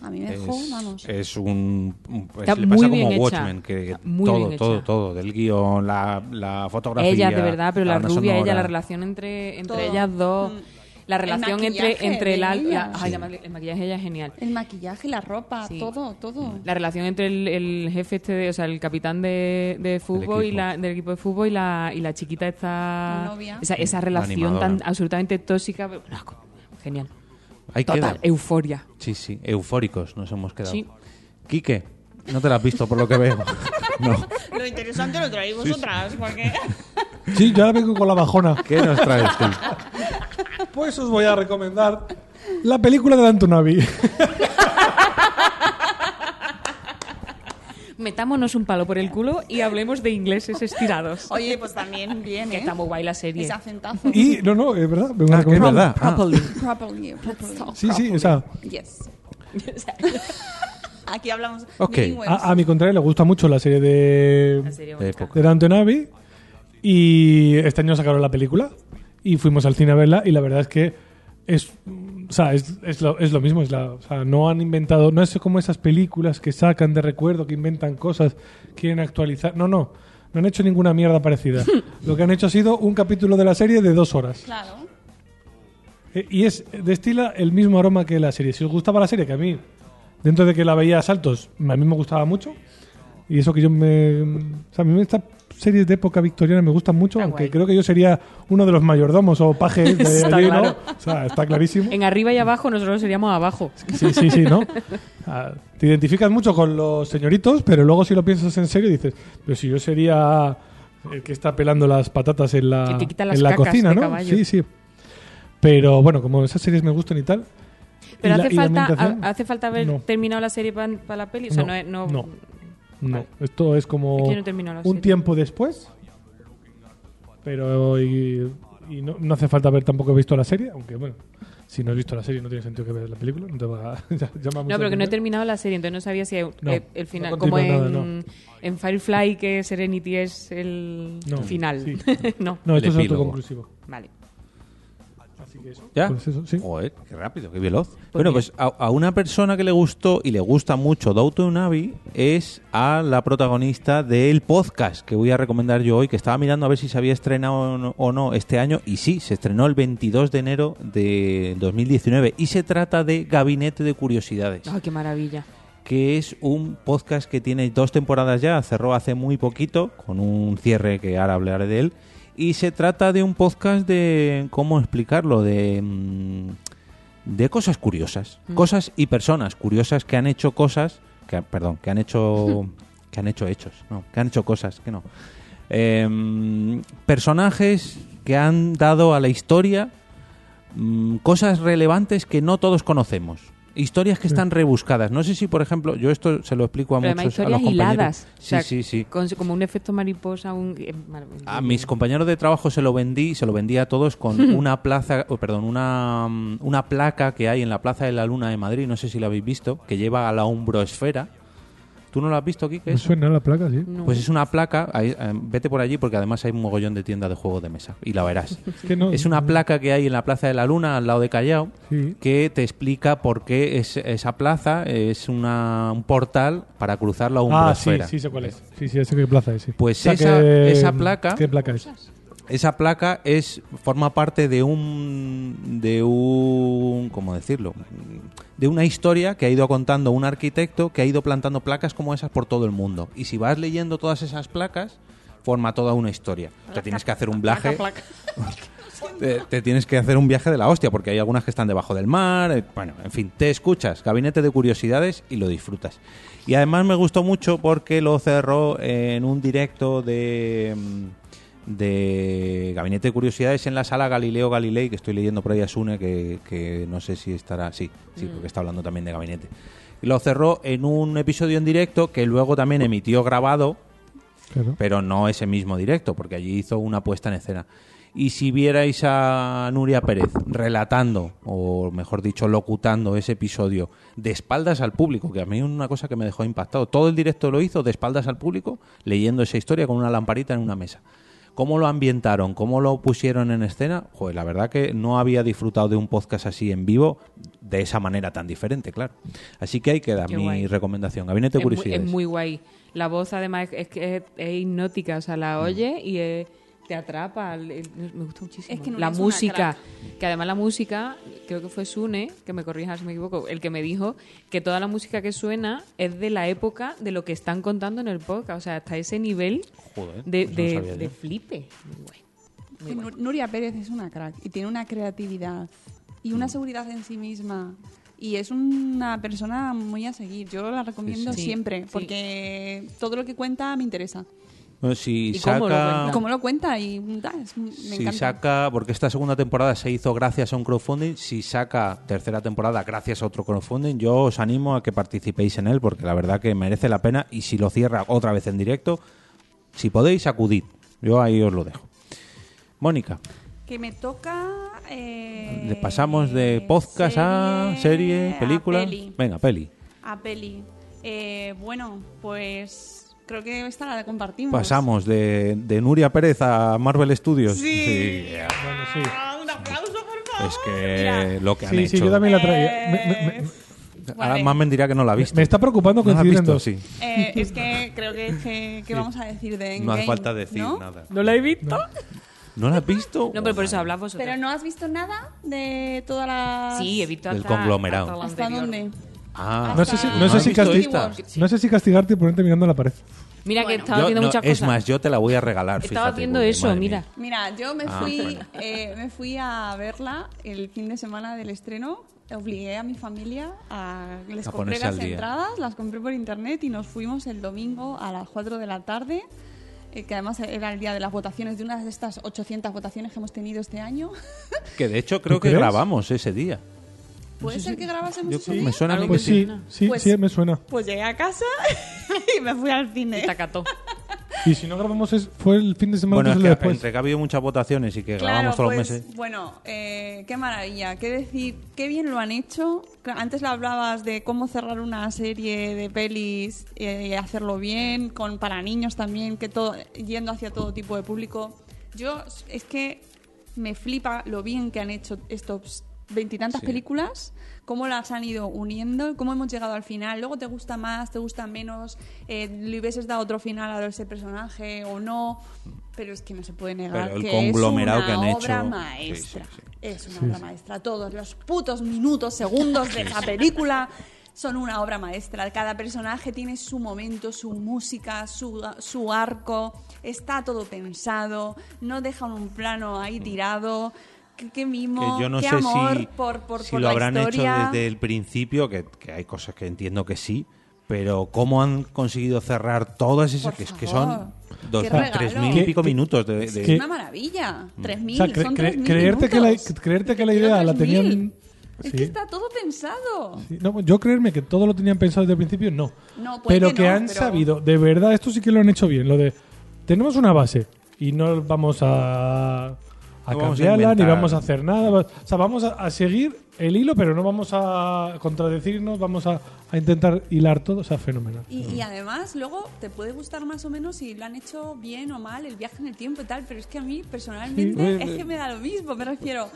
Speaker 3: A mí me dejó, vamos.
Speaker 1: Es, eh, es un. un- pues
Speaker 4: Está
Speaker 1: le pasa
Speaker 4: muy bien
Speaker 1: como
Speaker 4: hecha.
Speaker 1: Watchmen, que
Speaker 4: Está muy
Speaker 1: todo,
Speaker 4: bien
Speaker 1: todo,
Speaker 4: hecha.
Speaker 1: todo. Del guión, la, la fotografía.
Speaker 4: Ella, de verdad, pero la
Speaker 1: banda
Speaker 4: rubia, ella,
Speaker 1: sonora.
Speaker 4: la relación entre, entre
Speaker 3: Todo.
Speaker 4: ellas dos,
Speaker 3: Mm.
Speaker 4: la
Speaker 3: El
Speaker 4: relación entre,
Speaker 3: maquillaje
Speaker 4: entre
Speaker 3: de
Speaker 4: el al- la-
Speaker 3: ella.
Speaker 4: ay, la ma- el maquillaje de ella es genial.
Speaker 3: El maquillaje, la ropa,
Speaker 4: Sí.
Speaker 3: todo, todo.
Speaker 4: La relación entre el, el jefe este, de- o sea, el capitán de, de fútbol y
Speaker 1: equipo.
Speaker 4: la, del equipo de fútbol y la, y la chiquita esta...
Speaker 3: La novia.
Speaker 4: Esa, esa
Speaker 1: La
Speaker 4: relación
Speaker 1: animadora.
Speaker 4: tan absolutamente tóxica. pero- no, co- genial.
Speaker 1: Ahí
Speaker 4: Total,
Speaker 1: queda.
Speaker 4: euforia.
Speaker 1: Sí, sí, eufóricos nos hemos quedado.
Speaker 4: Sí.
Speaker 1: Quique, no te la has visto por lo que veo. no.
Speaker 3: Lo interesante lo traéis vosotras, porque...
Speaker 2: Sí, yo ahora vengo con la bajona.
Speaker 1: ¿Qué nos traes tú?
Speaker 2: Pues os voy a recomendar la película de Antonavi.
Speaker 4: metámonos un palo por el culo y hablemos de ingleses estirados.
Speaker 3: Oye, pues también bien,
Speaker 4: que
Speaker 3: ¿eh?
Speaker 4: está muy guay la serie.
Speaker 3: Ese acentazo.
Speaker 2: Y, no, no, es verdad. me
Speaker 1: Ah, que es
Speaker 2: recomiendo.
Speaker 1: verdad. Ah,
Speaker 4: Properly.
Speaker 3: Properly, properly.
Speaker 2: Sí, sí, o sea,
Speaker 3: Yes. Aquí hablamos
Speaker 1: Ok.
Speaker 3: bilingües.
Speaker 2: a, a mi contrario le gusta mucho la serie de,
Speaker 4: La serie
Speaker 1: de
Speaker 4: vasca.
Speaker 1: época.
Speaker 2: de Downton Abbey y este año sacaron la película y fuimos al cine a verla y la verdad es que es o sea, es, es lo, es lo mismo, es la, o sea, no han inventado, no es como esas películas que sacan de recuerdo, que inventan cosas, quieren actualizar, no, no, no han hecho ninguna mierda parecida. lo que han hecho ha sido un capítulo de la serie de dos horas.
Speaker 3: Claro.
Speaker 2: Eh, Y es destila el mismo aroma que la serie. Si os gustaba la serie, que a mí, dentro de que la veía a saltos, a mí me gustaba mucho. Y eso que yo me. O sea, a mí estas series de época victoriana me gustan mucho,
Speaker 4: Está
Speaker 2: aunque
Speaker 4: guay.
Speaker 2: creo que yo sería uno de los mayordomos o pajes de
Speaker 4: Está
Speaker 2: allí, ¿no?
Speaker 4: claro.
Speaker 2: O sea, está clarísimo.
Speaker 4: En arriba y abajo, nosotros seríamos abajo.
Speaker 2: Sí, sí, sí, ¿no? Ah, Te identificas mucho con los señoritos, pero luego si lo piensas en serio dices, pero si yo sería el que está pelando las patatas en la,
Speaker 4: Que te quita las
Speaker 2: en la
Speaker 4: cacas
Speaker 2: cocina,
Speaker 4: de
Speaker 2: ¿no?
Speaker 4: caballo.
Speaker 2: Sí, sí. Pero bueno, como esas series me gustan y tal.
Speaker 4: Pero
Speaker 2: y la-
Speaker 4: hace,
Speaker 2: y la
Speaker 4: falta,
Speaker 2: ambientación,
Speaker 4: ha- hace falta haber
Speaker 2: no.
Speaker 4: terminado la serie para la peli. O sea, no, es- no,
Speaker 2: no, no. Esto es como
Speaker 4: Aquí no terminó la
Speaker 2: un
Speaker 4: serie.
Speaker 2: tiempo después, pero y, y no, no hace falta haber tampoco visto la serie, aunque bueno, si no has visto la serie no tiene sentido que ver la película, no te va a- ya- llama mucho la
Speaker 4: No, pero que no he
Speaker 2: atención.
Speaker 4: terminado la serie, entonces no sabía si eh,
Speaker 2: No,
Speaker 4: el final,
Speaker 2: no
Speaker 4: como
Speaker 2: continúa
Speaker 4: en,
Speaker 2: nada,
Speaker 4: en Firefly, que Serenity es el
Speaker 2: No,
Speaker 4: final.
Speaker 2: sí.
Speaker 4: no,
Speaker 2: No, esto
Speaker 1: El
Speaker 2: es
Speaker 1: epílogo.
Speaker 2: autoconclusivo.
Speaker 4: vale.
Speaker 1: ¿Ya?
Speaker 2: Pues eso, sí.
Speaker 1: Joder, qué rápido, qué veloz. bueno, pues a, a una persona que le gustó y le gusta mucho Downton Abbey es a la protagonista del podcast que voy a recomendar yo hoy, que estaba mirando a ver si se había estrenado o no, o no este año y sí, se estrenó el 22 de enero de 2019 y se trata de Gabinete de Curiosidades
Speaker 4: Ah, qué maravilla.
Speaker 1: que es un podcast que tiene dos temporadas ya, cerró hace muy poquito, con un cierre que ahora hablaré de él, y se trata de un podcast de, ¿cómo explicarlo?, de, mm, de cosas curiosas,
Speaker 4: Mm.
Speaker 1: cosas y personas curiosas que han hecho cosas, que, perdón, que han hecho, que han hecho hechos, no, que han hecho cosas, que no. Em, personajes que han dado a la historia mm, cosas relevantes que no todos conocemos. Historias que están rebuscadas. No sé si, por ejemplo, yo esto se lo explico a
Speaker 4: Pero además
Speaker 1: muchos a los
Speaker 4: historias
Speaker 1: compañeros.
Speaker 4: hiladas.
Speaker 1: Sí,
Speaker 4: o sea,
Speaker 1: sí, sí.
Speaker 4: con- como un efecto mariposa. Un, eh, maravilloso.
Speaker 1: A mis compañeros de trabajo se lo vendí, se lo vendí a todos con una plaza, oh, perdón, una, mm, una placa que hay en la Plaza de la Luna de Madrid, no sé si la habéis visto, que lleva a la umbroesfera. ¿Tú no la has visto, Kike?
Speaker 2: Me
Speaker 1: eso?
Speaker 2: suena la placa, sí.
Speaker 4: No.
Speaker 1: Pues es una placa, ahí, eh, vete por allí porque además hay un mogollón de tiendas de juegos de mesa y la verás.
Speaker 2: Es que no-
Speaker 1: Es una placa que hay en la Plaza de la Luna, al lado de Callao,
Speaker 2: Sí.
Speaker 1: que te explica por qué es- esa plaza es una, un portal para cruzar la
Speaker 2: Ah, sí,
Speaker 1: umbroesfera.
Speaker 2: sí, sé cuál es. Sí, sí, sé qué plaza es. sí.
Speaker 1: Pues
Speaker 2: O sea,
Speaker 1: esa-
Speaker 2: que-
Speaker 1: esa placa-
Speaker 2: ¿Qué placa es?
Speaker 1: Esa placa es forma parte de un de un cómo decirlo de una historia que ha ido contando un arquitecto que ha ido plantando placas como esas por todo el mundo y si vas leyendo todas esas placas forma toda una historia. Te tienes que hacer un viaje te, te tienes que hacer un viaje de la hostia, porque hay algunas que están debajo del mar. eh, Bueno, en fin, te escuchas, gabinete de curiosidades y lo disfrutas. Y además me gustó mucho porque lo cerró en un directo de, mm, de Gabinete de Curiosidades en la sala Galileo Galilei, que estoy leyendo por ahí a Sune, que, que no sé si estará. Sí, sí, porque está hablando también de Gabinete. Y lo cerró en un episodio en directo que luego también emitió grabado
Speaker 2: Claro.
Speaker 1: pero no ese mismo directo, porque allí hizo una puesta en escena. Y si vierais a Nuria Pérez relatando, o mejor dicho, locutando ese episodio de espaldas al público, que a mí es una cosa que me dejó impactado. Todo el directo lo hizo de espaldas al público, leyendo esa historia con una lamparita en una mesa. ¿Cómo lo ambientaron? ¿Cómo lo pusieron en escena? Joder, la verdad que no había disfrutado de un podcast así en vivo de esa manera tan diferente, claro. Así que ahí queda
Speaker 4: Qué
Speaker 1: mi
Speaker 4: guay.
Speaker 1: recomendación. Gabinete de
Speaker 4: es, muy,
Speaker 1: Curiosidades.
Speaker 4: es muy guay. La voz, además, es, es que es, es hipnótica. O sea,
Speaker 1: Mm.
Speaker 4: la oyes y eh, te atrapa. El- el- Me gusta muchísimo.
Speaker 3: Es que Nuria
Speaker 4: la
Speaker 3: es una
Speaker 4: música. Que además la música, creo que fue Sune, que me corrija si me equivoco, el que me dijo que toda la música que suena es de la época de lo que están contando en el podcast. O sea, hasta ese nivel
Speaker 1: Joder,
Speaker 4: de,
Speaker 1: eso pues no
Speaker 4: de,
Speaker 1: sabía yo.
Speaker 4: de flipe. Muy guay.
Speaker 3: Que Pues Nur- Nuria Pérez es una crack y tiene una creatividad y
Speaker 1: Mm.
Speaker 3: una seguridad en sí misma. Y es una persona muy a seguir. Yo la recomiendo
Speaker 4: Sí, sí.
Speaker 3: siempre
Speaker 4: Sí.
Speaker 3: porque todo lo que cuenta me interesa.
Speaker 1: Bueno, si
Speaker 4: ¿Y
Speaker 1: saca,
Speaker 4: cómo lo cuenta?
Speaker 3: ¿Y cómo lo cuenta? Y da, es- me
Speaker 1: si
Speaker 3: encanta.
Speaker 1: saca, porque esta segunda temporada se hizo gracias a un crowdfunding, si saca tercera temporada gracias a otro crowdfunding, yo os animo a que participéis en él porque la verdad que merece la pena y si lo cierra otra vez en directo, si podéis acudid. Yo ahí os lo dejo. Mónica,
Speaker 3: Que me toca. eh,
Speaker 1: le pasamos de podcast a serie,
Speaker 3: a
Speaker 1: película.
Speaker 3: peli.
Speaker 1: Venga, peli.
Speaker 3: A peli. Eh, bueno, pues creo que esta la compartimos.
Speaker 1: Pasamos de, de Nuria Pérez a Marvel Studios.
Speaker 3: Sí.
Speaker 2: Bueno, sí.
Speaker 3: Ah, Un aplauso, por favor.
Speaker 1: Es que
Speaker 3: Mira,
Speaker 1: lo que han
Speaker 2: Sí,
Speaker 1: hecho.
Speaker 2: sí, yo también la traía. Me, me-
Speaker 3: eh,
Speaker 2: me-
Speaker 1: Ahora
Speaker 3: vale.
Speaker 1: más me dirá que no la ha visto.
Speaker 2: me está preocupando
Speaker 1: ¿No la has
Speaker 2: coincidir en
Speaker 1: visto?
Speaker 2: dos.
Speaker 1: Sí.
Speaker 3: Eh, es que creo que, que- que vamos a decir de
Speaker 1: No hace
Speaker 3: Endgame,
Speaker 1: falta decir
Speaker 3: ¿no?
Speaker 1: nada.
Speaker 4: ¿No la he visto?
Speaker 1: ¿No la has visto?
Speaker 4: No, pero por eso
Speaker 1: Joder.
Speaker 4: hablabas vosotros.
Speaker 3: Pero no has visto nada de toda la.
Speaker 4: Sí, he visto
Speaker 1: Del
Speaker 4: hasta,
Speaker 1: conglomerado.
Speaker 4: hasta lo
Speaker 3: ¿Hasta
Speaker 4: anterior.
Speaker 3: dónde?
Speaker 1: Ah,
Speaker 2: No sé si, no
Speaker 3: ¿No
Speaker 2: sé
Speaker 1: has
Speaker 2: si
Speaker 1: visto
Speaker 2: casti-
Speaker 1: esta?
Speaker 2: no sé si castigarte y ponerte mirando a la pared.
Speaker 4: Mira que
Speaker 3: Bueno.
Speaker 4: estaba
Speaker 1: Yo-
Speaker 4: haciendo
Speaker 1: no,
Speaker 4: muchas
Speaker 1: es
Speaker 4: cosas.
Speaker 1: más, yo te la voy a regalar.
Speaker 4: estaba
Speaker 1: fíjate,
Speaker 4: haciendo
Speaker 1: porque,
Speaker 4: eso,
Speaker 1: madre
Speaker 4: mira.
Speaker 1: mía.
Speaker 3: Mira, yo me
Speaker 1: Ah,
Speaker 3: fui,
Speaker 1: bueno.
Speaker 3: eh, me fui a verla el fin de semana del estreno. Obligué a mi familia a. Les
Speaker 1: A
Speaker 3: compré
Speaker 1: ponerse
Speaker 3: las
Speaker 1: al día.
Speaker 3: entradas, las compré por internet y nos fuimos el domingo a las 4 de la tarde. eh, que además era el día de las votaciones, de una de estas 800 votaciones que hemos tenido este año.
Speaker 1: Que de hecho creo
Speaker 2: ¿Tú
Speaker 1: que
Speaker 2: crees?
Speaker 1: grabamos ese día.
Speaker 3: ¿Puede ser que grabásemos
Speaker 1: Yo
Speaker 3: ese
Speaker 1: creo-
Speaker 3: día?
Speaker 1: me suena a mí
Speaker 4: Algo
Speaker 1: que
Speaker 2: Pues
Speaker 4: que
Speaker 1: sí.
Speaker 2: sí,
Speaker 4: suena.
Speaker 2: sí,
Speaker 3: Pues-
Speaker 2: sí, me suena.
Speaker 3: Pues llegué a casa y me fui al cine.
Speaker 4: Y tacató.
Speaker 2: Y si no grabamos, es, fue el fin de semana
Speaker 1: Bueno, es
Speaker 2: antes o
Speaker 1: que
Speaker 2: después.
Speaker 1: entre que ha habido muchas votaciones y que grabamos todos
Speaker 3: pues,
Speaker 1: los meses.
Speaker 3: Bueno, eh, qué maravilla, qué decir, qué bien lo han hecho. Cla- Antes le hablabas de cómo cerrar una serie de pelis eh, y hacerlo bien, con para niños también, que todo yendo hacia todo tipo de público. Yo s- es que me flipa lo bien que han hecho estos veintitantas
Speaker 1: Sí.
Speaker 3: películas, cómo las han ido uniendo, cómo hemos llegado al final. Luego te gusta más, te gusta menos, eh, le hubieses dado otro final a ese personaje o no, pero es que no se puede negar
Speaker 1: Pero el
Speaker 3: que
Speaker 1: conglomerado
Speaker 3: es
Speaker 1: que
Speaker 3: una
Speaker 1: han hecho-
Speaker 3: obra
Speaker 1: sí,
Speaker 3: maestra.
Speaker 1: sí, sí.
Speaker 3: Es una obra maestra. Todos los putos minutos, segundos de esa película son una obra maestra. Cada personaje tiene su momento, su música, su, su arco. Está todo pensado. No dejan un plano ahí tirado. Qué, qué mimo,
Speaker 1: que yo no
Speaker 3: qué
Speaker 1: sé
Speaker 3: amor
Speaker 1: si,
Speaker 3: por, por,
Speaker 1: si
Speaker 3: por
Speaker 1: lo
Speaker 3: la
Speaker 1: habrán
Speaker 3: historia.
Speaker 1: hecho desde el principio, que, que hay cosas que entiendo que sí, pero cómo han conseguido cerrar todas esas,
Speaker 3: Por
Speaker 1: que es que
Speaker 3: favor,
Speaker 1: son dos,
Speaker 3: qué
Speaker 1: mil- tres
Speaker 3: regalo.
Speaker 1: mil y
Speaker 2: Que-
Speaker 1: pico
Speaker 2: que-
Speaker 1: minutos de... de-
Speaker 2: que-
Speaker 3: Una maravilla.
Speaker 1: Mm.
Speaker 3: 3.000,
Speaker 2: O Eh, sea, cre-
Speaker 3: son
Speaker 2: cre-
Speaker 3: 3.000
Speaker 2: creerte, que la,
Speaker 3: minutos.
Speaker 2: creerte que la
Speaker 3: Pero
Speaker 2: idea la
Speaker 3: 3.000.
Speaker 2: tenían.
Speaker 3: Es
Speaker 2: Sí.
Speaker 3: que está todo pensado.
Speaker 2: Sí, no, pues, yo creerme que todo lo tenían pensado desde el principio, no.
Speaker 3: No, puede
Speaker 2: pero
Speaker 3: que
Speaker 2: que,
Speaker 3: no,
Speaker 2: han
Speaker 3: pero-
Speaker 2: sabido, de verdad, esto sí que lo han hecho bien. Lo de, tenemos una base y no vamos a, a
Speaker 1: No vamos a
Speaker 2: cambiarla ni
Speaker 1: inventar.
Speaker 2: vamos a hacer nada. Va- O sea, vamos a, a seguir el hilo, pero no vamos a contradecirnos, vamos a, a intentar hilar todo. O sea, fenomenal.
Speaker 3: Y,
Speaker 1: Mm.
Speaker 3: y además, luego te puede gustar más o menos si lo han hecho bien o mal, el viaje en el tiempo y tal, pero es que a mí personalmente
Speaker 1: Sí.
Speaker 3: es que me da lo mismo, me refiero.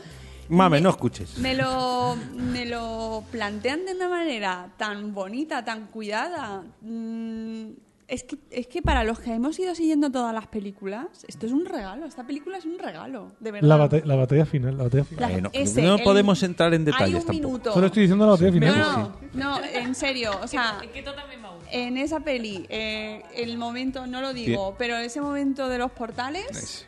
Speaker 1: Mame,
Speaker 3: me-
Speaker 1: no escuches.
Speaker 3: Me lo, me lo plantean de una manera tan bonita, tan cuidada. mm, Es que, es que para los que hemos ido siguiendo todas las películas, esto es un regalo. Esta película es un regalo, de verdad.
Speaker 2: La, bata- la batalla final. La batalla final.
Speaker 3: La-
Speaker 1: Bueno,
Speaker 3: ese,
Speaker 1: no
Speaker 3: el-
Speaker 1: podemos entrar en
Speaker 3: Hay
Speaker 1: detalles
Speaker 3: un
Speaker 1: tampoco.
Speaker 3: minuto.
Speaker 2: Solo estoy diciendo la batalla final.
Speaker 3: No, no, no, en serio, o sea,
Speaker 4: Es que esto también me gusta.
Speaker 3: en esa peli, eh, el momento, no lo digo,
Speaker 1: Bien.
Speaker 3: pero ese momento de los portales,
Speaker 1: Ese.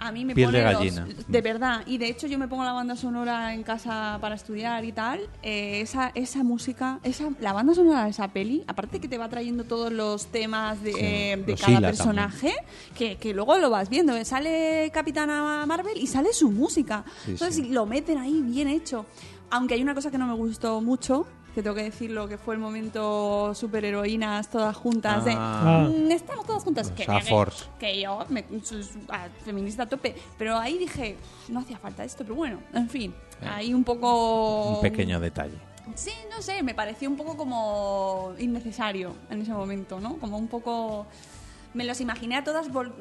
Speaker 3: a mí me
Speaker 1: Piel
Speaker 3: pone
Speaker 1: de
Speaker 3: los-
Speaker 1: gallina.
Speaker 3: de verdad, y de hecho yo me pongo la banda sonora en casa para estudiar y tal, eh, esa, esa música, esa, la banda sonora de esa peli, aparte que te va trayendo todos los temas de, eh, de
Speaker 1: los
Speaker 3: cada
Speaker 1: hila
Speaker 3: personaje, que, que luego lo vas viendo, eh, sale Capitana Marvel y sale su música,
Speaker 1: Sí,
Speaker 3: entonces
Speaker 1: sí.
Speaker 3: lo meten ahí bien hecho. Aunque hay una cosa que no me gustó mucho, que tengo que decirlo, que fue el momento superheroínas todas juntas de...
Speaker 1: Ah.
Speaker 3: "Mm, Estamos todas juntas. Que,
Speaker 1: sea,
Speaker 3: me-
Speaker 1: Force.
Speaker 3: que yo, me, su- su- a- feminista a tope. Pero ahí dije, no hacía falta esto, pero bueno, en fin. Ahí un poco...
Speaker 1: Un pequeño detalle.
Speaker 3: Sí, no sé, me pareció un poco como innecesario en ese momento, ¿no? Como un poco... Me los imaginé a todas vol-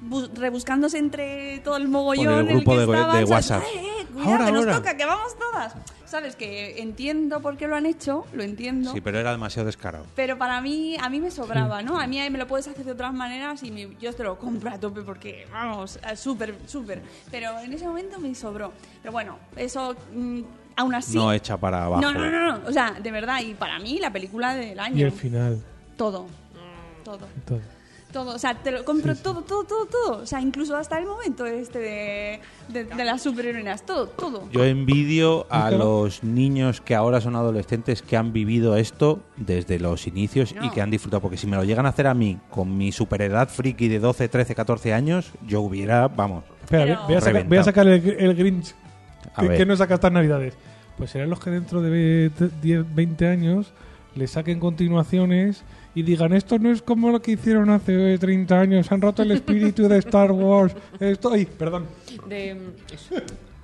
Speaker 3: bus- rebuscándose entre todo el mogollón
Speaker 1: Por el grupo
Speaker 3: en
Speaker 1: de-
Speaker 3: el que
Speaker 1: de
Speaker 3: estaban, ¿sabes?
Speaker 1: WhatsApp.
Speaker 3: "Eh, eh, cuidado,
Speaker 1: Ahora,
Speaker 3: que
Speaker 1: ahora".
Speaker 3: nos toca, que vamos todas. Sabes que entiendo por qué lo han hecho, lo entiendo.
Speaker 1: Sí, pero era demasiado descarado.
Speaker 3: Pero para mí, a mí me sobraba, ¿no? A mí ahí me lo puedes hacer de otras maneras y me- yo te lo compro a tope porque, vamos, eh, súper, súper. Pero en ese momento me sobró. Pero bueno, eso mm, aún así...
Speaker 1: No echa para abajo.
Speaker 3: No, no, no, no. O sea, de verdad, y para mí la película del año.
Speaker 2: Y el final.
Speaker 3: Todo. Todo.
Speaker 2: todo.
Speaker 3: Todo, o sea, te lo compro todo, todo, todo, todo. O sea, incluso hasta el momento este de, de, de las superheroínas. Todo, todo.
Speaker 1: Yo envidio a
Speaker 2: Búscalo.
Speaker 1: los niños que ahora son adolescentes que han vivido esto desde los inicios y
Speaker 3: No.
Speaker 1: que han disfrutado. Porque si me lo llegan a hacer a mí con mi superedad friki de 12, 13, 14 años, yo hubiera, vamos.
Speaker 2: Espera,
Speaker 3: Pero-
Speaker 2: ve- voy, a sacar, voy a sacar el, el Grinch
Speaker 1: A
Speaker 2: que,
Speaker 1: ver.
Speaker 2: que no saca estas navidades. Pues serán los que dentro de ve- 10, 20 años le saquen continuaciones y digan, esto no es como lo que hicieron hace eh, 30 años, han roto el espíritu de Star Wars. Esto, ay, perdón.
Speaker 4: De,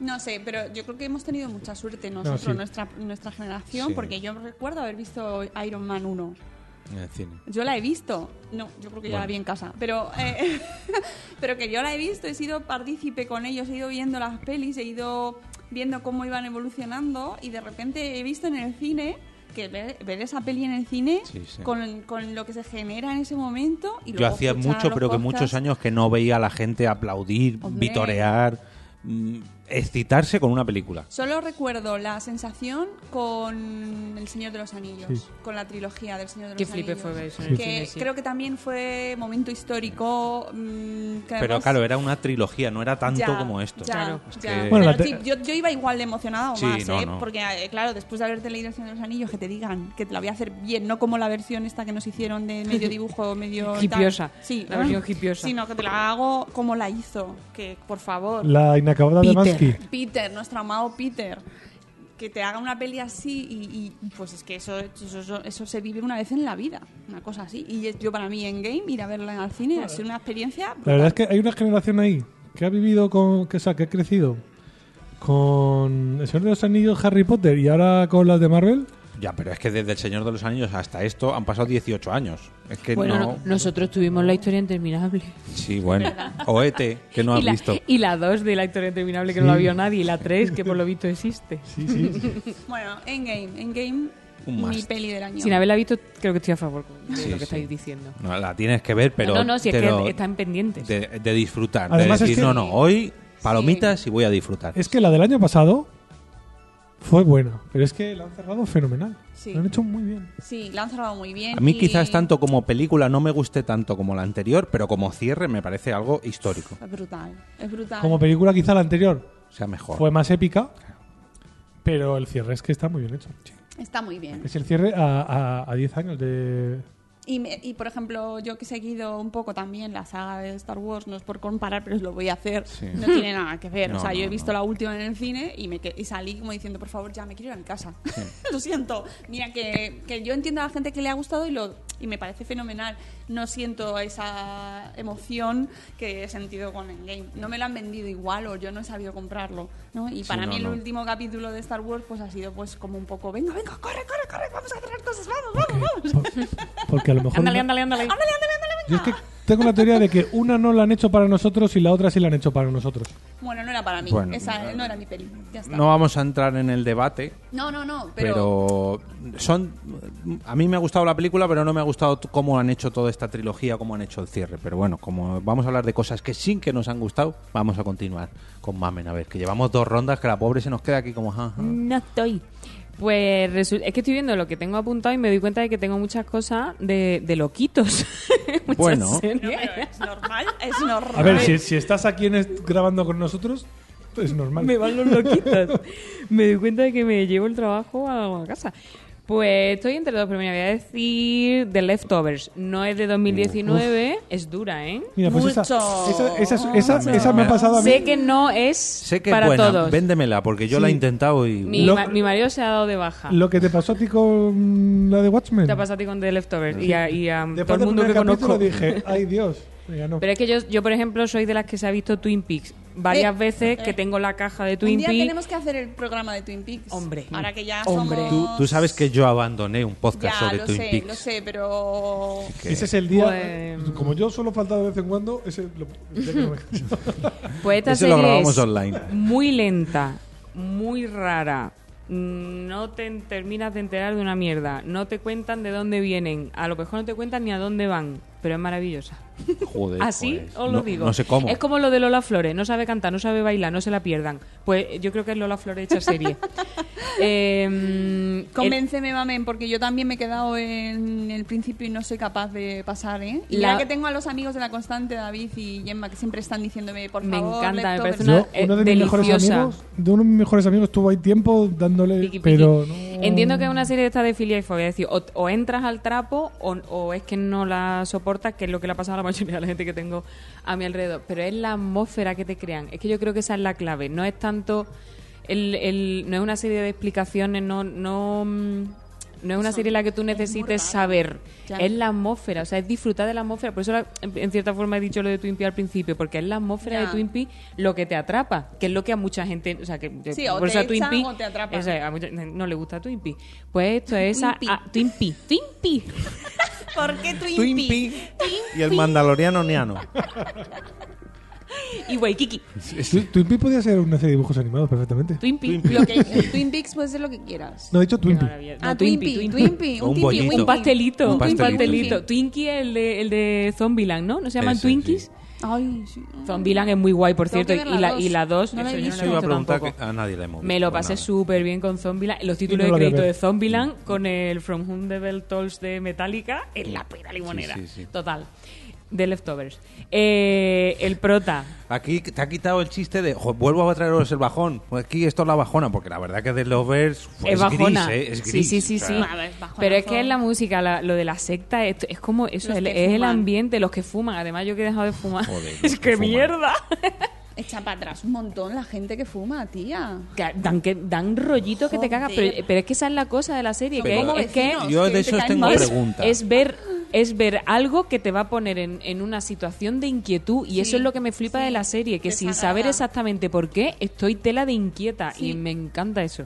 Speaker 3: No sé, pero yo creo que hemos tenido mucha suerte nosotros,
Speaker 2: sí.
Speaker 3: nuestra, nuestra generación,
Speaker 1: Sí.
Speaker 3: porque yo recuerdo haber visto Iron Man 1.
Speaker 1: En el cine.
Speaker 3: Yo la he visto. No, yo creo que yo la
Speaker 1: Bueno.
Speaker 3: vi en casa. Pero, eh, pero que yo la he visto, he sido partícipe con ellos, he ido viendo las pelis, he ido viendo cómo iban evolucionando y de repente he visto en el cine que ver, ver esa peli en el cine
Speaker 1: Sí, sí.
Speaker 3: Con, con lo que se genera en ese momento. Y
Speaker 1: Yo
Speaker 3: luego
Speaker 1: hacía
Speaker 3: escuchar
Speaker 1: mucho,
Speaker 3: los
Speaker 1: pero que muchos
Speaker 3: podcasts.
Speaker 1: años que no veía a la gente aplaudir,
Speaker 3: Hombre.
Speaker 1: vitorear, mm, excitarse con una película.
Speaker 3: Solo recuerdo la sensación con El Señor de los Anillos,
Speaker 2: Sí.
Speaker 3: con la trilogía del Señor de
Speaker 4: Qué
Speaker 3: los
Speaker 4: flipe
Speaker 3: Anillos.
Speaker 4: fue ver eso en el
Speaker 3: que
Speaker 4: cine, sí.
Speaker 3: creo que también fue momento histórico. mm, que
Speaker 1: Pero
Speaker 3: además-
Speaker 1: claro, era una trilogía, no era tanto
Speaker 3: Ya,
Speaker 1: como esto.
Speaker 3: ya,
Speaker 4: Claro.
Speaker 1: Es
Speaker 3: ya.
Speaker 1: que-
Speaker 2: Bueno, la
Speaker 3: Pero
Speaker 2: te-
Speaker 3: sí, yo, yo iba igual de emocionada o
Speaker 1: Sí,
Speaker 3: más,
Speaker 1: no,
Speaker 3: ¿eh?
Speaker 1: no.
Speaker 3: Porque, eh, claro, después de haberte leído El Señor de los Anillos, que te digan que te la voy a hacer bien, no como la versión esta que nos hicieron de medio dibujo, medio. tal.
Speaker 4: Hipiosa.
Speaker 3: Sí,
Speaker 4: La
Speaker 3: ¿no?
Speaker 4: versión hipiosa.
Speaker 3: Sino que te la hago como la hizo, que por favor.
Speaker 2: La inacabada de Mansky.
Speaker 4: Peter.
Speaker 3: Peter, nuestro amado Peter, que te haga una peli así y, y, pues es que eso, eso, eso- eso se vive una vez en la vida, una cosa así. Y yo para mí en game ir a verla al cine ha sido una experiencia
Speaker 2: La verdad es que hay una generación ahí que ha vivido con. Que, o sea, que ha crecido con El Señor de los Anillos, Harry Potter y ahora con las de Marvel.
Speaker 1: Ya, pero es que desde El Señor de los Anillos hasta esto han pasado 18 años. Es que
Speaker 4: bueno,
Speaker 1: no...
Speaker 4: no- nosotros tuvimos la historia interminable.
Speaker 1: Sí, bueno. Oete, que no has
Speaker 4: y, la,
Speaker 1: visto.
Speaker 4: y la 2 de la historia interminable que no la vio nadie, y la 3 que por lo visto existe.
Speaker 2: Sí, sí.
Speaker 3: Bueno, en game, en game
Speaker 1: Un
Speaker 3: mi
Speaker 1: must.
Speaker 3: peli del año.
Speaker 4: Sin haberla visto, creo que estoy a favor de
Speaker 1: Sí,
Speaker 4: lo que
Speaker 1: sí.
Speaker 4: estáis diciendo.
Speaker 1: No, la tienes que ver, pero.
Speaker 4: no, no, si es
Speaker 1: pero
Speaker 4: que están pendientes.
Speaker 1: De, de disfrutar.
Speaker 2: Además
Speaker 1: de
Speaker 2: es
Speaker 1: decir,
Speaker 2: que-
Speaker 1: no, no, hoy palomitas y voy a disfrutar.
Speaker 2: es que la del año pasado fue buena, pero es que la han cerrado fenomenal.
Speaker 3: Sí.
Speaker 2: La han hecho muy bien.
Speaker 3: Sí, la han cerrado muy bien.
Speaker 1: A mí,
Speaker 3: y-
Speaker 1: quizás tanto como película, no me guste tanto como la anterior, pero como cierre me parece algo histórico.
Speaker 3: Es brutal, es brutal.
Speaker 2: Como película, quizá la anterior
Speaker 1: O sea, mejor.
Speaker 2: fue más épica, pero el cierre es que está muy bien hecho.
Speaker 3: Está muy bien.
Speaker 2: Es el cierre a- a a 10 años de.
Speaker 3: Y, me- y, por ejemplo, yo que he seguido un poco también la saga de Star Wars, no es por comparar, pero lo voy a hacer,
Speaker 1: Sí.
Speaker 3: no tiene nada que ver.
Speaker 1: No,
Speaker 3: o sea, yo he
Speaker 1: no,
Speaker 3: visto la última en el cine y, me que- y salí como diciendo, por favor, ya me quiero ir a mi casa. lo siento. Mira, que, que yo entiendo a la gente que le ha gustado y, lo, y me parece fenomenal. No siento esa emoción que he sentido con Endgame. No me lo han vendido igual o yo no he sabido comprarlo. ¿no? Y
Speaker 1: Sí,
Speaker 3: para
Speaker 1: no,
Speaker 3: mí el
Speaker 1: no.
Speaker 3: último capítulo de Star Wars pues ha sido pues como un poco, venga, venga, corre, corre, corre, vamos a cerrar cosas, vamos, vamos, vamos.
Speaker 2: Por- Porque a lo mejor.
Speaker 4: Ándale, ándale, ándale.
Speaker 3: Ándale, ándale, ándale, venga.
Speaker 2: Yo es que tengo la teoría de que una no la han hecho para nosotros y la otra sí la han hecho para nosotros.
Speaker 3: Bueno, no era para mí.
Speaker 1: Bueno,
Speaker 3: Esa no era mi peli. Ya está.
Speaker 1: No vamos a entrar en el debate,
Speaker 3: no, no, no, pero,
Speaker 1: pero, son. A mí me ha gustado la película, pero no me ha gustado t- cómo han hecho toda esta trilogía, cómo han hecho el cierre. Pero bueno, como vamos a hablar de cosas que sí que nos han gustado, vamos a continuar con Mamen. A ver, que llevamos dos rondas que la pobre se nos queda aquí como. "Ah, "Ja, ja".
Speaker 4: No estoy. Pues resu- es que estoy viendo lo que tengo apuntado y me doy cuenta de que tengo muchas cosas de, de loquitos. Muchas
Speaker 1: Bueno.
Speaker 4: series.
Speaker 3: No, pero es normal, es normal.
Speaker 2: A ver, si, si estás aquí en est- grabando con nosotros, es normal.
Speaker 4: me van los loquitos. me doy cuenta de que me llevo el trabajo a la casa. Pues estoy entre dos, pero mira, voy a decir The Leftovers. No es de 2019, es dura, ¿eh?
Speaker 2: Mira, pues esa,
Speaker 3: Mucho.
Speaker 2: esa, esa- esa- esa me ha
Speaker 1: Mira.
Speaker 2: pasado a mí.
Speaker 4: Sé que no es
Speaker 1: Sé que es
Speaker 4: para
Speaker 1: buena,
Speaker 4: todos.
Speaker 1: véndemela, porque yo la he intentado y.
Speaker 4: Mi,
Speaker 2: Lo-
Speaker 4: ma- mi marido se ha dado de baja.
Speaker 2: Lo que te pasó a ti con la de Watchmen.
Speaker 4: Ah. Te ha pasado a ti con The Leftovers y a, y a
Speaker 2: Después
Speaker 4: todo el
Speaker 2: del
Speaker 4: mundo que
Speaker 2: primer capítulo
Speaker 4: conozco.
Speaker 2: dije, ay Dios. Diga, no.
Speaker 4: Pero es que yo, yo, por ejemplo, soy de las que se ha visto Twin Peaks varias
Speaker 3: Eh,
Speaker 4: veces, que
Speaker 3: eh.
Speaker 4: tengo la caja de
Speaker 3: Un
Speaker 4: Twin
Speaker 3: día
Speaker 4: Peaks.
Speaker 3: tenemos que hacer el programa de Twin Peaks.
Speaker 4: Hombre.
Speaker 3: Ahora que ya
Speaker 4: Hombre.
Speaker 1: Tú,
Speaker 3: somos...
Speaker 1: tú sabes que yo abandoné un podcast
Speaker 3: Ya,
Speaker 1: sobre
Speaker 3: lo
Speaker 1: Twin
Speaker 3: sé,
Speaker 1: Peaks.
Speaker 3: lo sé, pero...
Speaker 1: que-
Speaker 2: Ese es el día. eh,
Speaker 4: Pues-
Speaker 2: Como yo suelo faltar de vez en cuando, ese lo- el día que no me-
Speaker 4: Pues esta
Speaker 1: Ese lo
Speaker 4: serie
Speaker 1: grabamos
Speaker 4: es
Speaker 1: online.
Speaker 4: muy lenta, muy rara. Mm, No te en- terminas de enterar de una mierda. No te cuentan de dónde vienen. A lo mejor no te cuentan ni a dónde van. Pero es maravillosa.
Speaker 1: Joder,
Speaker 4: Así
Speaker 1: pues,
Speaker 4: os ¿Ah, lo
Speaker 1: no-
Speaker 4: digo.
Speaker 1: No sé cómo.
Speaker 4: Es como lo de Lola Flores. No sabe cantar, no sabe bailar, no se la pierdan. Pues yo creo que es Lola Flores hecha serie. Eh, el-
Speaker 3: Convénceme, mamen, porque yo también me he quedado en el principio y no soy capaz de pasar, ¿eh? Y
Speaker 4: La-
Speaker 3: ya que tengo a los amigos de La Constante, David y Gemma, que siempre están diciéndome, por
Speaker 4: Me
Speaker 3: favor,
Speaker 4: encanta, me
Speaker 3: laptop,
Speaker 4: parece
Speaker 3: pero-
Speaker 4: una-
Speaker 2: Yo,
Speaker 4: eh,
Speaker 2: uno de mis mejores
Speaker 4: deliciosa.
Speaker 2: amigos, de uno de mis mejores amigos estuvo ahí tiempo dándole,
Speaker 4: Piqui, piqui.
Speaker 2: pero no-
Speaker 4: Entiendo que es una serie esta de filia y fobia. Es decir, o, o entras al trapo o, o es que no la soportas, que es lo que le ha pasado a la mayoría de la gente que tengo a mi alrededor. Pero es la atmósfera que te crean. Es que yo creo que esa es la clave. No es tanto. El, el- no es una serie de explicaciones, no. no mm, no es una serie en la que tú necesites saber,
Speaker 3: Claro.
Speaker 4: es la atmósfera, o sea, es disfrutar de la atmósfera. Por eso, la- en, en cierta forma, he dicho lo de Twin Peaks al principio, porque es la atmósfera
Speaker 3: Ya.
Speaker 4: de Twin Peaks lo que te atrapa, que es lo que a mucha gente, o sea, que
Speaker 3: Sí, o
Speaker 4: por
Speaker 3: te
Speaker 4: eso a Twin
Speaker 3: echan
Speaker 4: Peaks-
Speaker 3: o te atrapan.
Speaker 4: Esa- a mucha- no le gusta Twin Peaks. Pues esto es
Speaker 3: Twin
Speaker 4: a,
Speaker 3: Peaks.
Speaker 4: a- Twin Peaks. Twin Peaks.
Speaker 3: ¿Por qué Twin,
Speaker 6: Twin
Speaker 3: Peaks?
Speaker 6: Peaks.
Speaker 1: Y el mandaloriano niano.
Speaker 4: Y Waikiki.
Speaker 2: Tu- Twin Peaks podía ser una serie de dibujos animados perfectamente.
Speaker 4: Twin Peaks.
Speaker 3: Lo que- eh, Twin Peaks puede ser lo que quieras.
Speaker 2: No, he dicho Twin
Speaker 4: Qué
Speaker 2: Peaks.
Speaker 4: maravilla. No,
Speaker 3: ah, Twin
Speaker 4: Peaks,
Speaker 3: Peaks, Twin
Speaker 4: Peaks.
Speaker 3: Peaks,
Speaker 1: Un
Speaker 3: un
Speaker 1: bollito.
Speaker 3: Twinkie,
Speaker 1: Un
Speaker 4: Un pastelito.
Speaker 1: Un
Speaker 4: Un pastelito.
Speaker 1: pastelito.
Speaker 4: Twinkie el de, el de Zombieland, ¿no? ¿No se llaman
Speaker 1: Ese,
Speaker 4: Twinkies?
Speaker 1: sí.
Speaker 3: Ay, sí.
Speaker 4: Zombieland es muy guay, por
Speaker 3: Tengo
Speaker 4: cierto.
Speaker 3: que
Speaker 4: Y
Speaker 3: ver la
Speaker 4: la,
Speaker 3: dos.
Speaker 4: y la 2,
Speaker 3: No la he
Speaker 4: eso yo
Speaker 3: visto.
Speaker 4: no
Speaker 1: Se
Speaker 4: la he
Speaker 1: iba a
Speaker 4: visto
Speaker 1: preguntar
Speaker 4: tampoco.
Speaker 1: que a nadie le hemos
Speaker 4: Me
Speaker 1: visto,
Speaker 4: lo
Speaker 1: pues
Speaker 4: pasé
Speaker 1: nada.
Speaker 4: súper bien con Zombieland. Los títulos
Speaker 2: no
Speaker 4: de
Speaker 2: la voy a
Speaker 4: crédito
Speaker 2: ver.
Speaker 4: de Zombieland con el From Whom the Bell Tolls de Metallica en la pera limonera.
Speaker 1: Sí, sí, sí.
Speaker 4: Total. De Leftovers. Eh, el prota.
Speaker 1: Aquí te ha quitado el chiste de "Jo, vuelvo a traeros el bajón. Pues Aquí esto es la bajona, porque la verdad que The Lovers pues,
Speaker 4: es bajona.
Speaker 1: gris, ¿eh? es gris.
Speaker 4: sí, sí, sí, sí.
Speaker 1: O sea,
Speaker 3: ver, es bajonazo.
Speaker 4: Pero es que es la música, la- lo de la secta, esto- es como eso,
Speaker 3: Los
Speaker 4: el-
Speaker 3: que
Speaker 4: es el
Speaker 3: fuman.
Speaker 4: ambiente, los que fuman. Además, yo que he dejado de fumar.
Speaker 1: Joder, los
Speaker 4: es
Speaker 1: que
Speaker 4: que,
Speaker 1: fuman.
Speaker 4: mierda.
Speaker 3: Echa para atrás un montón la gente que fuma, tía.
Speaker 4: Que dan, que, dan rollito que te cagas.
Speaker 3: Joder.
Speaker 4: Pero, pero es que esa es la cosa de la serie.
Speaker 1: Pero-
Speaker 4: Que es,
Speaker 1: Como
Speaker 4: es que
Speaker 3: vecinos.
Speaker 1: Yo
Speaker 3: que
Speaker 1: de
Speaker 3: te
Speaker 1: esos
Speaker 3: caen
Speaker 1: tengo
Speaker 3: mal.
Speaker 4: es,
Speaker 1: pregunta.
Speaker 4: es ver es ver algo que te va a poner en, en una situación de inquietud y eso
Speaker 3: Sí,
Speaker 4: es lo que me flipa
Speaker 3: sí,
Speaker 4: de la serie que sin
Speaker 3: desagrada.
Speaker 4: saber exactamente por qué estoy tela de inquieta
Speaker 3: Sí.
Speaker 4: y me encanta eso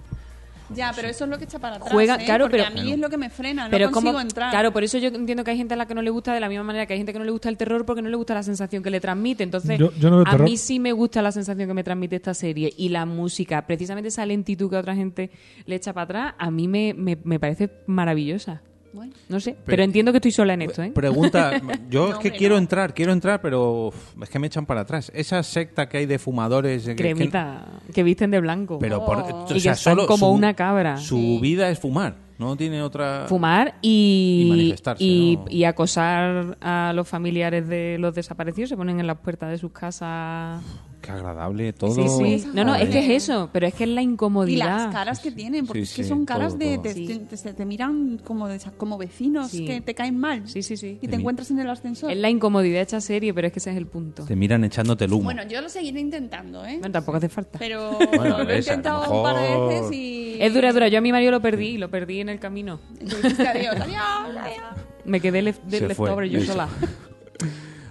Speaker 3: Ya, pero eso es lo que echa para atrás.
Speaker 4: Juega-
Speaker 3: ¿eh?
Speaker 4: claro,
Speaker 3: Porque a
Speaker 4: pero-
Speaker 3: mí es lo que me frena, no
Speaker 4: pero
Speaker 3: consigo
Speaker 4: como
Speaker 3: entrar.
Speaker 4: claro pues, por eso yo entiendo que hay gente a la que no le gusta de la misma manera que hay gente que no le gusta el terror porque no le gusta la sensación que le transmite entonces
Speaker 2: Yo- yo no veo
Speaker 4: a
Speaker 2: terror.
Speaker 4: mí sí me gusta la sensación que me transmite esta serie y la música precisamente esa lentitud que a otra gente le echa para atrás a mí me, me- me parece maravillosa
Speaker 3: Bueno.
Speaker 4: no sé pero, entiendo que estoy sola en esto ¿eh?
Speaker 1: Pregunta, yo es
Speaker 3: No,
Speaker 1: que
Speaker 3: hombre,
Speaker 1: quiero
Speaker 3: no.
Speaker 1: entrar, quiero entrar, pero uf, es que me echan para atrás. Esa secta que hay de fumadores... eh, que- que-
Speaker 4: cremita que, visten de blanco.
Speaker 1: pero por, o
Speaker 4: Y que
Speaker 1: sea,
Speaker 4: están
Speaker 1: solo
Speaker 4: como
Speaker 1: su-
Speaker 4: una cabra.
Speaker 1: Su vida es fumar, no tiene otra...
Speaker 4: Fumar
Speaker 1: Y
Speaker 4: y,
Speaker 1: manifestarse,
Speaker 4: y,
Speaker 1: ¿no?
Speaker 4: y acosar a los familiares de los desaparecidos. Se ponen en las puertas de sus casas.
Speaker 1: Qué agradable todo.
Speaker 4: Sí, sí.
Speaker 3: Esas
Speaker 4: No, no, es
Speaker 1: Ah,
Speaker 4: que
Speaker 3: joder.
Speaker 4: es eso. Pero es que es la
Speaker 3: Y las
Speaker 4: incomodidad.
Speaker 3: caras que tienen, porque
Speaker 1: Sí,
Speaker 3: es que
Speaker 1: sí,
Speaker 3: son caras
Speaker 1: todo,
Speaker 3: de.
Speaker 1: todo.
Speaker 3: Te,
Speaker 4: Sí.
Speaker 3: te- te- te miran como, de esas- como vecinos
Speaker 4: Sí.
Speaker 3: que te caen mal.
Speaker 4: Sí, sí, sí.
Speaker 3: Y te encuentras en el ascensor.
Speaker 4: Es la incomodidad de esta serie, pero es que ese es el punto.
Speaker 1: Te miran echándote el humo.
Speaker 3: Bueno, yo lo seguiré intentando, ¿eh?
Speaker 4: Bueno, tampoco hace falta.
Speaker 3: Pero
Speaker 1: Bueno,
Speaker 3: lo he
Speaker 1: ves, a lo
Speaker 3: intentado un par de
Speaker 1: mejor-
Speaker 3: veces y.
Speaker 4: Es dura, es dura. Yo a mi marido lo perdí, lo perdí en el camino.
Speaker 3: Te dijiste adiós, adiós, adiós.
Speaker 4: Me quedé lef- de
Speaker 1: Se fue.
Speaker 4: leftover yo
Speaker 1: Eso.
Speaker 4: sola.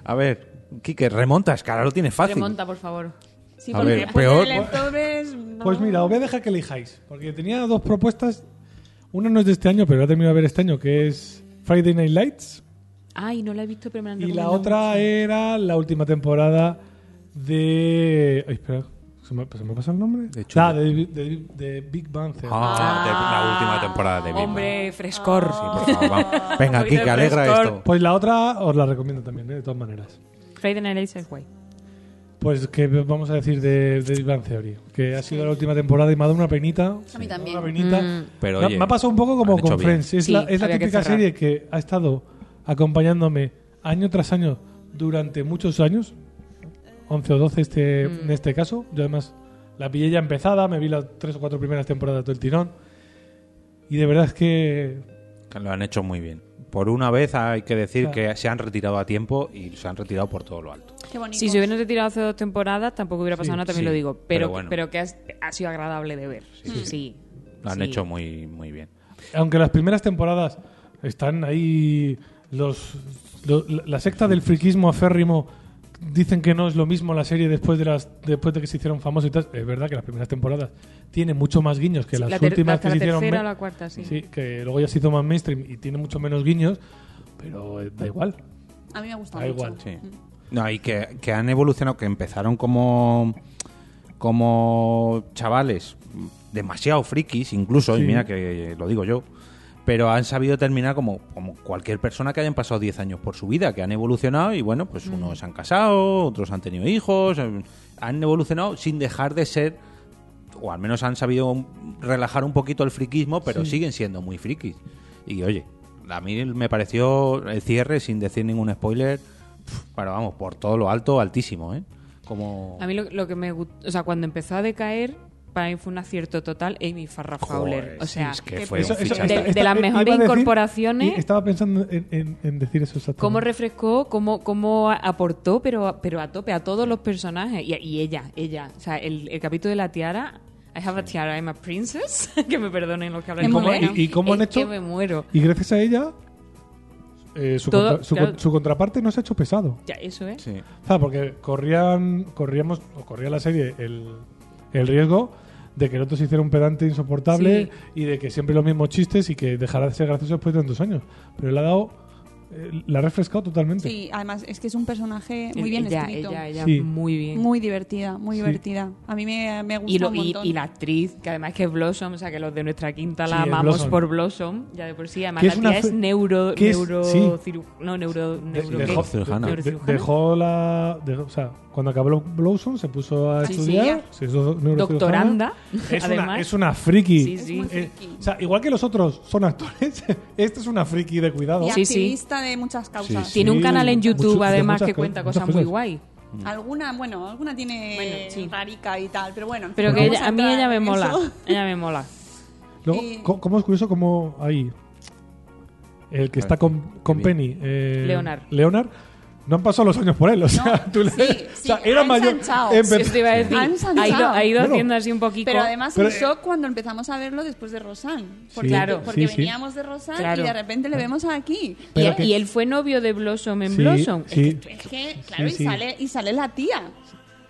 Speaker 1: A ver, Quique, remontas, cara, lo tienes fácil.
Speaker 4: Remonta, por favor.
Speaker 3: Sí,
Speaker 1: A
Speaker 3: porque
Speaker 1: ver,
Speaker 3: después
Speaker 1: peor-
Speaker 3: de Leftovers, no.
Speaker 2: Pues mira, os voy a dejar que elijáis, porque tenía dos propuestas. Una no es de este año, pero la he terminado de ver este año, que es Friday Night Lights.
Speaker 4: Ay, no la he visto, pero me la han
Speaker 2: Y la
Speaker 4: recomendado
Speaker 2: otra
Speaker 4: mucho.
Speaker 2: era la última temporada de. Ay, espera, ¿se me, se me pasa el nombre?
Speaker 1: De Chulo.
Speaker 2: Ah, de, de- de Big Bang Theory.
Speaker 1: Ah, de- la última temporada de Big Bang.
Speaker 4: Hombre, frescor.
Speaker 1: Sí, por favor, vamos. Venga,
Speaker 4: Un poquito
Speaker 1: Kike,
Speaker 4: de
Speaker 1: alegra
Speaker 4: frescor.
Speaker 1: esto.
Speaker 2: Pues la otra os la recomiendo también, ¿eh? de todas maneras.
Speaker 4: Friday Night Lights es guay.
Speaker 2: Pues que vamos a decir de, de Big Bang Theory, que ha sido la última temporada y me ha dado una penita.
Speaker 3: A mí también.
Speaker 2: Una penita.
Speaker 1: Pero
Speaker 2: Me ha-
Speaker 1: oye,
Speaker 2: me ha pasado un poco
Speaker 1: han
Speaker 2: como
Speaker 1: hecho
Speaker 2: con
Speaker 1: bien.
Speaker 2: Friends. Es
Speaker 4: Sí,
Speaker 2: la, es la
Speaker 4: había que
Speaker 2: típica
Speaker 4: cerrar.
Speaker 2: serie que ha estado acompañándome año tras año durante muchos años, 11 o 12 este, en este caso. Yo además la pillé ya empezada, me vi las tres o cuatro primeras temporadas todo el tirón. Y de verdad es que
Speaker 1: Que Lo han hecho muy bien. Por una vez hay que decir
Speaker 2: Claro.
Speaker 1: que se han retirado a tiempo y se han retirado por todo lo alto.
Speaker 3: Qué bonito.
Speaker 4: Si se hubieran retirado hace dos temporadas, tampoco hubiera pasado nada, también
Speaker 1: sí,
Speaker 4: lo digo. Pero,
Speaker 1: pero
Speaker 4: pero,
Speaker 1: bueno.
Speaker 4: que has- ha sido agradable de ver. Sí. sí.
Speaker 1: Lo han hecho muy, muy bien.
Speaker 2: aunque las primeras temporadas están ahí los, lo- la secta del friquismo aférrimo dicen que no es lo mismo la serie después de las después de que se hicieron famosos y tal es verdad que las primeras temporadas tienen mucho más guiños que las
Speaker 4: la ter-
Speaker 2: últimas
Speaker 4: hasta
Speaker 2: que
Speaker 4: la
Speaker 2: se hicieron
Speaker 4: tercera
Speaker 2: me-
Speaker 4: o la cuarta, sí.
Speaker 2: sí que luego ya se hizo más mainstream y tiene mucho menos guiños pero eh, da igual
Speaker 3: A mí me gusta
Speaker 2: Da
Speaker 3: mucho.
Speaker 2: igual.
Speaker 1: Sí. No, y que, que han evolucionado, que empezaron como, como chavales demasiado frikis, incluso, y
Speaker 2: Sí.
Speaker 1: mira que lo digo yo, pero han sabido terminar como, como cualquier persona que hayan pasado 10 años por su vida, que han evolucionado y bueno, pues unos se han casado, otros han tenido hijos, eh, han evolucionado sin dejar de ser o al menos han sabido un- relajar un poquito el friquismo, pero siguen siendo muy frikis. Y oye, a mí me pareció el cierre, sin decir ningún spoiler, pf, pero vamos, por todo lo alto, altísimo, ¿eh? Como...
Speaker 4: A mí lo, lo que me gustó, o sea, cuando empezó a decaer, para mí fue un acierto total Amy Farrah
Speaker 1: Joder,
Speaker 4: Fowler.
Speaker 1: sí,
Speaker 4: O sea,
Speaker 1: es que fue
Speaker 2: Eso-
Speaker 1: Pues un
Speaker 2: eso-
Speaker 1: fichaje.
Speaker 4: De- de las
Speaker 2: iba
Speaker 4: mejores
Speaker 2: a decir-
Speaker 4: incorporaciones.
Speaker 2: y Estaba pensando en, en- en decir eso exactamente.
Speaker 4: cómo refrescó, cómo, cómo aportó, pero, pero a tope a todos los personajes. Y, y ella, ella. O sea, el, el capítulo de la tiara. I have a tiara, I'm a princess. que me perdonen los que hablan
Speaker 2: ¿Y cómo-
Speaker 4: inglés.
Speaker 2: y- y cómo han
Speaker 4: Es
Speaker 2: hecho?
Speaker 4: Que me muero.
Speaker 2: Y gracias a ella, eh, su,
Speaker 4: Todo-
Speaker 2: contra- su con-
Speaker 4: claro.
Speaker 2: su contraparte no se ha hecho pesado.
Speaker 4: Ya, eso es.
Speaker 1: Sí.
Speaker 2: Ah, porque corrían, corríamos, o corría la serie el, el riesgo de que el otro se hiciera un pedante insoportable
Speaker 4: Sí.
Speaker 2: y de que siempre los mismos chistes y que dejara de ser gracioso después de tantos años. Pero le ha dado, eh, la ha refrescado totalmente.
Speaker 3: Sí, además es que es un personaje muy bien
Speaker 4: ella,
Speaker 3: escrito.
Speaker 4: Ella, ella,
Speaker 2: Sí.
Speaker 4: muy bien.
Speaker 3: Muy divertida, muy
Speaker 2: Sí.
Speaker 3: divertida. A mí me, me gusta
Speaker 4: y, lo-
Speaker 3: un
Speaker 4: y-
Speaker 3: montón.
Speaker 4: y la actriz, que además que es Blossom, o sea, que los de nuestra quinta
Speaker 2: Sí,
Speaker 4: la
Speaker 2: es
Speaker 4: amamos
Speaker 2: Blossom.
Speaker 4: por Blossom, ya de por sí. Además,
Speaker 2: Que
Speaker 4: la
Speaker 2: es una
Speaker 4: tía es
Speaker 2: fe-
Speaker 4: neuro.
Speaker 2: que es-
Speaker 4: neuro
Speaker 2: sí.
Speaker 4: ciru- no, neuro.
Speaker 2: De-
Speaker 4: neuro
Speaker 2: dejó-
Speaker 4: ¿qué?
Speaker 1: Cirujana.
Speaker 2: de-
Speaker 4: Neurocirujana.
Speaker 2: dejó la. dejó- o sea, cuando acabó Blossom se puso a
Speaker 4: Sí,
Speaker 2: estudiar. se hizo neurocirujana.
Speaker 4: Doctoranda,
Speaker 2: Es una,
Speaker 4: además.
Speaker 2: es una friki.
Speaker 4: Sí, sí.
Speaker 3: muy
Speaker 2: Eh,
Speaker 3: friki.
Speaker 2: o sea, igual que los otros son actores, esta es una friki de cuidado.
Speaker 3: Y
Speaker 4: Sí, sí.
Speaker 3: activista de muchas causas.
Speaker 1: Sí,
Speaker 4: Tiene un canal en YouTube,
Speaker 2: Mucho- de
Speaker 4: además,
Speaker 2: muchas
Speaker 4: que
Speaker 2: co-
Speaker 4: cuenta
Speaker 2: muchas
Speaker 4: cosas muy guay.
Speaker 3: Alguna, bueno, alguna tiene
Speaker 4: Bueno, sí.
Speaker 3: rarica y tal, pero bueno. en
Speaker 4: Pero
Speaker 3: fin,
Speaker 4: que
Speaker 3: no
Speaker 4: ella- a mí
Speaker 3: vamos
Speaker 4: ella me
Speaker 3: entrar en
Speaker 4: mola.
Speaker 3: eso.
Speaker 4: Ella me mola.
Speaker 2: Luego,
Speaker 3: Eh,
Speaker 2: co- ¿cómo es curioso cómo ahí el que
Speaker 1: A
Speaker 2: está
Speaker 1: ver,
Speaker 2: con, con
Speaker 1: bien.
Speaker 2: Penny, eh,
Speaker 4: Leonard.
Speaker 2: Leonard, no han pasado los años por él, o sea, tú le-
Speaker 3: sí,
Speaker 2: o sea,
Speaker 3: sí,
Speaker 2: era
Speaker 3: han
Speaker 2: mayor.
Speaker 3: ensanchado.
Speaker 2: empe-
Speaker 4: Sí, os iba a decir.
Speaker 3: Han
Speaker 4: Ha ido,
Speaker 3: saltado.
Speaker 4: ha ido
Speaker 2: Bueno,
Speaker 4: haciendo así un poquito.
Speaker 3: Pero además
Speaker 2: Pero,
Speaker 3: un
Speaker 2: eh,
Speaker 3: shock cuando empezamos a verlo después de Rosan. Porque,
Speaker 4: Claro.
Speaker 3: porque
Speaker 2: sí, sí.
Speaker 3: veníamos de Rosan
Speaker 4: Claro.
Speaker 3: y de repente le vemos aquí.
Speaker 4: y,
Speaker 2: Pero que-
Speaker 4: y él fue novio de Blossom en
Speaker 2: Sí,
Speaker 4: Blossom.
Speaker 2: sí.
Speaker 4: Es que-
Speaker 3: Es que, claro,
Speaker 2: Sí, sí.
Speaker 3: Y, sale, y sale la tía.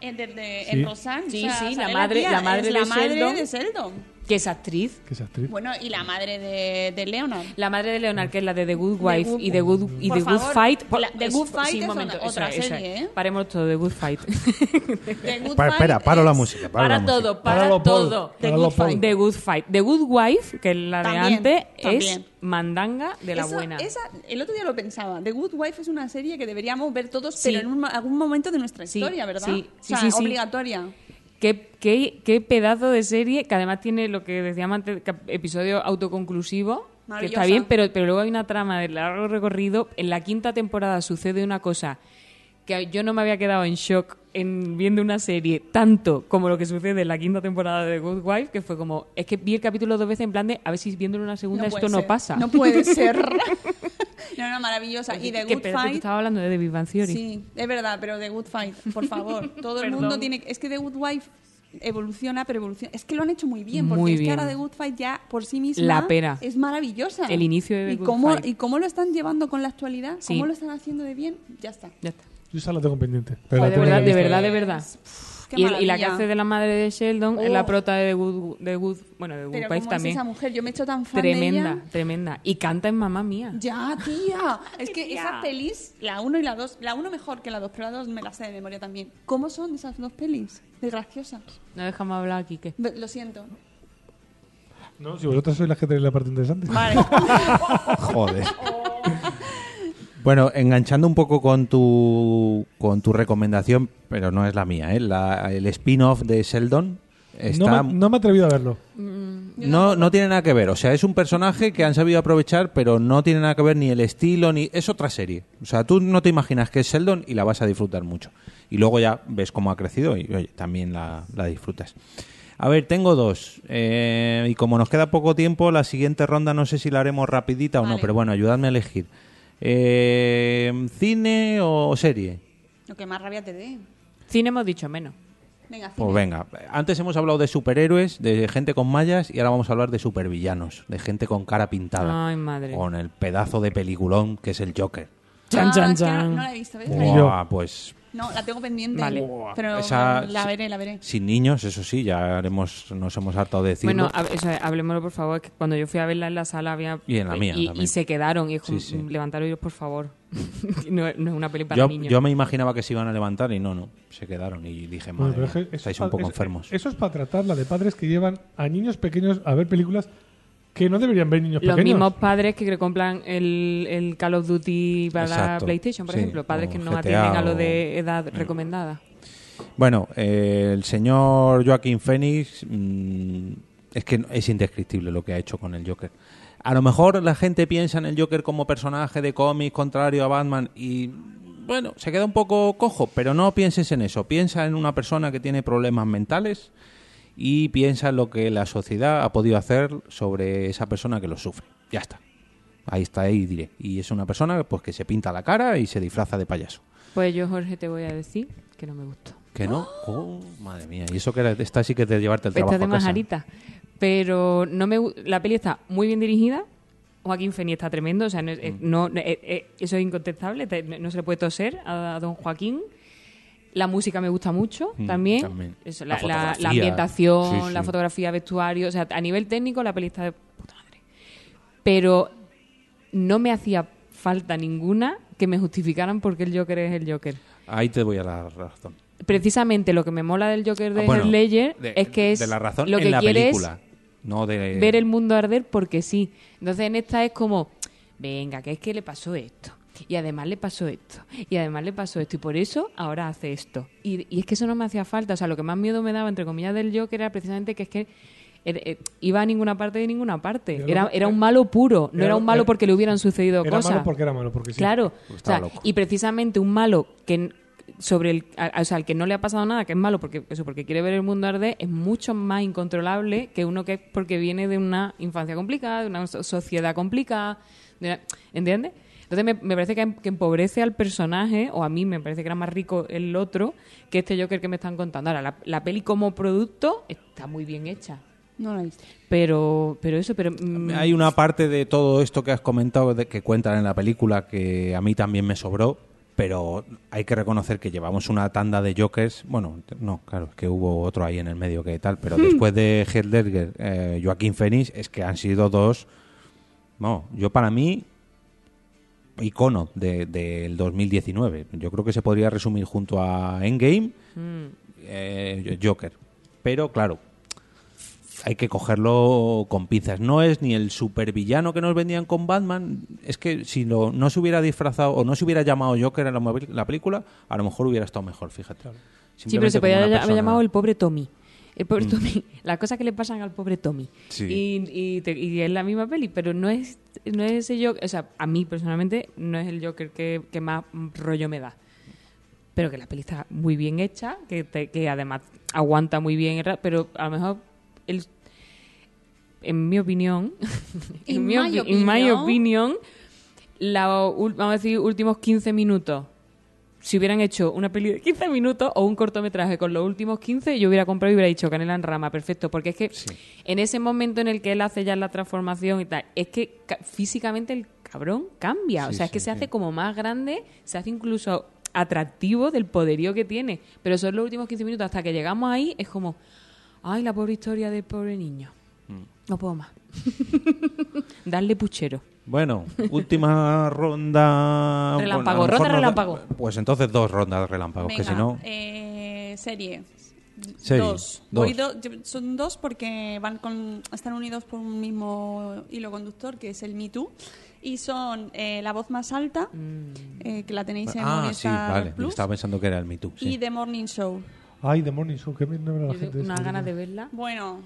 Speaker 3: eh, Desde
Speaker 2: Sí.
Speaker 3: en Rosan.
Speaker 4: Sí,
Speaker 3: o sea,
Speaker 4: sí, la
Speaker 3: sale
Speaker 4: madre-
Speaker 3: tía,
Speaker 4: la madre
Speaker 3: es
Speaker 4: de
Speaker 3: la madre
Speaker 4: Sheldon.
Speaker 3: de Sheldon.
Speaker 4: que es actriz.
Speaker 2: que es actriz.
Speaker 3: Bueno, y la madre de, de Leonard.
Speaker 4: La madre de Leonard, que es la de The Good Wife
Speaker 3: Mm. Good-
Speaker 4: y The Good, y
Speaker 3: Por
Speaker 4: The Good
Speaker 3: favor,
Speaker 4: Fight.
Speaker 3: la- The Good Fight es una- otra serie, ¿eh?
Speaker 4: Paremos todo, The Good Fight.
Speaker 3: The Good
Speaker 1: Pa-
Speaker 3: Fight
Speaker 1: espera, paro la
Speaker 3: es-
Speaker 1: música. Paro la
Speaker 4: para
Speaker 1: música.
Speaker 4: todo, para
Speaker 2: Páralo, Paul.
Speaker 4: todo. The
Speaker 2: Páralo,
Speaker 4: Good,
Speaker 2: Paul.
Speaker 4: fight. The Good Fight. The Good Wife, que es la
Speaker 3: También,
Speaker 4: de antes, es
Speaker 3: también.
Speaker 4: mandanga de la
Speaker 3: Eso-
Speaker 4: buena.
Speaker 3: esa- el otro día lo pensaba. The Good Wife es una serie que deberíamos ver todos,
Speaker 4: Sí.
Speaker 3: pero en un- algún momento de nuestra
Speaker 4: Sí,
Speaker 3: historia, ¿verdad?
Speaker 4: sí,
Speaker 3: o
Speaker 4: sí,
Speaker 3: sea,
Speaker 4: sí, sí.
Speaker 3: obligatoria.
Speaker 4: Qué, qué- qué pedazo de serie, que además tiene lo que decíamos antes, cap- episodio autoconclusivo, que
Speaker 3: Maravillosa.
Speaker 4: está bien, pero, pero luego hay una trama de largo recorrido. En la quinta temporada sucede una cosa que yo no me había quedado en shock en viendo una serie tanto como lo que sucede en la quinta temporada de The Good Wife, que fue como, es que vi el capítulo dos veces en plan de, a ver si viéndolo una segunda
Speaker 3: puede
Speaker 4: esto no
Speaker 3: ser.
Speaker 4: pasa.
Speaker 3: No puede ser. no, no, maravillosa. Y The
Speaker 4: que,
Speaker 3: Good
Speaker 4: pero que tú
Speaker 3: Fight.
Speaker 4: estabas hablando de The Big Bang Theory.
Speaker 3: Sí, es verdad, pero The Good Fight, por favor. Todo el
Speaker 4: Perdón.
Speaker 3: mundo tiene. Es que The Good Wife evoluciona, pero evoluciona. Es que lo han hecho muy bien, porque
Speaker 4: Muy
Speaker 3: es que
Speaker 4: bien.
Speaker 3: ahora The Good Fight ya por sí misma
Speaker 4: La pera.
Speaker 3: es maravillosa.
Speaker 4: El inicio de The
Speaker 3: y
Speaker 4: Good
Speaker 3: cómo,
Speaker 4: Fight.
Speaker 3: Y cómo lo están llevando con la actualidad,
Speaker 4: Sí.
Speaker 3: cómo lo están haciendo de bien, ya está.
Speaker 4: Ya está.
Speaker 2: Yo esa la tengo pendiente. pero
Speaker 4: Pues
Speaker 2: la
Speaker 4: de
Speaker 2: tengo
Speaker 4: verdad, de
Speaker 2: lista.
Speaker 4: verdad, de verdad.
Speaker 3: Uf, qué
Speaker 4: Y, el- y la que
Speaker 3: maravilla.
Speaker 4: hace de la madre de Sheldon es la
Speaker 3: Oh.
Speaker 4: prota de The Good, de Good, bueno, de Good
Speaker 3: Pero
Speaker 4: Wife
Speaker 3: cómo
Speaker 4: también.
Speaker 3: es esa mujer, yo me he hecho tan fan de
Speaker 4: Tremenda,
Speaker 3: ella.
Speaker 4: tremenda. Y canta en Mamá Mía.
Speaker 3: Ya, tía. Es que
Speaker 4: Tía.
Speaker 3: esas pelis, la 1 y la 2, la 1 mejor que la 2, pero la 2 me la sé de memoria también. ¿Cómo son esas dos pelis? Desgraciosas.
Speaker 4: No dejamos hablar aquí, ¿qué?
Speaker 3: Ve- Lo siento.
Speaker 2: No, si vosotras sois las que tenéis la parte interesante.
Speaker 3: Vale.
Speaker 1: Joder. Bueno, enganchando un poco con tu, con tu recomendación, pero no es la mía, ¿eh? La- el spin-off de Sheldon está...
Speaker 2: No, me, no me he atrevido a verlo.
Speaker 1: No, no tiene nada que ver. O sea, es un personaje que han sabido aprovechar, pero no tiene nada que ver ni el estilo, ni. Es otra serie. O sea, tú no te imaginas que es Sheldon y la vas a disfrutar mucho. Y luego ya ves cómo ha crecido y oye, también la, la disfrutas. A ver, tengo dos. Eh, y como nos queda poco tiempo, la siguiente ronda no sé si la haremos rapidita o no, pero bueno, ayudadme a elegir. Eh, ¿Cine o serie?
Speaker 3: Lo que más rabia te dé.
Speaker 4: Cine hemos dicho menos.
Speaker 3: Venga, cine.
Speaker 1: Pues venga, antes hemos hablado de superhéroes, de gente con mallas y ahora vamos a hablar de supervillanos, de gente con cara pintada.
Speaker 4: Ay, madre.
Speaker 1: Con el pedazo de peliculón que es el Joker.
Speaker 4: Chan,
Speaker 3: Ah,
Speaker 4: chan,
Speaker 3: es que no-
Speaker 4: chan.
Speaker 3: No, la he visto, ¿ves?
Speaker 1: Buah, pues
Speaker 3: No, la tengo pendiente.
Speaker 4: Vale.
Speaker 3: Pero
Speaker 1: Esa-
Speaker 3: la veré, la veré.
Speaker 1: sin niños, eso sí, ya haremos, nos hemos hartado de decirlo.
Speaker 4: Bueno, hab- o sea, hablemoslo, por favor. que cuando yo fui a verla en la sala había...
Speaker 1: Y en la mía también.
Speaker 4: y se quedaron. Y es como,
Speaker 1: Sí, sí.
Speaker 4: levantaros y iros, por favor. no, es- no es una peli para
Speaker 1: yo,
Speaker 4: niños.
Speaker 1: yo me imaginaba que se iban a levantar y no, no, se quedaron y dije,
Speaker 2: Bueno,
Speaker 1: madre,
Speaker 2: pero es que
Speaker 1: mía,
Speaker 2: eso
Speaker 1: estáis
Speaker 2: pa-
Speaker 1: un poco
Speaker 2: es-
Speaker 1: enfermos.
Speaker 2: Eso es para tratarla de padres que llevan a niños pequeños a ver películas que no deberían ver niños
Speaker 4: Los
Speaker 2: pequeños.
Speaker 4: mismos padres que compran el, el Call of Duty para la
Speaker 1: Exacto,
Speaker 4: PlayStation, por
Speaker 1: sí,
Speaker 4: ejemplo. Padres
Speaker 1: o
Speaker 4: que no
Speaker 1: GTA
Speaker 4: atienden a
Speaker 1: o- Mm.
Speaker 4: lo de edad recomendada.
Speaker 1: Bueno, eh, el señor Joaquín Phoenix mm, es que es indescriptible lo que ha hecho con el Joker. A lo mejor la gente piensa en el Joker como personaje de cómic contrario a Batman y bueno, se queda un poco cojo, pero no pienses en eso. Piensa en una persona que tiene problemas mentales y piensa en lo que la sociedad ha podido hacer sobre esa persona que lo sufre. Ya está. Ahí está, ahí diré. Y es una persona pues que se pinta la cara y se disfraza de payaso.
Speaker 4: Pues yo, Jorge, te voy a decir que no me gustó.
Speaker 1: ¿Que no? Oh, madre mía. Y eso que era- esta sí que es de llevarte el trabajo
Speaker 4: Esta es Ah. de
Speaker 1: a casa.
Speaker 4: Majarita. Pero no me, gu- la peli está muy bien dirigida. Joaquín Feni está tremendo, o sea, no, es-
Speaker 1: Mm.
Speaker 4: eh, no- no- eh, eh, eso es incontestable, te- no se le puede toser a, a don Joaquín. La música me gusta mucho
Speaker 1: Mm,
Speaker 4: también.
Speaker 1: también.
Speaker 4: Eso,
Speaker 1: La
Speaker 4: la, la- la
Speaker 1: fotografía.
Speaker 4: ambientación,
Speaker 1: Sí,
Speaker 4: la
Speaker 1: sí.
Speaker 4: fotografía, vestuario, o sea, a nivel técnico la peli está de puta madre. Pero no me hacía falta ninguna que me justificaran por qué el Joker es el Joker
Speaker 1: Ahí te voy a la razón.
Speaker 4: precisamente lo que me mola del Joker de
Speaker 1: Ah, bueno,
Speaker 4: Heath Ledger
Speaker 1: de-
Speaker 4: es que es
Speaker 1: de la razón
Speaker 4: lo que
Speaker 1: en la
Speaker 4: quiere
Speaker 1: película, no de
Speaker 4: es ver
Speaker 2: Eh,
Speaker 4: el mundo arder porque sí. Entonces en esta es como, venga, que es que le pasó esto. Y además le pasó esto. Y además le pasó esto. Y por eso ahora hace esto. Y, y es que eso no me hacía falta. O sea, lo que más miedo me daba, entre comillas, del Joker era precisamente que es que er- er, iba a ninguna parte de ninguna parte.
Speaker 2: Era lo
Speaker 4: Era,
Speaker 2: que-
Speaker 4: era un malo puro. No
Speaker 2: era-
Speaker 4: era, un malo
Speaker 2: era-
Speaker 4: porque le hubieran sucedido
Speaker 2: Era
Speaker 4: cosas.
Speaker 2: malo porque era malo, porque sí.
Speaker 4: Claro,
Speaker 1: Pues Porque
Speaker 4: o
Speaker 1: estaba
Speaker 4: sea,
Speaker 1: loco.
Speaker 4: y precisamente un malo que n- sobre el, a- o sea, al que no le ha pasado nada, que es malo porque eso porque quiere ver el mundo arder, es mucho más incontrolable que uno que es porque viene de una infancia complicada, de una so- sociedad complicada, de una- ¿entiendes? Entonces me, me parece que, em- que empobrece al personaje, o a mí me parece que era más rico el otro que este Joker que me están contando. Ahora, la, la peli como producto está muy bien hecha,
Speaker 3: No la he visto.
Speaker 4: pero, pero eso, pero... mm,
Speaker 1: Hay una parte de todo esto que has comentado de- que cuentan en la película que a mí también me sobró, pero hay que reconocer que llevamos una tanda de Jokers. Bueno, no, claro, es que hubo otro ahí en el medio que tal,
Speaker 4: Hmm.
Speaker 1: pero después de Heldberger, Joaquín Phoenix, es que han sido dos. No, yo para mí, icono de- del 2019. Yo creo que se podría resumir junto a Endgame,
Speaker 4: Mm.
Speaker 1: eh, Joker. Pero claro, hay que cogerlo con pinzas. No es ni el supervillano que nos vendían con Batman. Es que si lo- no se hubiera disfrazado o no se hubiera llamado Joker en la, movi- la película, a lo mejor hubiera estado mejor, fíjate.
Speaker 4: Sí, pero
Speaker 1: Simplemente
Speaker 4: se
Speaker 1: como
Speaker 4: podía
Speaker 1: una
Speaker 4: haber
Speaker 1: persona- Mm.
Speaker 4: llamado el pobre Tommy. El pobre Tommy, las cosas que le pasan al pobre Tommy.
Speaker 1: Sí.
Speaker 4: Y, y, te- y es la misma peli, pero no es, no es ese Joker. O sea, a mí personalmente no es el Joker que, que más rollo me da. Pero que la peli está muy bien hecha, que, te- que además aguanta muy bien. el ra- Pero a lo mejor, el- en mi opinión,
Speaker 6: In
Speaker 4: mi
Speaker 6: my
Speaker 4: opi- in my
Speaker 6: opinion.
Speaker 4: opinion, la ul- vamos a decir, últimos 15 minutos si hubieran hecho una peli de 15 minutos o un cortometraje con los últimos 15, yo hubiera comprado y hubiera dicho Canela en Rama, perfecto, porque es que en ese momento en el que él hace ya la transformación y tal, es que ca- físicamente el cabrón cambia, o
Speaker 1: Sí,
Speaker 4: sea, es que
Speaker 1: sí,
Speaker 4: se hace como más grande, se hace incluso atractivo del poderío que tiene, pero son los últimos 15 minutos, hasta que llegamos ahí es como, ay, la pobre historia del pobre niño,
Speaker 1: Mm.
Speaker 4: no puedo más, darle puchero.
Speaker 1: Bueno, última ronda. bueno,
Speaker 4: Relámpago,
Speaker 1: a lo mejor
Speaker 4: ronda
Speaker 1: no da-
Speaker 4: relámpago.
Speaker 1: Pues entonces dos rondas de relámpagos, que si no.
Speaker 3: eh, serie.
Speaker 1: Serie,
Speaker 3: Dos.
Speaker 1: dos.
Speaker 3: Voy do- yo- son dos porque van con, están unidos por un mismo hilo conductor, que es el Me Too. Y son eh, La Voz Más Alta, eh, que la tenéis en
Speaker 1: ah, sí,
Speaker 3: Movistar
Speaker 1: vale.
Speaker 3: Plus,
Speaker 1: Estaba pensando que era el Me Too. sí.
Speaker 3: y The Morning Show.
Speaker 2: Ay, The Morning Show, qué bien me da la
Speaker 4: Yo
Speaker 2: gente.
Speaker 4: tengo unas
Speaker 2: esa
Speaker 4: ganas de
Speaker 2: película.
Speaker 4: verla.
Speaker 3: Bueno,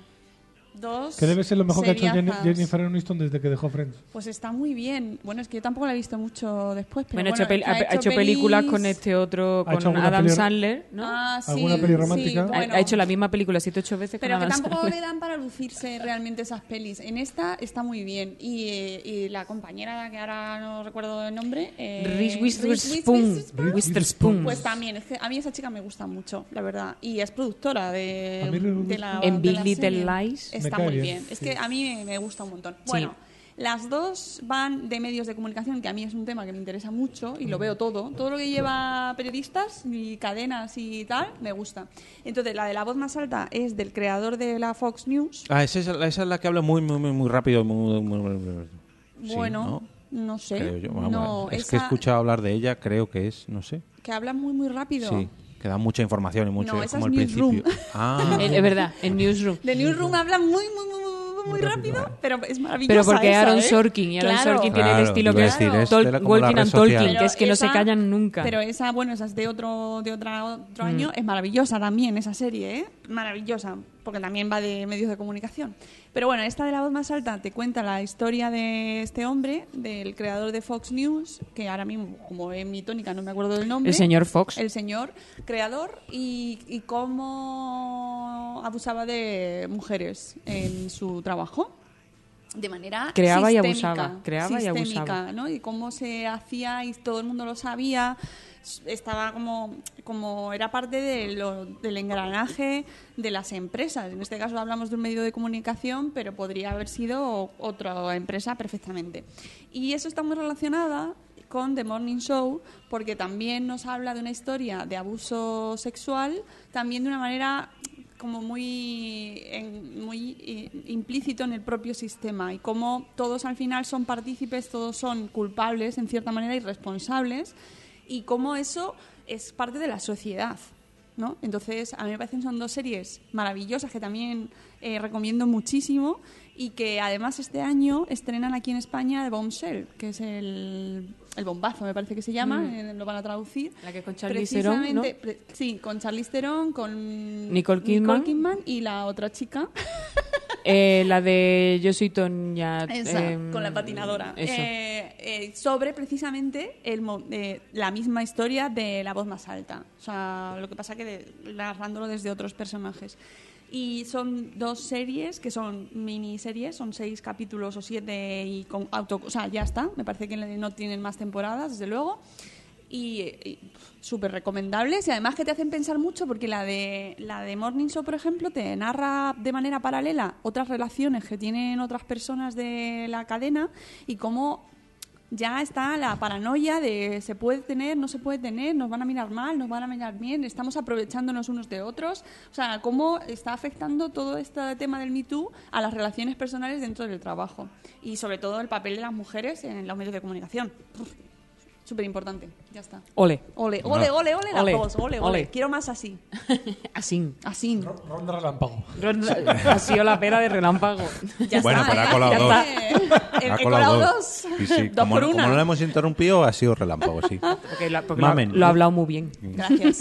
Speaker 3: dos.
Speaker 2: Que debe ser lo mejor que ha hecho Jenni-
Speaker 3: seriazas.
Speaker 2: Jennifer Aniston desde que dejó Friends.
Speaker 3: Pues está muy bien. Bueno, es que yo tampoco la he visto mucho después. Pero
Speaker 4: Bueno, ha hecho,
Speaker 3: es que
Speaker 4: pel- ha- ha hecho películas
Speaker 3: pelis-
Speaker 4: con este otro,
Speaker 2: Ha hecho
Speaker 4: con
Speaker 2: alguna
Speaker 4: Adam
Speaker 2: peli-
Speaker 4: Sandler, ¿no?
Speaker 3: Ah, sí,
Speaker 2: ¿Alguna peli
Speaker 3: sí,
Speaker 2: romántica? Ha-
Speaker 4: Ha-
Speaker 3: bueno.
Speaker 4: ha, hecho la misma película siete ocho veces
Speaker 3: Pero
Speaker 4: con
Speaker 3: que
Speaker 4: Adam
Speaker 3: tampoco le
Speaker 4: Sandler.
Speaker 3: dan para lucirse realmente esas pelis. En esta está muy bien. Y, eh, y la compañera, que ahora no recuerdo el nombre. Eh,
Speaker 4: Reese
Speaker 3: Reese
Speaker 4: Witherspoon.
Speaker 3: Witherspoon,
Speaker 4: Witherspoon.
Speaker 3: Pues también, es que a mí esa chica me gusta mucho, la verdad. Y es productora de,
Speaker 2: A mí Reese
Speaker 3: de la.
Speaker 4: En
Speaker 3: de
Speaker 4: Big
Speaker 3: la
Speaker 4: Little
Speaker 3: serie.
Speaker 4: Lies.
Speaker 2: Me
Speaker 3: Está
Speaker 2: cae
Speaker 3: muy
Speaker 2: bien,
Speaker 3: bien. Es
Speaker 2: sí.
Speaker 3: que a mí me gusta un montón. Bueno, las dos van de medios de comunicación, que a mí es un tema que me interesa mucho y lo veo todo. Todo lo que lleva periodistas y cadenas y tal, me gusta. Entonces, la de la voz más alta es del creador de la Fox News.
Speaker 1: Ah, esa es, la, esa es la que habla muy, muy, muy, muy rápido. Muy, muy- muy- muy- sí,
Speaker 3: Bueno, no, sé.
Speaker 1: Creo yo. Vamos,
Speaker 3: no,
Speaker 1: es que he
Speaker 3: esa
Speaker 1: escuchado hablar de ella, creo que es, no sé.
Speaker 3: Que habla muy, muy rápido.
Speaker 1: Sí, que da mucha información y mucho.
Speaker 3: No,
Speaker 1: es
Speaker 3: esa
Speaker 1: como
Speaker 3: es
Speaker 1: el
Speaker 3: Newsroom.
Speaker 1: principio. Ah,
Speaker 4: El- Es verdad, en Newsroom.
Speaker 3: De Newsroom habla muy, muy, muy, muy, muy, muy rápido, pero es maravillosa.
Speaker 4: Pero porque
Speaker 3: esa,
Speaker 4: Aaron
Speaker 3: ¿eh?
Speaker 4: Sorkin y Aaron
Speaker 3: Claro.
Speaker 4: Sorkin tiene el
Speaker 1: Claro,
Speaker 4: estilo que
Speaker 1: iba a
Speaker 4: es,
Speaker 1: decir, es
Speaker 4: Tol-
Speaker 1: de la- como la
Speaker 4: Walking
Speaker 1: red
Speaker 4: and Talking,
Speaker 1: social.
Speaker 4: que es que no se
Speaker 3: esa-
Speaker 4: callan nunca. Mm.
Speaker 3: Pero esa, bueno, esa es de otro, de otra, otro año, es maravillosa también esa serie, ¿eh? Maravillosa, porque también va de medios de comunicación. Pero bueno, esta de la voz más alta te cuenta la historia de este hombre, del creador de Fox News, que ahora mismo, como en mi tónica no me acuerdo del nombre.
Speaker 4: El señor Fox.
Speaker 3: El señor creador y, y cómo abusaba de mujeres en su trabajo de manera
Speaker 4: Creaba y
Speaker 3: sistémica,
Speaker 4: abusaba, creaba y
Speaker 3: sistémica,
Speaker 4: abusaba.
Speaker 3: ¿no? Y cómo se hacía y todo el mundo lo sabía. S- Estaba como, como era parte de lo- del engranaje de las empresas. En este caso hablamos de un medio de comunicación, pero podría haber sido otra empresa perfectamente. Y eso está muy relacionada con The Morning Show, porque también nos habla de una historia de abuso sexual, también de una manera como muy, en- muy eh, implícito en el propio sistema y cómo todos al final son partícipes, todos son culpables en cierta manera y responsables y cómo eso es parte de la sociedad. ¿no? Entonces, a mí me parecen son dos series maravillosas que también eh, recomiendo muchísimo y que además este año estrenan aquí en España The Bombshell, que es el, el bombazo, me parece que se llama, eh, lo van a traducir.
Speaker 4: Mm. La que es con Charlize Theron,
Speaker 3: Precisamente-
Speaker 4: ¿no?
Speaker 3: pre- sí, con Charlize Theron, con
Speaker 4: Nicole Kidman.
Speaker 3: y la otra chica,
Speaker 4: Eh, la de Yo soy Tonya.
Speaker 3: esa,
Speaker 4: em,
Speaker 3: con la patinadora,
Speaker 4: eso.
Speaker 3: Eh, eh, sobre precisamente el, mo- eh, la misma historia de la voz más alta. O sea, lo que pasa que de- narrándolo desde otros personajes. Y son dos series que son miniseries, son seis capítulos o siete y con auto, o sea, ya está. Me parece que no tienen más temporadas, desde luego. y, y, pf, súper recomendables y además que te hacen pensar mucho porque la de la de Morning Show por ejemplo te narra de manera paralela otras relaciones que tienen otras personas de la cadena y cómo ya está la paranoia de se puede tener, no se puede tener, nos van a mirar mal, nos van a mirar bien, estamos aprovechándonos unos de otros. O sea, cómo está afectando todo este tema del Me Too a las relaciones personales dentro del trabajo. Y sobre todo el papel de las mujeres en los medios de comunicación. Súper importante, ya está.
Speaker 4: Ole.
Speaker 3: Ole, ole, ole, ole, las
Speaker 4: Ole,
Speaker 3: dos, ole, ole,
Speaker 4: ole.
Speaker 3: Quiero más así.
Speaker 4: Así.
Speaker 3: Así.
Speaker 2: Ronda relámpago.
Speaker 4: Ha sido la pera de relámpago.
Speaker 3: Ya
Speaker 1: Bueno,
Speaker 3: está,
Speaker 1: pero ha
Speaker 3: ya-
Speaker 1: colado
Speaker 3: ya
Speaker 1: dos.
Speaker 3: está. He-
Speaker 1: Ha
Speaker 3: he
Speaker 1: colado
Speaker 3: colado
Speaker 1: dos.
Speaker 3: dos.
Speaker 1: Sí, sí,
Speaker 3: Dos
Speaker 1: como,
Speaker 3: por
Speaker 1: no-
Speaker 3: una.
Speaker 1: como no la hemos interrumpido, ha sido relámpago, sí.
Speaker 4: Porque lo, porque lo ha-
Speaker 1: Mamen.
Speaker 4: lo ha hablado muy bien.
Speaker 3: Gracias.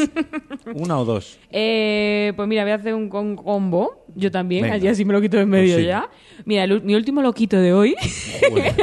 Speaker 1: Una o dos.
Speaker 4: Eh, pues mira, voy a hacer un con- combo. Yo también.
Speaker 1: Venga.
Speaker 4: Allí así me lo quito de en medio
Speaker 1: Pues sí.
Speaker 4: ya. Mira, el u- mi último loquito de hoy.
Speaker 1: Joder.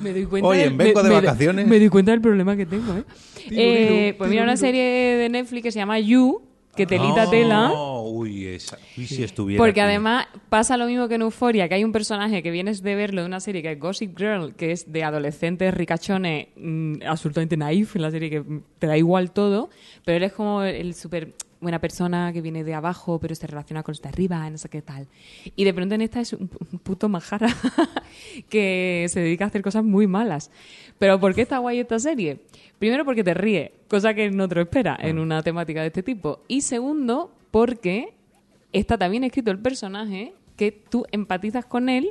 Speaker 4: me doy cuenta.
Speaker 1: Oye,
Speaker 4: del-
Speaker 1: vengo
Speaker 4: me-
Speaker 1: de
Speaker 4: me-
Speaker 1: vacaciones.
Speaker 4: Me doy cuenta del problema que tengo, ¿eh? Eh,
Speaker 2: Tiruriru,
Speaker 4: pues mira, una
Speaker 2: tiruriru.
Speaker 4: serie de Netflix que se llama You, que
Speaker 1: Ah.
Speaker 4: telita tela.
Speaker 1: No, uy, esa. Y si estuviera.
Speaker 4: Porque
Speaker 1: aquí.
Speaker 4: además pasa lo mismo que en Euforia, que hay un personaje que vienes de verlo de una serie que es Gossip Girl, que es de adolescentes ricachones, mm, absolutamente naif, en la serie que mm, te da igual todo, pero él es como el súper buena persona que viene de abajo, pero se relaciona con los de arriba, no sé qué tal. Y de pronto en esta es un pu- un puto majara que se dedica a hacer cosas muy malas. Pero ¿por qué está guay esta serie? Primero porque te ríe, cosa que no te lo espera en una temática de este tipo. Y segundo, porque está también escrito el personaje que tú empatizas con él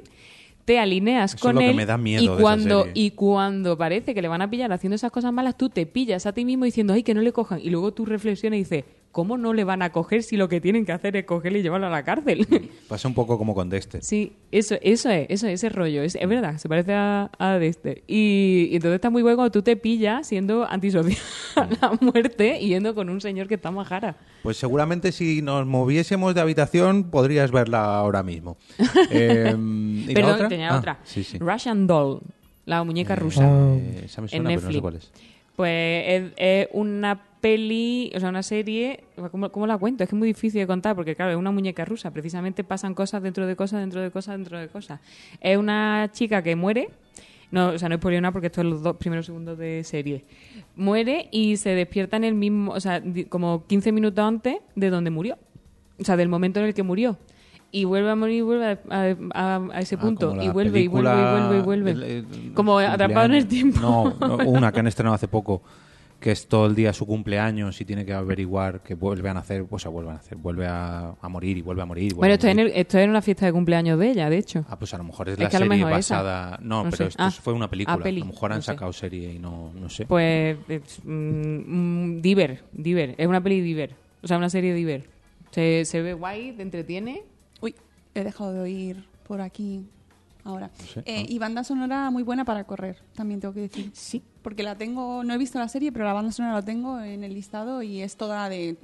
Speaker 4: te alineas
Speaker 1: Eso es
Speaker 4: con
Speaker 1: lo que
Speaker 4: él
Speaker 1: me da miedo de
Speaker 4: y
Speaker 1: esa
Speaker 4: cuando
Speaker 1: serie.
Speaker 4: y cuando parece que le van a pillar haciendo esas cosas malas tú te pillas a ti mismo diciendo ay que no le cojan y luego tú reflexionas y dices cómo no le van a coger si lo que tienen que hacer es cogerle y llevarlo a la cárcel
Speaker 1: Pasa un poco como con Dexter.
Speaker 4: Sí, eso, eso es, eso es, ese rollo. Es, es verdad, se parece a, a este. Y, y entonces está muy bueno cuando tú te pillas siendo antisocial a la muerte y yendo con un señor que está majara.
Speaker 1: Pues seguramente si nos moviésemos de habitación podrías verla ahora mismo. Eh, ¿y la
Speaker 4: Perdón,
Speaker 1: otra?
Speaker 4: tenía
Speaker 1: Ah,
Speaker 4: otra.
Speaker 1: sí, sí.
Speaker 4: Russian Doll, la muñeca rusa.
Speaker 2: Ah.
Speaker 1: Eh, esa me suena,
Speaker 4: en
Speaker 1: pero no
Speaker 4: Netflix.
Speaker 1: sé cuál es.
Speaker 4: Pues es, es una peli, o sea, una serie. ¿cómo, cómo la cuento? Es que es muy difícil de contar porque, claro, es una muñeca rusa. Precisamente pasan cosas dentro de cosas, dentro de cosas, dentro de cosas. Es una chica que muere. No, o sea, no es poliona porque esto es los dos primeros segundos de serie. Muere y se despierta en el mismo, o sea, di- como 15 minutos antes de donde murió. O sea, del momento en el que murió. Y vuelve a morir, vuelve a, a- a ese
Speaker 1: Ah,
Speaker 4: punto.
Speaker 1: como
Speaker 4: Y
Speaker 1: la
Speaker 4: vuelve, y vuelve,
Speaker 1: película
Speaker 4: y vuelve, y vuelve,
Speaker 1: del- el-
Speaker 4: como
Speaker 1: el
Speaker 4: atrapado en el
Speaker 1: cumpleaños.
Speaker 4: tiempo.
Speaker 1: No, no, una que han estrenado hace poco, que es todo el día su cumpleaños y tiene que averiguar que vuelve a nacer, o sea, vuelve a nacer, vuelve a, a morir y vuelve a morir.
Speaker 4: Bueno,
Speaker 1: vuelve
Speaker 4: esto
Speaker 1: a
Speaker 4: es en,
Speaker 1: morir.
Speaker 4: el- esto es en una fiesta de cumpleaños de ella, de hecho.
Speaker 1: Ah, pues a lo mejor es,
Speaker 4: Es
Speaker 1: la
Speaker 4: que a lo
Speaker 1: serie
Speaker 4: mejor esa.
Speaker 1: basada... No,
Speaker 4: No
Speaker 1: pero
Speaker 4: sé.
Speaker 1: esto
Speaker 4: Ah,
Speaker 1: fue una película.
Speaker 4: ah, peli.
Speaker 1: A lo mejor han
Speaker 4: No sé.
Speaker 1: sacado serie y no, no sé.
Speaker 4: Pues. es, mm, mm, diver, Diver. Es una peli Diver. O sea, una serie Diver. Se, se ve guay, te entretiene.
Speaker 3: Uy, he dejado de oír por aquí ahora.
Speaker 1: sé,
Speaker 3: Eh,
Speaker 1: ah.
Speaker 3: Y banda sonora muy buena para correr, también tengo que decir.
Speaker 4: Sí.
Speaker 3: Porque la tengo, no he visto la serie, pero la banda sonora la tengo en el listado y es toda de...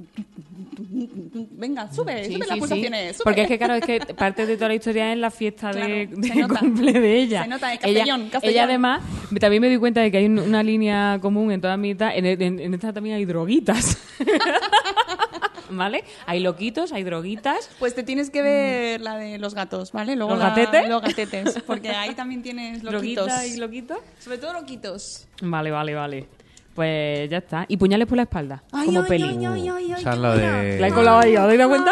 Speaker 3: Venga, sube, sube
Speaker 4: Sí, sí,
Speaker 3: las
Speaker 4: sí.
Speaker 3: pulsaciones, sube.
Speaker 4: Porque es que, claro, es que parte de toda la historia es la fiesta de,
Speaker 3: Claro,
Speaker 4: de
Speaker 3: se nota.
Speaker 4: cumple de ella.
Speaker 3: Se nota, es
Speaker 4: ella,
Speaker 3: Castellón, Castellón.
Speaker 4: ella, además, me- también me di cuenta de que hay un- una línea común en toda mi mitad. En, en- en esta también hay droguitas. ¿Vale? Hay loquitos, hay droguitas.
Speaker 3: Pues te tienes que ver la de los gatos, ¿vale? Luego
Speaker 4: Mm. ¿Los
Speaker 3: la-
Speaker 4: gatetes?
Speaker 3: Los gatetes, porque ahí también tienes loquitos.
Speaker 4: Droguitas y loquitos.
Speaker 3: Sobre todo loquitos.
Speaker 4: Vale, vale, vale. Pues ya está. Y puñales por la espalda.
Speaker 3: Ay,
Speaker 4: como
Speaker 3: ay,
Speaker 4: peli.
Speaker 3: ay, ay, ay, ay,
Speaker 1: Esa
Speaker 3: qué
Speaker 1: es la
Speaker 3: buena.
Speaker 1: de-
Speaker 4: La he colado ahí, ¿os dais cuenta?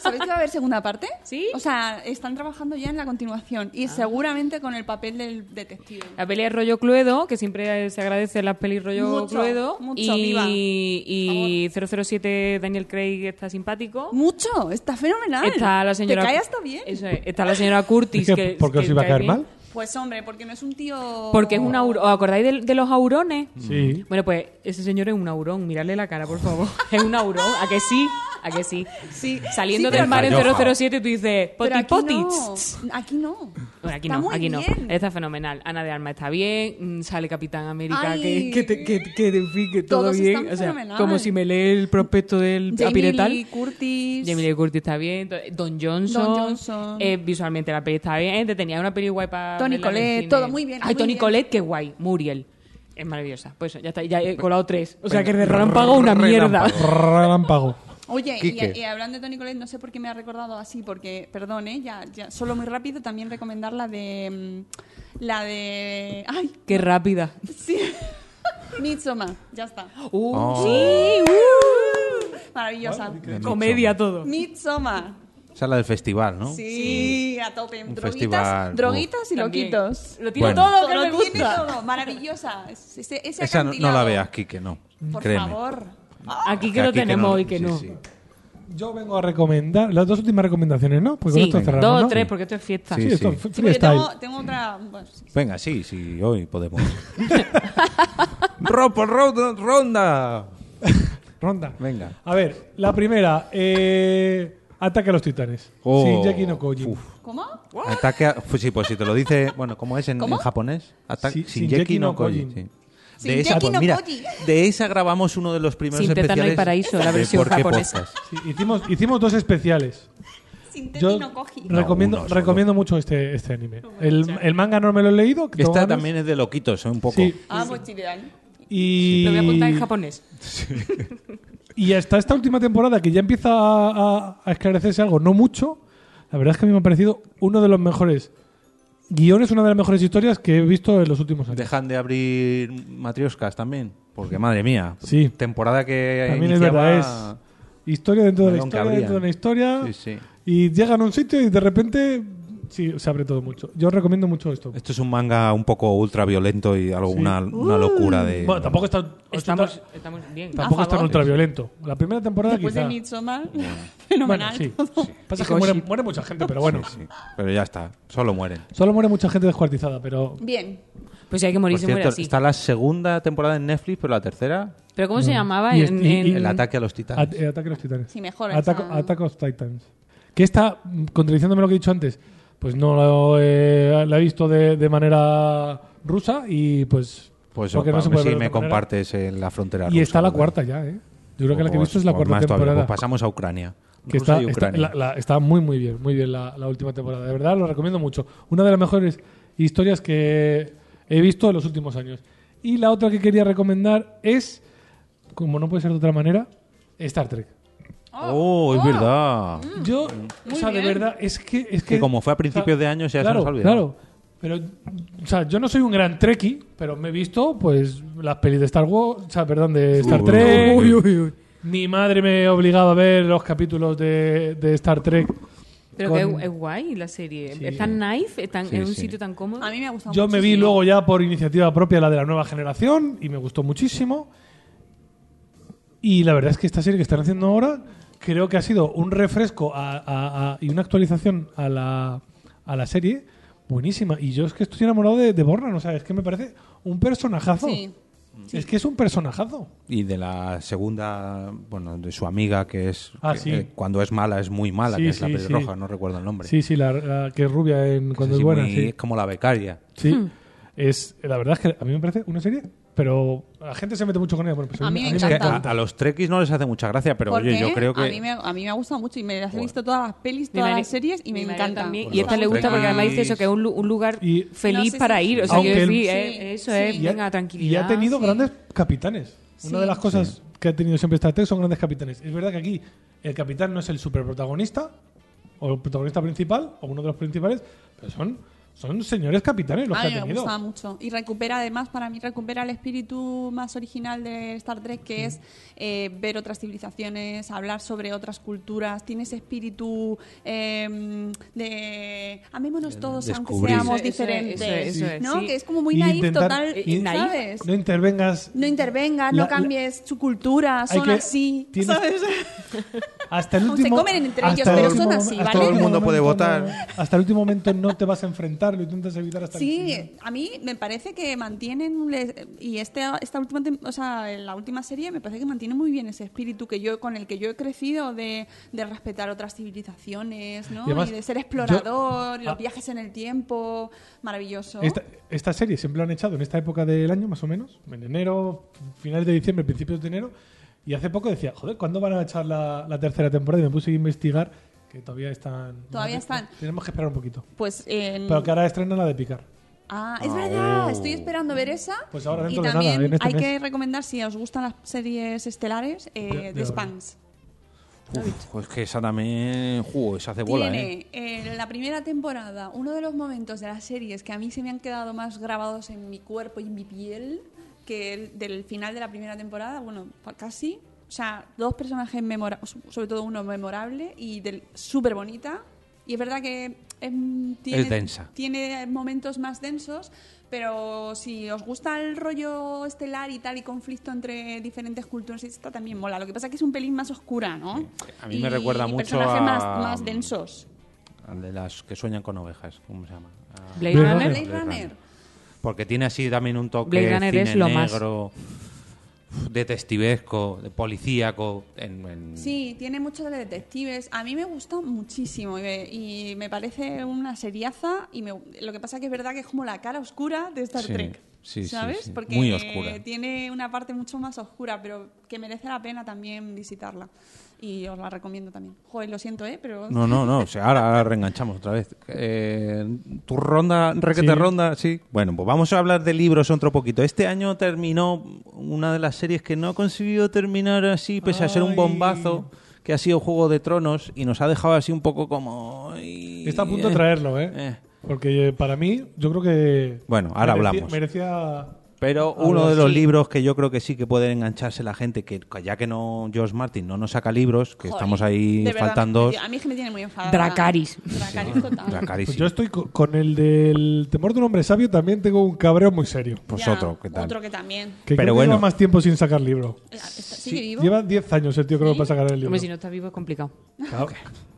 Speaker 3: ¿Sabéis Ah. que va a haber segunda parte?
Speaker 4: Sí. Ah.
Speaker 3: O sea, están trabajando ya en la continuación y seguramente con el papel del detective.
Speaker 4: La peli es rollo Cluedo, que siempre eh, se agradece las pelis rollo
Speaker 3: Mucho,
Speaker 4: Cluedo.
Speaker 3: mucho, viva.
Speaker 4: y, y 007 Daniel Craig está simpático.
Speaker 3: Mucho, está fenomenal.
Speaker 4: Está la señora.
Speaker 3: Te cae hasta bien.
Speaker 4: Eso es, Está la señora Curtis.
Speaker 2: Es que,
Speaker 4: que,
Speaker 2: ¿Por qué
Speaker 4: que
Speaker 2: os iba a
Speaker 4: cae
Speaker 2: caer
Speaker 4: bien.
Speaker 2: mal?
Speaker 3: Pues hombre, porque no es un tío.
Speaker 4: Porque es un aurón. ¿Os acordáis del- de, los aurones?
Speaker 2: Sí.
Speaker 4: Bueno, pues ese señor es un aurón. Miradle la cara, por favor. es un aurón. ¿A que sí? ¿A que sí?
Speaker 3: Sí.
Speaker 4: Saliendo
Speaker 3: Sí, pero-
Speaker 4: del mar en
Speaker 1: Gallofa.
Speaker 4: 007 tú dices,
Speaker 3: Pero
Speaker 4: poti
Speaker 3: aquí
Speaker 4: poti.
Speaker 3: no,
Speaker 4: tss, tss".
Speaker 3: Aquí no.
Speaker 4: Bueno, Pues aquí
Speaker 3: Está
Speaker 4: no,
Speaker 3: muy
Speaker 4: aquí no.
Speaker 3: bien.
Speaker 4: Está fenomenal. Ana de Armas está bien, mm, sale Capitán América,
Speaker 3: Ay.
Speaker 4: que, que, te- que, que, en fin, que todo
Speaker 3: Todos
Speaker 4: bien.
Speaker 3: están
Speaker 4: o sea,
Speaker 3: fenomenal.
Speaker 4: como si me lee el prospecto del
Speaker 3: Jamie
Speaker 4: apiretal.
Speaker 3: Lee Curtis.
Speaker 4: Jamie Lee Curtis está bien, to- Don Johnson,
Speaker 3: Don Johnson.
Speaker 4: eh, visualmente la peli está bien, te tenía una peli guay para
Speaker 3: Toni
Speaker 4: verla en el
Speaker 3: Collette,
Speaker 4: cine.
Speaker 3: todo muy bien,
Speaker 4: Ay,
Speaker 3: muy
Speaker 4: Toni
Speaker 3: bien.
Speaker 4: Colette, qué guay, Muriel, es maravillosa. Pues ya está, ya he colado tres, o sea que de relámpago una mierda.
Speaker 2: Relámpago.
Speaker 3: Oye, y,
Speaker 1: Quique.
Speaker 3: y hablando de Toni Collette, no sé por qué me ha recordado así, porque, perdón, ¿eh? ya, ya, solo muy rápido, también recomendar la de. mm, La de. ¡Ay!
Speaker 4: Qué rápida.
Speaker 3: Sí. Midsommar, ya está.
Speaker 4: Uh,
Speaker 1: Oh.
Speaker 4: Sí, uh.
Speaker 3: Maravillosa.
Speaker 4: comedia todo.
Speaker 3: Midsommar.
Speaker 1: Esa es la del festival, ¿no?
Speaker 3: Sí, a tope.
Speaker 1: Un
Speaker 3: droguitas,
Speaker 1: festival,
Speaker 3: droguitas y
Speaker 4: También.
Speaker 3: loquitos.
Speaker 4: Lo tiene
Speaker 1: Bueno.
Speaker 4: todo, que
Speaker 3: Lo
Speaker 4: me
Speaker 3: tiene
Speaker 4: gusta.
Speaker 3: todo, maravillosa. Ese, ese- ese
Speaker 1: Esa no, no la
Speaker 3: acantilado.
Speaker 1: veas, Quique, no.
Speaker 3: Por
Speaker 1: Créeme.
Speaker 3: favor.
Speaker 4: Aquí que lo
Speaker 1: aquí
Speaker 4: tenemos y que
Speaker 1: sí,
Speaker 4: no.
Speaker 1: sí.
Speaker 2: Yo vengo a recomendar las dos últimas recomendaciones, ¿no? Pues con
Speaker 4: Sí,
Speaker 2: esto cerramos,
Speaker 4: dos o
Speaker 2: ¿no?
Speaker 4: tres, porque esto es fiesta.
Speaker 2: Sí,
Speaker 1: Sí,
Speaker 2: esto
Speaker 1: sí.
Speaker 3: Sí,
Speaker 2: es
Speaker 3: porque
Speaker 2: freestyle.
Speaker 3: tengo, tengo otra. bueno, sí.
Speaker 1: Venga, sí, sí, hoy podemos. ¡Ropo, ronda! ronda.
Speaker 2: Ronda.
Speaker 1: Venga.
Speaker 2: A ver, la primera. Eh, ataque a los titanes.
Speaker 1: Oh,
Speaker 2: Sí, Jackie no Koji.
Speaker 1: uf.
Speaker 3: ¿Cómo?
Speaker 1: Ataque a- pues sí, pues si te lo dice, bueno, ¿cómo es en,
Speaker 3: ¿Cómo?
Speaker 1: en japonés? Ata-
Speaker 2: Si-
Speaker 1: Shinjeki no Koji. sí. pues
Speaker 3: Shinjeki no
Speaker 1: mira,
Speaker 3: Koji.
Speaker 1: de esa grabamos uno de los primeros
Speaker 4: Sin teta no hay
Speaker 1: especiales.
Speaker 4: paraíso, la
Speaker 1: de
Speaker 4: versión
Speaker 1: Por qué
Speaker 4: japonesa.
Speaker 1: Podcast.
Speaker 2: Sí, hicimos, hicimos dos especiales.
Speaker 3: Sintético
Speaker 2: Yo
Speaker 3: no coji.
Speaker 2: recomiendo,
Speaker 1: No, uno solo.
Speaker 2: recomiendo mucho este, este anime. El, el manga no me lo he leído. que tengo
Speaker 1: Esta
Speaker 2: ganas.
Speaker 1: también es de loquitos, ¿eh? un poco.
Speaker 2: Sí.
Speaker 3: Ah, pues chilean.
Speaker 2: Y,
Speaker 4: Lo voy a apuntar en japonés.
Speaker 2: Y hasta esta última temporada, que ya empieza a, a- a esclarecerse algo, no mucho, la verdad es que a mí me ha parecido uno de los mejores guiones, una de las mejores historias que he visto en los últimos años.
Speaker 1: Dejan de abrir matrioscas también, porque madre mía.
Speaker 2: Sí.
Speaker 1: Temporada que
Speaker 2: También es
Speaker 1: iniciaba-
Speaker 2: verdad, es historia dentro de la
Speaker 1: Melón que
Speaker 2: historia,
Speaker 1: abrían.
Speaker 2: dentro de la historia.
Speaker 1: Sí, sí.
Speaker 2: Y llegan a un sitio y de repente sí, se abre todo mucho. Yo os recomiendo mucho esto.
Speaker 1: Esto es un manga un poco ultraviolento y algo, una, una locura de...
Speaker 2: Bueno, tampoco está,
Speaker 4: Estamos,
Speaker 2: está-
Speaker 4: estamos bien.
Speaker 2: tampoco
Speaker 3: A
Speaker 2: es tan
Speaker 3: favor.
Speaker 2: ultraviolento. La primera temporada
Speaker 3: Después
Speaker 2: Ah, quizá.
Speaker 3: de Midsommar,
Speaker 2: bueno,
Speaker 3: fenomenal.
Speaker 2: sí.
Speaker 3: todo.
Speaker 2: Pasa que muere, muere mucha gente, pero bueno.
Speaker 1: Sí, pero ya está, solo mueren.
Speaker 2: Solo muere mucha gente descuartizada, pero
Speaker 3: Bien.
Speaker 4: Pues si hay que
Speaker 1: Por
Speaker 4: morir, se muere
Speaker 1: cierto,
Speaker 4: así.
Speaker 1: está la segunda temporada en Netflix, pero la tercera,
Speaker 4: ¿Pero cómo se llamaba?
Speaker 2: Y
Speaker 4: en,
Speaker 2: este- y-
Speaker 4: en-
Speaker 1: el ataque a los titanes.
Speaker 2: At- eh, Ataque a los Titanes.
Speaker 3: Sí, mejor
Speaker 2: Ataco-
Speaker 3: esa-
Speaker 2: Attack of Titans. Que está mm, contradiciéndome lo que he dicho antes. Pues no lo, eh, la he visto de, de manera rusa y pues.
Speaker 1: Pues
Speaker 2: porque
Speaker 1: opa,
Speaker 2: no se
Speaker 1: a ver
Speaker 2: puede ver
Speaker 1: si
Speaker 2: de
Speaker 1: me
Speaker 2: otra manera.
Speaker 1: compartes en la frontera.
Speaker 2: Y
Speaker 1: rusa,
Speaker 2: está la
Speaker 1: hombre.
Speaker 2: cuarta ya, ¿eh? Yo creo que la que he
Speaker 1: Pues-
Speaker 2: visto es la
Speaker 1: pues
Speaker 2: cuarta
Speaker 1: más todavía,
Speaker 2: temporada.
Speaker 1: pues pasamos a Ucrania.
Speaker 2: que
Speaker 1: Rusia
Speaker 2: está,
Speaker 1: y
Speaker 2: está-
Speaker 1: Ucrania.
Speaker 2: la- la- está muy, muy bien, muy bien la, la última temporada. De verdad, lo recomiendo mucho. Una de las mejores historias que he visto en los últimos años. Y la otra que quería recomendar es, como no puede ser de otra manera, Star Trek.
Speaker 1: Oh, es verdad.
Speaker 2: Yo, o sea, de verdad, es que, es que.
Speaker 1: Que como fue a
Speaker 2: o sea,
Speaker 1: principios de año, ya se
Speaker 2: claro,
Speaker 1: nos ha olvidado.
Speaker 2: Claro, pero, o sea, yo no soy un gran trekkie, pero me he visto, pues, las pelis de Star Wars, o sea, perdón, de Star
Speaker 1: Uy,
Speaker 2: Trek.
Speaker 1: uy,
Speaker 2: Mi madre me obligaba a ver los capítulos de, de Star Trek.
Speaker 4: Pero
Speaker 2: con-
Speaker 4: que es, es guay la serie. Es tan nice, es, tan,
Speaker 1: Sí,
Speaker 4: es un
Speaker 1: sí.
Speaker 4: sitio tan cómodo.
Speaker 3: A mí me ha gustado
Speaker 2: Yo me vi
Speaker 3: muchísimo.
Speaker 2: luego ya por iniciativa propia la de la nueva generación y me gustó muchísimo. Y la verdad es que esta serie que están haciendo ahora creo que ha sido un refresco a- a- a- y una actualización a la, a la serie buenísima. Y yo es que estoy enamorado de, de Borland, o sea, es que me parece un personajazo.
Speaker 3: Sí.
Speaker 2: Es que es un personajazo.
Speaker 1: Y de la segunda, bueno, de su amiga, que es.
Speaker 2: Ah,
Speaker 1: que,
Speaker 2: sí.
Speaker 1: eh, cuando es mala, es muy mala,
Speaker 2: Sí,
Speaker 1: que es la
Speaker 2: sí,
Speaker 1: pelirroja,
Speaker 2: sí.
Speaker 1: no recuerdo el nombre.
Speaker 2: Sí, sí, la, la que es rubia en,
Speaker 1: Que es
Speaker 2: cuando es
Speaker 1: así
Speaker 2: buena.
Speaker 1: muy-
Speaker 2: sí.
Speaker 1: Es como la becaria.
Speaker 2: Sí.
Speaker 3: Hmm.
Speaker 2: Es, la verdad es que a mí me parece una serie, pero la gente se mete mucho con ella. Bueno, pues
Speaker 3: A mí me
Speaker 1: Que
Speaker 3: encanta.
Speaker 1: a, a los trekkies no les hace mucha gracia, pero
Speaker 3: ¿Por
Speaker 1: oye,
Speaker 3: qué?
Speaker 1: yo creo que.
Speaker 3: a, mí me, a mí me ha gustado mucho y me las he
Speaker 1: Bueno.
Speaker 3: visto todas las pelis,
Speaker 4: Mi
Speaker 3: todas
Speaker 4: mari-
Speaker 3: las series y me
Speaker 4: mi marido
Speaker 3: encanta.
Speaker 4: también.
Speaker 1: Bueno,
Speaker 4: Y esta le
Speaker 1: los
Speaker 4: gusta porque además
Speaker 1: trekkies.
Speaker 4: dice eso, que es un, lu- un lugar
Speaker 2: Y-
Speaker 4: feliz
Speaker 3: No, sí, sí,
Speaker 4: para
Speaker 3: sí.
Speaker 4: ir. O sea,
Speaker 2: Aunque
Speaker 4: quiero
Speaker 2: el-
Speaker 4: decir,
Speaker 3: Sí,
Speaker 4: eh, eso es,
Speaker 3: sí.
Speaker 2: Y ha-
Speaker 4: venga, tranquilidad.
Speaker 2: Y ha tenido
Speaker 3: sí.
Speaker 2: grandes capitanes. Una
Speaker 3: Sí.
Speaker 2: de las cosas que ha tenido siempre esta tele son grandes capitanes. Es verdad que aquí el capitán no es el superprotagonista o el protagonista principal o uno de los principales, pero son, son señores capitanes los
Speaker 3: A
Speaker 2: que
Speaker 3: mí
Speaker 2: ha
Speaker 3: me
Speaker 2: tenido.
Speaker 3: gustaba mucho. Y recupera, además, para mí, recupera el espíritu más original de Star Trek, que es eh, ver otras civilizaciones, hablar sobre otras culturas. Tiene ese espíritu eh, de. Amémonos todos,
Speaker 1: descubrir.
Speaker 3: aunque seamos
Speaker 4: Eso es, eso es,
Speaker 3: diferentes.
Speaker 4: eso es,
Speaker 3: ¿no?
Speaker 4: sí.
Speaker 3: Que es como muy
Speaker 2: Y
Speaker 3: naif,
Speaker 2: intentar-
Speaker 3: total. eh,
Speaker 4: y- y naif.
Speaker 3: ¿Sabes?
Speaker 2: No intervengas.
Speaker 3: No intervengas,
Speaker 2: La-
Speaker 3: no cambies su cultura,
Speaker 2: Hay
Speaker 3: son
Speaker 2: que-
Speaker 3: así.
Speaker 2: tienes-
Speaker 3: ¿sabes?
Speaker 2: Hasta el
Speaker 3: Aún se
Speaker 2: último.
Speaker 3: comen entre
Speaker 2: hasta
Speaker 3: ellos,
Speaker 2: el
Speaker 3: pero
Speaker 2: último
Speaker 3: son
Speaker 2: momen-
Speaker 3: así,
Speaker 2: hasta
Speaker 3: ¿vale?
Speaker 2: el
Speaker 3: Todo el
Speaker 2: último
Speaker 1: mundo puede
Speaker 2: momento
Speaker 1: votar.
Speaker 2: no- hasta el último momento no te vas a enfrentar, lo intentas evitar hasta el final.
Speaker 3: Sí, a mí me parece que mantienen un le- y este, esta última, tem- o sea, la última serie me parece que mantiene muy bien ese espíritu que yo con el que yo he crecido de, de respetar otras civilizaciones, ¿no?
Speaker 2: Y
Speaker 3: Y,
Speaker 2: además,
Speaker 3: de ser explorador,
Speaker 2: yo-
Speaker 3: los
Speaker 2: ah.
Speaker 3: viajes en el tiempo, maravilloso.
Speaker 2: Esta, esta serie siempre la han echado en esta época del año, más o menos, en enero, finales de diciembre, principios de enero. Y hace poco decía, joder, ¿cuándo van a echar la, la tercera temporada? Y me puse a investigar que todavía están.
Speaker 3: Todavía
Speaker 2: no,
Speaker 3: están.
Speaker 2: Tenemos que esperar un poquito.
Speaker 3: Pues en-
Speaker 2: Pero que ahora estrenan la de Picar.
Speaker 3: Ah, es verdad, estoy esperando ver esa.
Speaker 2: Pues ahora
Speaker 3: y
Speaker 2: dentro de
Speaker 3: también
Speaker 2: nada, en este
Speaker 3: hay
Speaker 2: mes.
Speaker 3: que recomendar si os gustan las series estelares eh,
Speaker 2: Ya- ya
Speaker 3: The
Speaker 2: lo
Speaker 3: Spans.
Speaker 1: Uf, es que esa también. Juego, esa hace bola, ¿eh?
Speaker 3: Tiene eh, la primera temporada uno de los momentos de las series que a mí se me han quedado más grabados en mi cuerpo y en mi piel que el del final de la primera temporada, bueno, pa- casi. O sea, dos personajes memorables, sobre todo uno memorable y del- súper bonita. Y es verdad que em, tiene,
Speaker 1: Es densa.
Speaker 3: tiene momentos más densos, pero si os gusta el rollo estelar y tal y conflicto entre diferentes culturas, esta también mola. Lo que pasa es que es un pelín más oscura, ¿no?
Speaker 1: A mí me
Speaker 3: Y
Speaker 1: recuerda mucho
Speaker 3: personajes
Speaker 1: a-
Speaker 3: más, más densos.
Speaker 1: Al de las que sueñan con ovejas, ¿cómo se llama? Ah,
Speaker 4: Blade
Speaker 2: Blade
Speaker 4: Runner.
Speaker 3: Blade Runner.
Speaker 1: Porque tiene así también un toque
Speaker 4: Blade Runner
Speaker 1: cine
Speaker 4: es lo más.
Speaker 1: negro, detestivesco, de policíaco. En, en-
Speaker 3: Sí, tiene mucho de detectives. A mí me gusta muchísimo y me, y me parece una seriaza. Y me- lo que pasa que es verdad que es como la cara oscura de Star
Speaker 1: Sí,
Speaker 3: Trek.
Speaker 1: sí, sí,
Speaker 3: ¿Sabes?
Speaker 1: sí.
Speaker 3: Porque
Speaker 1: Muy
Speaker 3: eh,
Speaker 1: oscura.
Speaker 3: tiene una parte mucho más oscura, pero que merece la pena también visitarla. Y os la recomiendo también. Joder, lo siento, ¿eh? Pero
Speaker 1: No, no, no. o sea, ahora, ahora reenganchamos otra vez. Eh, tu ronda, requete
Speaker 2: Sí.
Speaker 1: ronda, sí. Bueno, pues vamos a hablar de libros otro poquito. Este año terminó una de las series que no ha conseguido terminar así, pese a ser un
Speaker 2: Ay.
Speaker 1: bombazo, que ha sido Juego de Tronos y nos ha dejado así un poco como. ay,
Speaker 2: Está a punto de
Speaker 1: eh,
Speaker 2: traerlo, ¿eh?
Speaker 1: eh.
Speaker 2: Porque eh, para mí, yo creo que.
Speaker 1: Bueno, ahora
Speaker 2: merecía-
Speaker 1: hablamos.
Speaker 2: Merecía.
Speaker 1: Pero
Speaker 2: Ahora
Speaker 1: uno de los
Speaker 2: sí.
Speaker 1: libros que yo creo que sí que puede engancharse la gente, que ya que no George Martin no nos saca libros, que
Speaker 3: joder,
Speaker 1: estamos ahí,
Speaker 3: de verdad,
Speaker 1: faltan
Speaker 3: me-
Speaker 1: dos.
Speaker 3: A mí es que me tiene muy enfadada.
Speaker 4: Dracarys.
Speaker 3: Dracarys total.
Speaker 1: La
Speaker 2: Pues
Speaker 1: carísima.
Speaker 2: yo estoy co- con el del temor de un hombre sabio, también tengo un cabreo muy serio.
Speaker 1: Pues
Speaker 3: Ya,
Speaker 1: otro, ¿qué tal?
Speaker 3: Otro que también.
Speaker 2: Que
Speaker 1: Pero
Speaker 2: creo que
Speaker 1: bueno.
Speaker 2: lleva más tiempo sin sacar libro.
Speaker 3: Eh, está- ¿Sigue vivo?
Speaker 2: Lleva 10 años el tío creo que
Speaker 3: ¿Sí?
Speaker 2: para sacar el libro.
Speaker 4: Hombre, si no está vivo es complicado.
Speaker 2: Cab-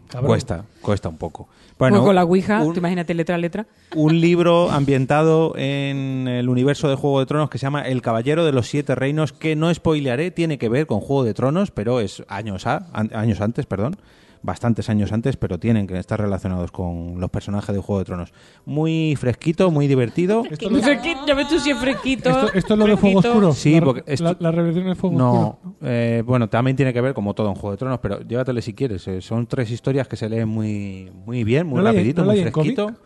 Speaker 2: cabrón.
Speaker 1: Cuesta, cuesta un poco.
Speaker 4: Bueno,
Speaker 1: Bueno,
Speaker 4: con la Ouija,
Speaker 1: un-
Speaker 4: tú imagínate letra a letra.
Speaker 1: un libro ambientado en el universo de Juego de Tronos que se llama El Caballero de los Siete Reinos, que no spoilearé, tiene que ver con Juego de Tronos, pero es años, a- an- años antes, perdón, bastantes años antes, pero tienen que estar relacionados con los personajes de Juego de Tronos. Muy fresquito, muy divertido.
Speaker 2: Esto lo-
Speaker 4: Fresquito, ya ves tú si es fresquito.
Speaker 2: Esto, esto es lo de Fuego
Speaker 4: fresquito.
Speaker 2: Oscuro.
Speaker 1: Sí,
Speaker 2: La-
Speaker 1: porque esto-
Speaker 2: La, la revelación del Fuego
Speaker 1: No,
Speaker 2: Oscuro.
Speaker 1: eh, bueno, también tiene que ver como todo en Juego de Tronos, pero llévatele si quieres. eh, son tres historias que se leen muy, muy bien, muy
Speaker 2: ¿No la hay-
Speaker 1: rapidito,
Speaker 2: no la
Speaker 1: muy
Speaker 2: hay en
Speaker 1: fresquito.
Speaker 2: cómic?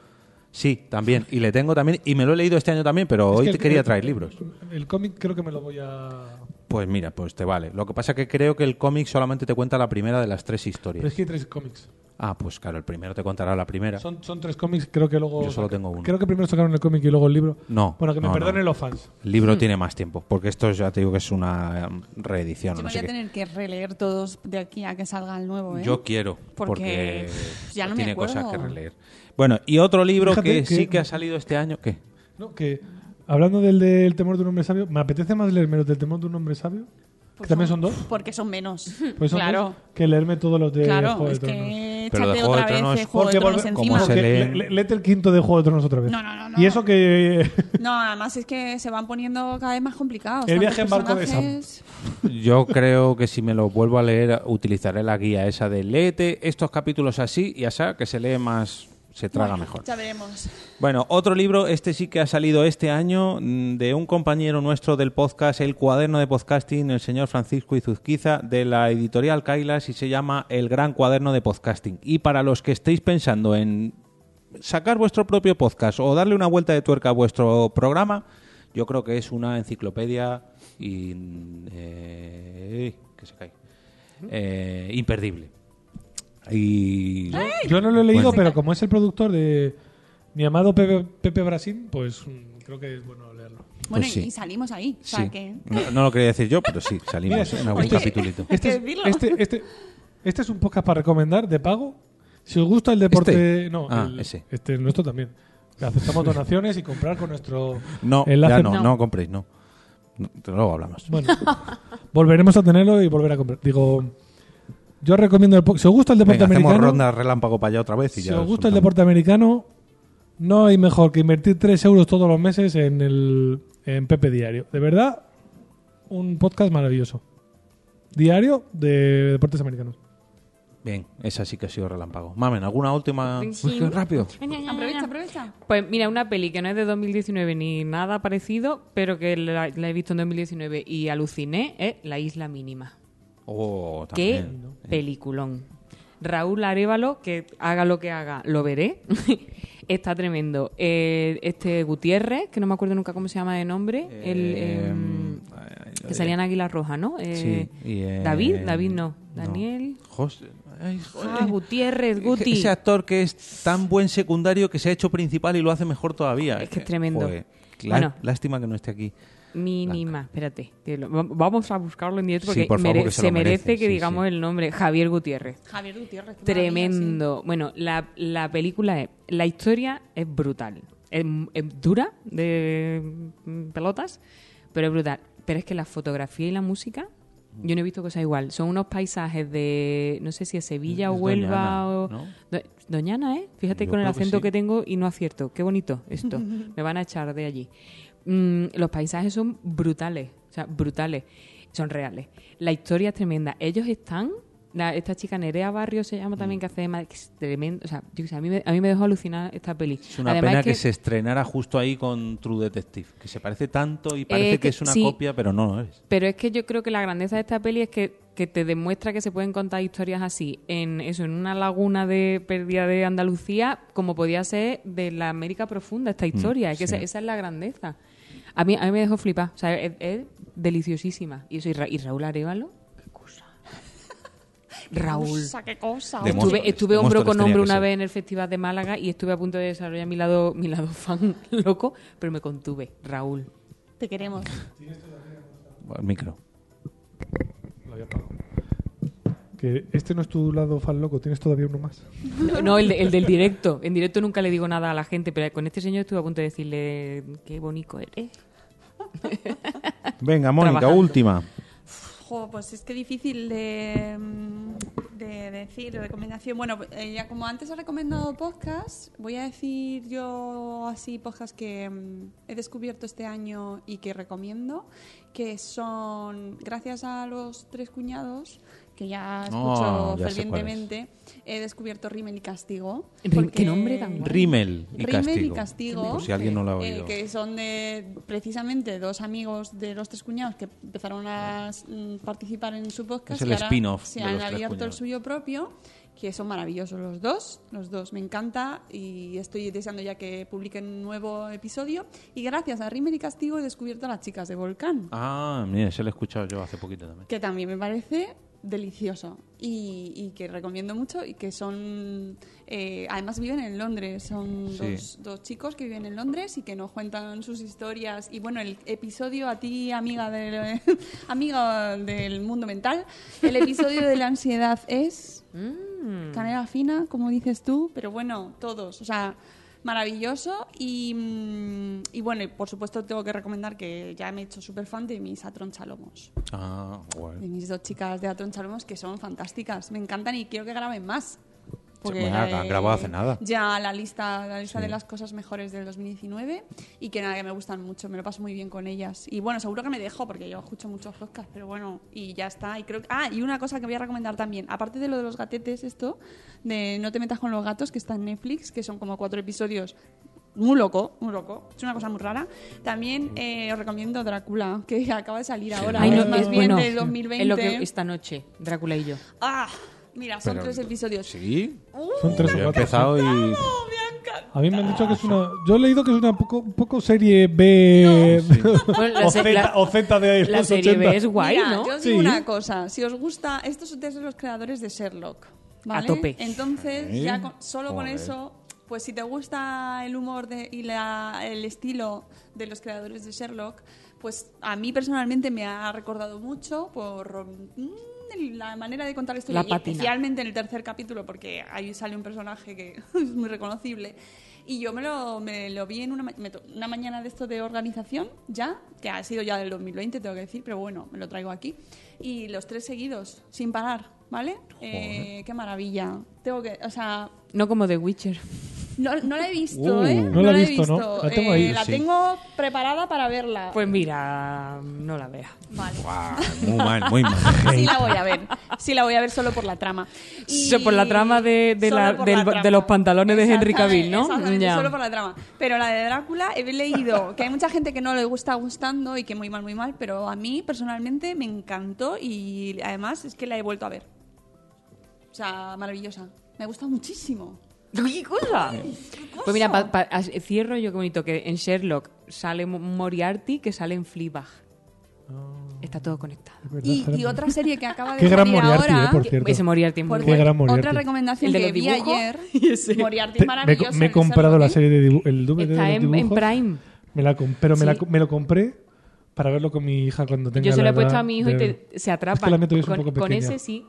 Speaker 1: Sí, también. Y le tengo también, y me lo he leído este año también, pero
Speaker 2: Es
Speaker 1: hoy
Speaker 2: que
Speaker 1: te
Speaker 2: el-
Speaker 1: quería
Speaker 2: el-
Speaker 1: traer libros.
Speaker 2: El cómic creo que me lo voy a...
Speaker 1: Pues mira, pues te vale. Lo que pasa que creo que el cómic solamente te cuenta la primera de las tres
Speaker 2: Pero es
Speaker 1: historias.
Speaker 2: que hay tres cómics.
Speaker 1: Ah, pues claro, el primero te contará la primera.
Speaker 2: Son, son tres cómics, creo que luego...
Speaker 1: Yo solo tengo uno.
Speaker 2: Creo que primero sacaron el cómic y luego el libro.
Speaker 1: No,
Speaker 2: Bueno, que me
Speaker 1: no,
Speaker 2: perdonen
Speaker 1: no.
Speaker 2: los fans.
Speaker 1: El libro tiene más tiempo, porque esto ya te digo que es una em, reedición.
Speaker 3: Yo
Speaker 1: o
Speaker 3: me
Speaker 1: no
Speaker 3: voy
Speaker 1: sé
Speaker 3: a
Speaker 1: qué.
Speaker 3: tener que releer todos de aquí a que salga el nuevo, ¿eh?
Speaker 1: Yo quiero, porque,
Speaker 3: Porque, pff, ya no me
Speaker 1: tiene
Speaker 3: acuerdo.
Speaker 1: cosas que releer. Bueno, y otro libro
Speaker 2: Fíjate
Speaker 1: que,
Speaker 2: que-
Speaker 1: sí que ha salido este año. ¿Qué?
Speaker 2: No, que hablando del, del temor de un hombre sabio, me apetece más leerme los del temor de un hombre sabio, que
Speaker 3: Pues
Speaker 2: también son dos.
Speaker 3: Porque son menos.
Speaker 2: pues son Eh,
Speaker 3: claro.
Speaker 2: dos, que leerme todos los de
Speaker 3: Claro,
Speaker 2: Juego de
Speaker 3: es
Speaker 2: Tronos.
Speaker 3: que
Speaker 1: Pero
Speaker 3: échate
Speaker 1: de Juego
Speaker 3: otra
Speaker 1: de
Speaker 3: vez
Speaker 1: Tronos,
Speaker 3: el Juego de
Speaker 2: Porque
Speaker 3: Tronos
Speaker 2: volve-
Speaker 3: encima.
Speaker 1: como se
Speaker 2: porque
Speaker 1: lee-
Speaker 2: le- le- léete el quinto de Juego de Tronos otra vez.
Speaker 3: No, no, no, no.
Speaker 2: Y eso que.
Speaker 3: No, además es que se van poniendo cada vez más complicados. tantos
Speaker 2: El viaje en barco de Sam.
Speaker 3: personajes.
Speaker 1: Yo creo que si me lo vuelvo a leer, utilizaré la guía esa de léete estos capítulos así y así, que se lee más, se traga mejor.
Speaker 3: Ya veremos.
Speaker 1: Bueno, otro libro, este sí que ha salido este año, mm, de un compañero nuestro del podcast, el cuaderno de podcasting, el señor Francisco Izuzquiza, de la editorial Kailas, y se llama El Gran Cuaderno de Podcasting. Y para los que estéis pensando en sacar vuestro propio podcast o darle una vuelta de tuerca a vuestro programa, yo creo que es una enciclopedia y, eh, que se cae, Eh, imperdible. Y
Speaker 2: Yo no lo he leído,
Speaker 1: Bueno.
Speaker 2: pero como es el productor de mi amado Pepe, Pepe Brasín, pues mm, creo que es bueno leerlo.
Speaker 3: Bueno,
Speaker 1: Pues sí.
Speaker 3: y salimos ahí. O sea,
Speaker 1: Sí.
Speaker 3: que...
Speaker 1: No, no lo quería decir yo, pero sí, salimos
Speaker 2: Mira,
Speaker 1: en algún
Speaker 2: oye,
Speaker 1: capitulito.
Speaker 2: Este,
Speaker 3: que
Speaker 2: es-
Speaker 3: decirlo.
Speaker 2: este, este, este es un podcast para recomendar de pago. Si os gusta el deporte.
Speaker 1: ¿Este?
Speaker 2: No,
Speaker 1: Ah,
Speaker 2: el-
Speaker 1: ese.
Speaker 2: este el nuestro también. Aceptamos donaciones y comprar con nuestro
Speaker 1: No,
Speaker 2: enlace.
Speaker 1: ya no, no,
Speaker 4: No.
Speaker 1: compréis, no. No, te- Luego hablamos.
Speaker 2: Bueno, volveremos a tenerlo y volver a comprar. Digo, yo recomiendo. El, po- si os gusta el deporte
Speaker 1: Venga, hacemos
Speaker 2: americano.
Speaker 1: ronda relámpago para allá otra vez y
Speaker 2: Si
Speaker 1: ya
Speaker 2: os gusta el
Speaker 1: soltamos.
Speaker 2: deporte americano, no hay mejor que invertir 3 euros todos los meses en el en Pepe Diario. De verdad, un podcast maravilloso. Diario de deportes americanos.
Speaker 1: Bien, esa sí que ha sido relámpago. Mamen, ¿alguna última?
Speaker 4: Sí.
Speaker 1: Uy, rápido.
Speaker 3: Aprovecha, aprovecha.
Speaker 4: Pues mira, una peli que no es de 2019 ni nada parecido, pero que la, la he visto en 2019 y aluciné, es La Isla Mínima.
Speaker 1: Oh,
Speaker 4: ¡Qué
Speaker 1: también.
Speaker 4: peliculón! Raúl Arevalo, que haga lo que haga, lo veré. Está tremendo. Eh, este Gutiérrez, que no me acuerdo nunca cómo se llama de nombre, el,
Speaker 1: Eh,
Speaker 4: em,
Speaker 1: ay, ay,
Speaker 4: que salía en Águila Roja, ¿no? Eh,
Speaker 1: Sí, y, eh,
Speaker 4: David, David no. Daniel.
Speaker 1: José- ay, joder.
Speaker 4: Ah, Gutiérrez, Guti.
Speaker 1: Ese actor que es tan buen secundario que se ha hecho principal y lo hace mejor todavía.
Speaker 4: Es que es tremendo.
Speaker 1: Joder, lá-
Speaker 4: Bueno.
Speaker 1: Lástima que no esté aquí.
Speaker 4: Mínima, espérate. que lo- va- vamos a buscarlo en directo
Speaker 1: Sí,
Speaker 4: porque
Speaker 1: por favor,
Speaker 4: mere-
Speaker 1: que se
Speaker 4: se,
Speaker 1: lo merece,
Speaker 4: merece, que
Speaker 1: sí,
Speaker 4: digamos
Speaker 1: sí.
Speaker 4: el nombre. Javier Gutiérrez.
Speaker 3: Javier Gutiérrez. qué maravilla,
Speaker 4: Tremendo. Bueno, la, la película es. La historia es brutal. Es, es dura de mm, pelotas, pero es brutal. Pero es que la fotografía y la música. Yo no he visto cosa igual. Son unos paisajes de. No sé si es Sevilla o
Speaker 1: Es
Speaker 4: Huelva
Speaker 1: doñana,
Speaker 4: o.
Speaker 1: ¿no?
Speaker 4: Do- Doñana, ¿eh? Fíjate
Speaker 1: Yo
Speaker 4: con el
Speaker 1: creo que
Speaker 4: acento
Speaker 1: sí.
Speaker 4: que, tengo y no acierto. Qué bonito esto. Me van a echar de allí. Mm, los paisajes son brutales. O sea, brutales. Son reales. La historia es tremenda. Ellos están. la- esta chica Nerea Barrio se llama
Speaker 1: Mm.
Speaker 4: también que hace de madre, que es tremendo. O sea, yo qué sé, a mí, me, a mí me dejó alucinar esta peli.
Speaker 1: Es una
Speaker 4: Además
Speaker 1: pena
Speaker 4: es
Speaker 1: que... se estrenara justo ahí con True Detective, que se parece tanto y parece
Speaker 4: Eh,
Speaker 1: que,
Speaker 4: que-
Speaker 1: es una
Speaker 4: sí.
Speaker 1: copia, pero no lo es.
Speaker 4: Pero es que yo creo que la grandeza de esta peli es que, que te demuestra que se pueden contar historias así, en eso, en una laguna de pérdida de Andalucía, como podía ser de la América profunda esta historia. es que
Speaker 1: Mm, sí.
Speaker 4: esa, esa es la grandeza. A mí, a mí me dejó flipar. O sea, es, es deliciosísima. Y eso, y, Ra- y Raúl Arevalo, qué cosa. Raúl.
Speaker 3: sí. O sea, qué cosa.
Speaker 1: De
Speaker 3: oye.
Speaker 1: Móstoles,
Speaker 4: Estuve, estuve
Speaker 1: de
Speaker 4: hombro
Speaker 1: Móstoles
Speaker 4: con
Speaker 1: tenía
Speaker 4: hombro
Speaker 1: que
Speaker 4: una
Speaker 1: ser.
Speaker 4: vez en el Festival de Málaga y estuve a punto de desarrollar mi lado, mi lado fan loco, pero me contuve. Raúl.
Speaker 3: Te queremos.
Speaker 1: Al micro.
Speaker 2: Lo había pagado. Que este no es tu lado fan loco, tienes todavía uno más.
Speaker 4: Eh, No, el, de- el del directo. En directo nunca le digo nada a la gente, pero con este señor estuve a punto de decirle qué bonito eres.
Speaker 1: Venga, Mónica,
Speaker 4: Trabajando.
Speaker 1: última.
Speaker 3: Jo, pues es que difícil de, mm, de decir, recomendación. Bueno, eh, ya como antes he recomendado podcast, voy a decir yo así podcast que mm, he descubierto este año y que recomiendo, que son, gracias a los tres cuñados, que ya escucho
Speaker 1: Oh, ya sé cuál es.
Speaker 3: fervientemente, he descubierto Rimel y Castigo.
Speaker 4: Rim-
Speaker 3: porque-
Speaker 4: qué nombre tan guay.
Speaker 1: Rimmel y
Speaker 3: Rímel
Speaker 1: Castigo.
Speaker 3: y Castigo.
Speaker 1: Por si alguien no lo ha
Speaker 3: eh,
Speaker 1: oído.
Speaker 3: que son de precisamente dos amigos de los tres cuñados que empezaron a mm, participar en su podcast.
Speaker 1: Es el
Speaker 3: y ahora
Speaker 1: spin-off
Speaker 3: Se
Speaker 1: de
Speaker 3: han
Speaker 1: Los Tres
Speaker 3: abierto el
Speaker 1: Cuñados.
Speaker 3: suyo propio, que son maravillosos los dos. Los dos me encanta y estoy deseando ya que publiquen un nuevo episodio. Y gracias a Rimel y Castigo he descubierto a las chicas de Volcán
Speaker 1: Ah, mira, se lo he escuchado yo hace poquito también.
Speaker 3: que también me parece delicioso y, y que recomiendo mucho y que son eh, además viven en Londres son
Speaker 1: Sí.
Speaker 3: dos, dos chicos que viven en Londres y que nos cuentan sus historias y bueno el episodio a ti amiga del amiga del mundo mental el episodio de la ansiedad es canela fina como dices tú pero bueno todos o sea maravilloso y, mm, y bueno y por supuesto tengo que recomendar que ya me he hecho súper fan de mis atronchalomos
Speaker 1: Ah, guay.
Speaker 3: de mis dos chicas de Atron Chalomos que son fantásticas, me encantan y quiero que graben más. Porque
Speaker 1: Bueno,
Speaker 3: era
Speaker 1: que han
Speaker 3: de-
Speaker 1: grabado hace nada.
Speaker 3: Ya la lista, la lista
Speaker 1: Sí.
Speaker 3: de las cosas mejores del 2019 y que nada, que me gustan mucho, me lo paso muy bien con ellas. Y bueno, seguro que me dejo porque yo escucho muchos podcasts, pero bueno, y ya está. Y creo que- ah, y una cosa que voy a recomendar también, aparte de lo de los gatetes, esto, de No te metas con los gatos, que está en Netflix, que son como cuatro episodios. Muy loco, muy loco. Es una cosa muy rara. También eh, os recomiendo Drácula, que acaba de salir ahora.
Speaker 4: Ay, no,
Speaker 3: más
Speaker 4: es
Speaker 3: bien
Speaker 4: bueno.
Speaker 3: del 2020.
Speaker 4: Es lo que esta noche, Drácula y yo.
Speaker 3: Ah, mira, son
Speaker 1: Pero-
Speaker 3: tres episodios.
Speaker 1: Sí,
Speaker 2: Son tres
Speaker 1: yo
Speaker 2: o
Speaker 1: he
Speaker 2: cuatro.
Speaker 1: empezado y...
Speaker 3: ¡Oh, me ha encantado!
Speaker 2: A mí me han dicho que es una. Yo he leído que es una poco, un poco serie B.
Speaker 4: Bueno, la
Speaker 2: o,
Speaker 4: se-
Speaker 2: Z,
Speaker 4: la-
Speaker 2: o Z de
Speaker 4: La
Speaker 2: los
Speaker 4: serie
Speaker 2: 80.
Speaker 4: B es guay,
Speaker 3: Mira,
Speaker 4: ¿no?
Speaker 3: Yo os digo
Speaker 2: Sí.
Speaker 3: una cosa. Si os gusta, estos son de los creadores de Sherlock. ¿vale?
Speaker 4: tope.
Speaker 3: Entonces,
Speaker 1: Sí.
Speaker 3: ya con- solo
Speaker 1: Joder.
Speaker 3: con eso, pues si te gusta el humor de- y la- el estilo de los creadores de Sherlock, pues a mí personalmente me ha recordado mucho por mm, la manera de contar la historia.
Speaker 4: La
Speaker 3: y
Speaker 4: pátina.
Speaker 3: especialmente en el tercer capítulo, porque ahí sale un personaje que es muy reconocible. Y yo me lo, me lo vi en una, ma- me to- una mañana de esto de organización, ya, que ha sido ya del 2020, tengo que decir, pero bueno, me lo traigo aquí. Y los tres seguidos, sin parar, ¿vale? Eh, qué maravilla. Tengo que, o sea,
Speaker 4: No como The Witcher.
Speaker 3: no, no la he visto,
Speaker 1: Uh.
Speaker 3: ¿eh?
Speaker 1: No
Speaker 2: la he
Speaker 3: he
Speaker 2: visto, ¿no? La tengo
Speaker 3: Eh,
Speaker 2: ahí.
Speaker 3: la
Speaker 1: Sí.
Speaker 3: tengo preparada para verla.
Speaker 4: Pues mira, no la veas.
Speaker 3: vale.
Speaker 1: Guau, Ah, muy mal, muy mal.
Speaker 3: Sí la voy a ver. Sí la voy a ver solo por la trama. Y-
Speaker 4: Sí, por la trama de- de
Speaker 3: Solo
Speaker 4: la-
Speaker 3: por
Speaker 4: del-
Speaker 3: trama.
Speaker 4: de los pantalones de Henry
Speaker 3: Exactamente,
Speaker 4: Cavill, ¿no?
Speaker 3: exactamente,
Speaker 4: Ya.
Speaker 3: solo por la trama. Pero la de Drácula he leído que hay mucha gente que no le gusta gustando y que muy mal, muy mal, pero a mí personalmente me encantó y además es que la he vuelto a ver. O sea, maravillosa. Me gusta muchísimo.
Speaker 4: ¡Qué cosa! Pues mira, pa- pa- as- cierro yo qué bonito que en Sherlock sale Mo- Moriarty que sale en Fleabag.
Speaker 2: Ah.
Speaker 4: Está todo conectado.
Speaker 3: Y, y otra serie que acaba de
Speaker 2: Eh, Qué gran
Speaker 3: salir
Speaker 2: Moriarty,
Speaker 3: ahora.
Speaker 2: eh, por
Speaker 3: que-
Speaker 2: cierto.
Speaker 4: Ese Moriarty es muy
Speaker 3: por
Speaker 2: Qué
Speaker 4: bueno.
Speaker 2: gran
Speaker 3: cierto,
Speaker 2: Moriarty.
Speaker 3: otra recomendación
Speaker 4: El de
Speaker 3: que
Speaker 4: los
Speaker 3: vi
Speaker 4: dibujos
Speaker 3: ayer.
Speaker 4: y ese.
Speaker 3: Moriarty
Speaker 2: Te-
Speaker 3: es
Speaker 2: me,
Speaker 3: maravilloso.
Speaker 2: me he
Speaker 3: el
Speaker 2: comprado la
Speaker 3: Sherlock, ¿eh?
Speaker 2: serie de dibu- el DVD
Speaker 4: Está
Speaker 2: de los
Speaker 4: en- en
Speaker 2: dibujos.
Speaker 4: Prime.
Speaker 2: Me la com- pero me, la
Speaker 4: Sí.
Speaker 2: co- me lo compré para verlo con mi hija cuando tenga
Speaker 4: Yo se
Speaker 2: la
Speaker 4: lo he puesto
Speaker 2: edad
Speaker 4: a mi hijo y
Speaker 2: de-
Speaker 4: te- se
Speaker 2: Es que la
Speaker 4: atrapan.
Speaker 2: meto yo es un
Speaker 4: con,
Speaker 2: poco
Speaker 4: con
Speaker 2: pequeña.
Speaker 4: ese sí.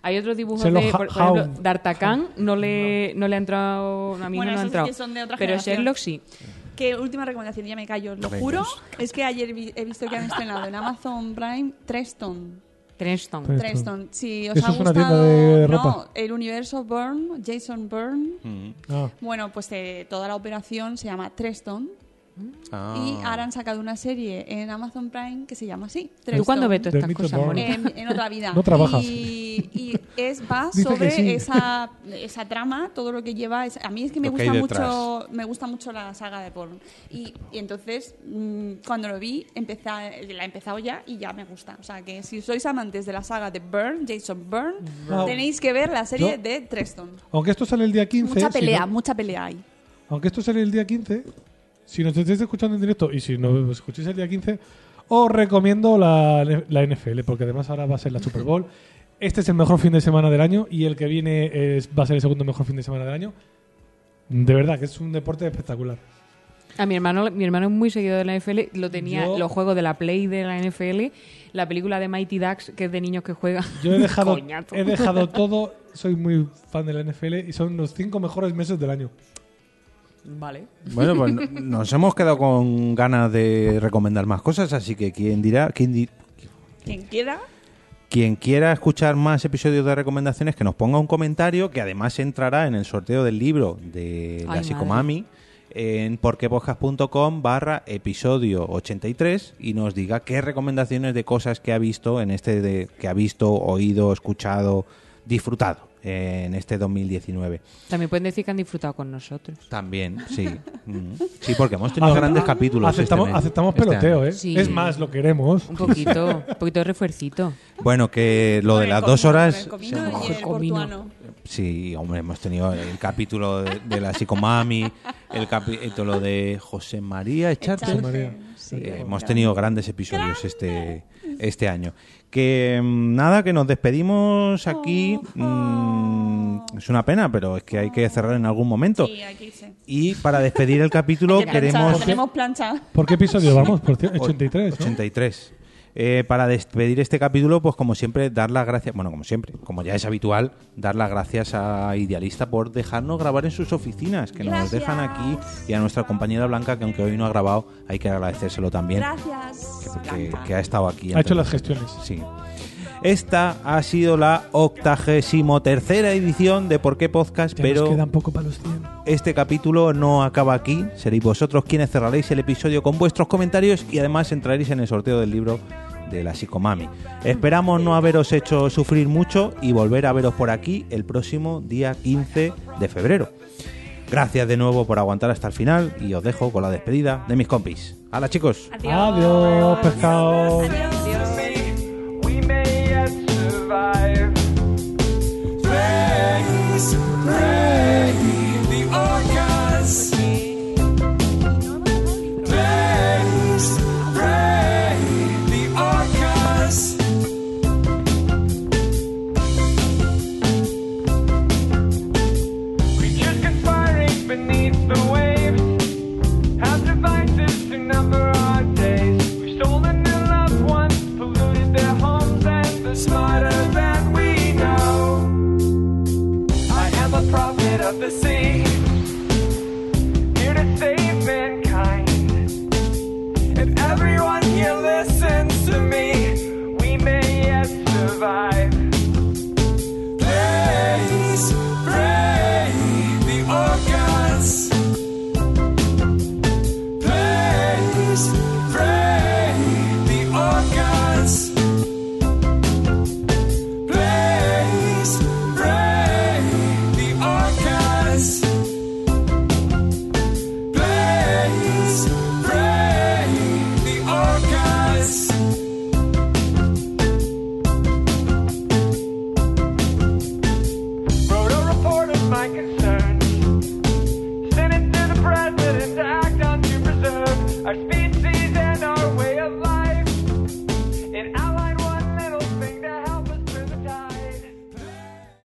Speaker 4: Hay otros dibujos
Speaker 2: Son los
Speaker 4: de,
Speaker 2: ha-
Speaker 4: por, por ejemplo,
Speaker 2: hound.
Speaker 4: D'Artagnan no le, no le ha entrado, a mí
Speaker 3: Bueno,
Speaker 4: no le ha
Speaker 3: esos sí
Speaker 4: entrado.
Speaker 3: que son de otra
Speaker 4: pero
Speaker 3: generación.
Speaker 4: Sherlock sí.
Speaker 3: Que última recomendación, ya me callo, os lo
Speaker 1: Venga.
Speaker 3: juro. Es que ayer vi- he visto que han estrenado en Amazon Prime Treston.
Speaker 4: Cranston.
Speaker 2: Tres.
Speaker 3: Treston, si os
Speaker 2: Eso
Speaker 3: ha
Speaker 2: es una
Speaker 3: gustado.
Speaker 2: tienda de ropa.
Speaker 3: No, el universo Byrne, Jason Byrne.
Speaker 1: Mm.
Speaker 2: Ah,
Speaker 3: Bueno, pues eh, toda la operación se llama Treston.
Speaker 1: Ah.
Speaker 3: Y ahora han sacado una serie en Amazon Prime que se llama así.
Speaker 4: ¿Tú
Speaker 3: Treston.
Speaker 4: cuándo ves todas
Speaker 2: De
Speaker 4: estas
Speaker 2: Mr.
Speaker 4: cosas,
Speaker 2: Bourne.
Speaker 4: Mónica?
Speaker 3: En, en otra vida.
Speaker 2: No trabajas.
Speaker 3: Y, y es, va
Speaker 2: Dice que
Speaker 3: sobre
Speaker 2: sí.
Speaker 3: esa, esa trama, todo lo que lleva. es- a mí es que me
Speaker 1: Lo que
Speaker 3: gusta
Speaker 1: hay
Speaker 3: mucho me gusta mucho la saga de porno. Y, y entonces, mm, cuando lo vi, empecé, a- la he empezado ya y ya me gusta. O sea, que si sois amantes de la saga de Byrne, Jason Byrne,
Speaker 2: Wow.
Speaker 3: tenéis que ver la serie
Speaker 2: Yo-
Speaker 3: de Treston.
Speaker 2: aunque esto sale el día 15.
Speaker 3: Mucha
Speaker 2: si
Speaker 3: pelea,
Speaker 2: no-
Speaker 3: mucha pelea hay.
Speaker 2: aunque esto sale el día 15, si nos estáis escuchando en directo y si nos escucháis el día 15, os recomiendo la, la NFL, porque además ahora va a ser la Super Bowl. Este es el mejor fin de semana del año y el que viene es- va a ser el segundo mejor fin de semana del año. De verdad que es un deporte espectacular.
Speaker 4: A mi hermano, mi hermano es muy seguidor de la NFL, lo tenía
Speaker 2: Yo-
Speaker 4: los juegos de la Play de la NFL, la película de Mighty Ducks, que es de niños que juegan.
Speaker 2: Yo he dejado,
Speaker 4: Coñazo.
Speaker 2: he dejado todo, soy muy fan de la NFL y son los cinco mejores meses del año.
Speaker 4: Vale.
Speaker 1: Bueno, pues no- nos hemos quedado con ganas de recomendar más cosas, así que quien dirá, quien, di-
Speaker 3: Quien quiera.
Speaker 1: quien quiera escuchar más episodios de recomendaciones, que nos ponga un comentario, que además entrará en el sorteo del libro de la
Speaker 4: Ay,
Speaker 1: psicomami en porquepodcast.com barra episodio 83 y nos diga qué recomendaciones de cosas que ha visto en este de, que ha visto, oído, escuchado, disfrutado en este 2019.
Speaker 4: También pueden decir que han disfrutado con nosotros.
Speaker 1: También, sí. Mm. Sí, porque hemos tenido
Speaker 2: Acepta-
Speaker 1: grandes capítulos. este
Speaker 2: Aceptamos,
Speaker 1: mes,
Speaker 2: aceptamos
Speaker 1: este
Speaker 2: peloteo,
Speaker 1: año.
Speaker 2: ¿eh?
Speaker 4: Sí.
Speaker 2: Es más, lo queremos.
Speaker 4: Un poquito, un poquito de refuercito.
Speaker 1: Bueno, que lo de
Speaker 3: Con
Speaker 1: las
Speaker 3: el
Speaker 1: dos
Speaker 3: comino,
Speaker 1: horas...
Speaker 3: con el
Speaker 1: se
Speaker 3: comino
Speaker 1: nos-
Speaker 3: y el
Speaker 4: Comino.
Speaker 3: portuano.
Speaker 1: Sí, hombre, hemos tenido el capítulo de, de la psicomami, el capítulo de José María Echarte.
Speaker 2: José María.
Speaker 3: Sí,
Speaker 1: Eh,
Speaker 3: el
Speaker 1: hemos
Speaker 3: portuano.
Speaker 1: tenido grandes episodios este, este año. Que mm, nada, que nos despedimos aquí.
Speaker 3: Oh,
Speaker 1: Mm, es una pena, pero es que hay que cerrar en algún momento.
Speaker 3: Sí, aquí sí.
Speaker 1: Y para despedir el capítulo
Speaker 3: Hay que planchar,
Speaker 1: queremos...
Speaker 3: Tenemos plancha.
Speaker 2: ¿Por qué episodio vamos? Por cierto, 83, ¿no?
Speaker 1: 83. Eh, para despedir este capítulo, pues como siempre, dar las gracias, bueno, como siempre, como ya es habitual, dar las gracias a Idealista por dejarnos grabar en sus oficinas, que nos dejan aquí, y a nuestra compañera Blanca, que aunque hoy no ha grabado, hay que agradecérselo también,
Speaker 3: Gracias.
Speaker 1: que,
Speaker 3: Blanca.
Speaker 1: que ha estado aquí.
Speaker 2: Ha hecho
Speaker 1: entonces-
Speaker 2: las gestiones.
Speaker 1: Sí. Esta ha sido la octagésimo tercera edición de Por qué Podcast,
Speaker 2: Ya
Speaker 1: pero
Speaker 2: nos quedan poco para los 100.
Speaker 1: este capítulo no acaba aquí. Seréis vosotros quienes cerraréis el episodio con vuestros comentarios y además entraréis en el sorteo del libro de la psicomami. Esperamos no haberos hecho sufrir mucho y volver a veros por aquí el próximo día 15 de febrero. Gracias de nuevo por aguantar hasta el final y os dejo con la despedida de mis compis. ¡Hala chicos!
Speaker 2: Adiós, pescado.
Speaker 7: we may yet survive. Praise, praise the orcas. Praise, praise the orcas. Creatures conspiring beneath the waves have devices to number our days. We've stolen their loved ones, polluted their homes, and they're smarter than we know. I am a prophet of the sea, here to save mankind. If everyone here listens to me, we may yet survive. Praise, praise the orcas. Praise, praise the orcas. Praise, praise the orcas. Praise, praise the orcas. wrote a report of my concerns.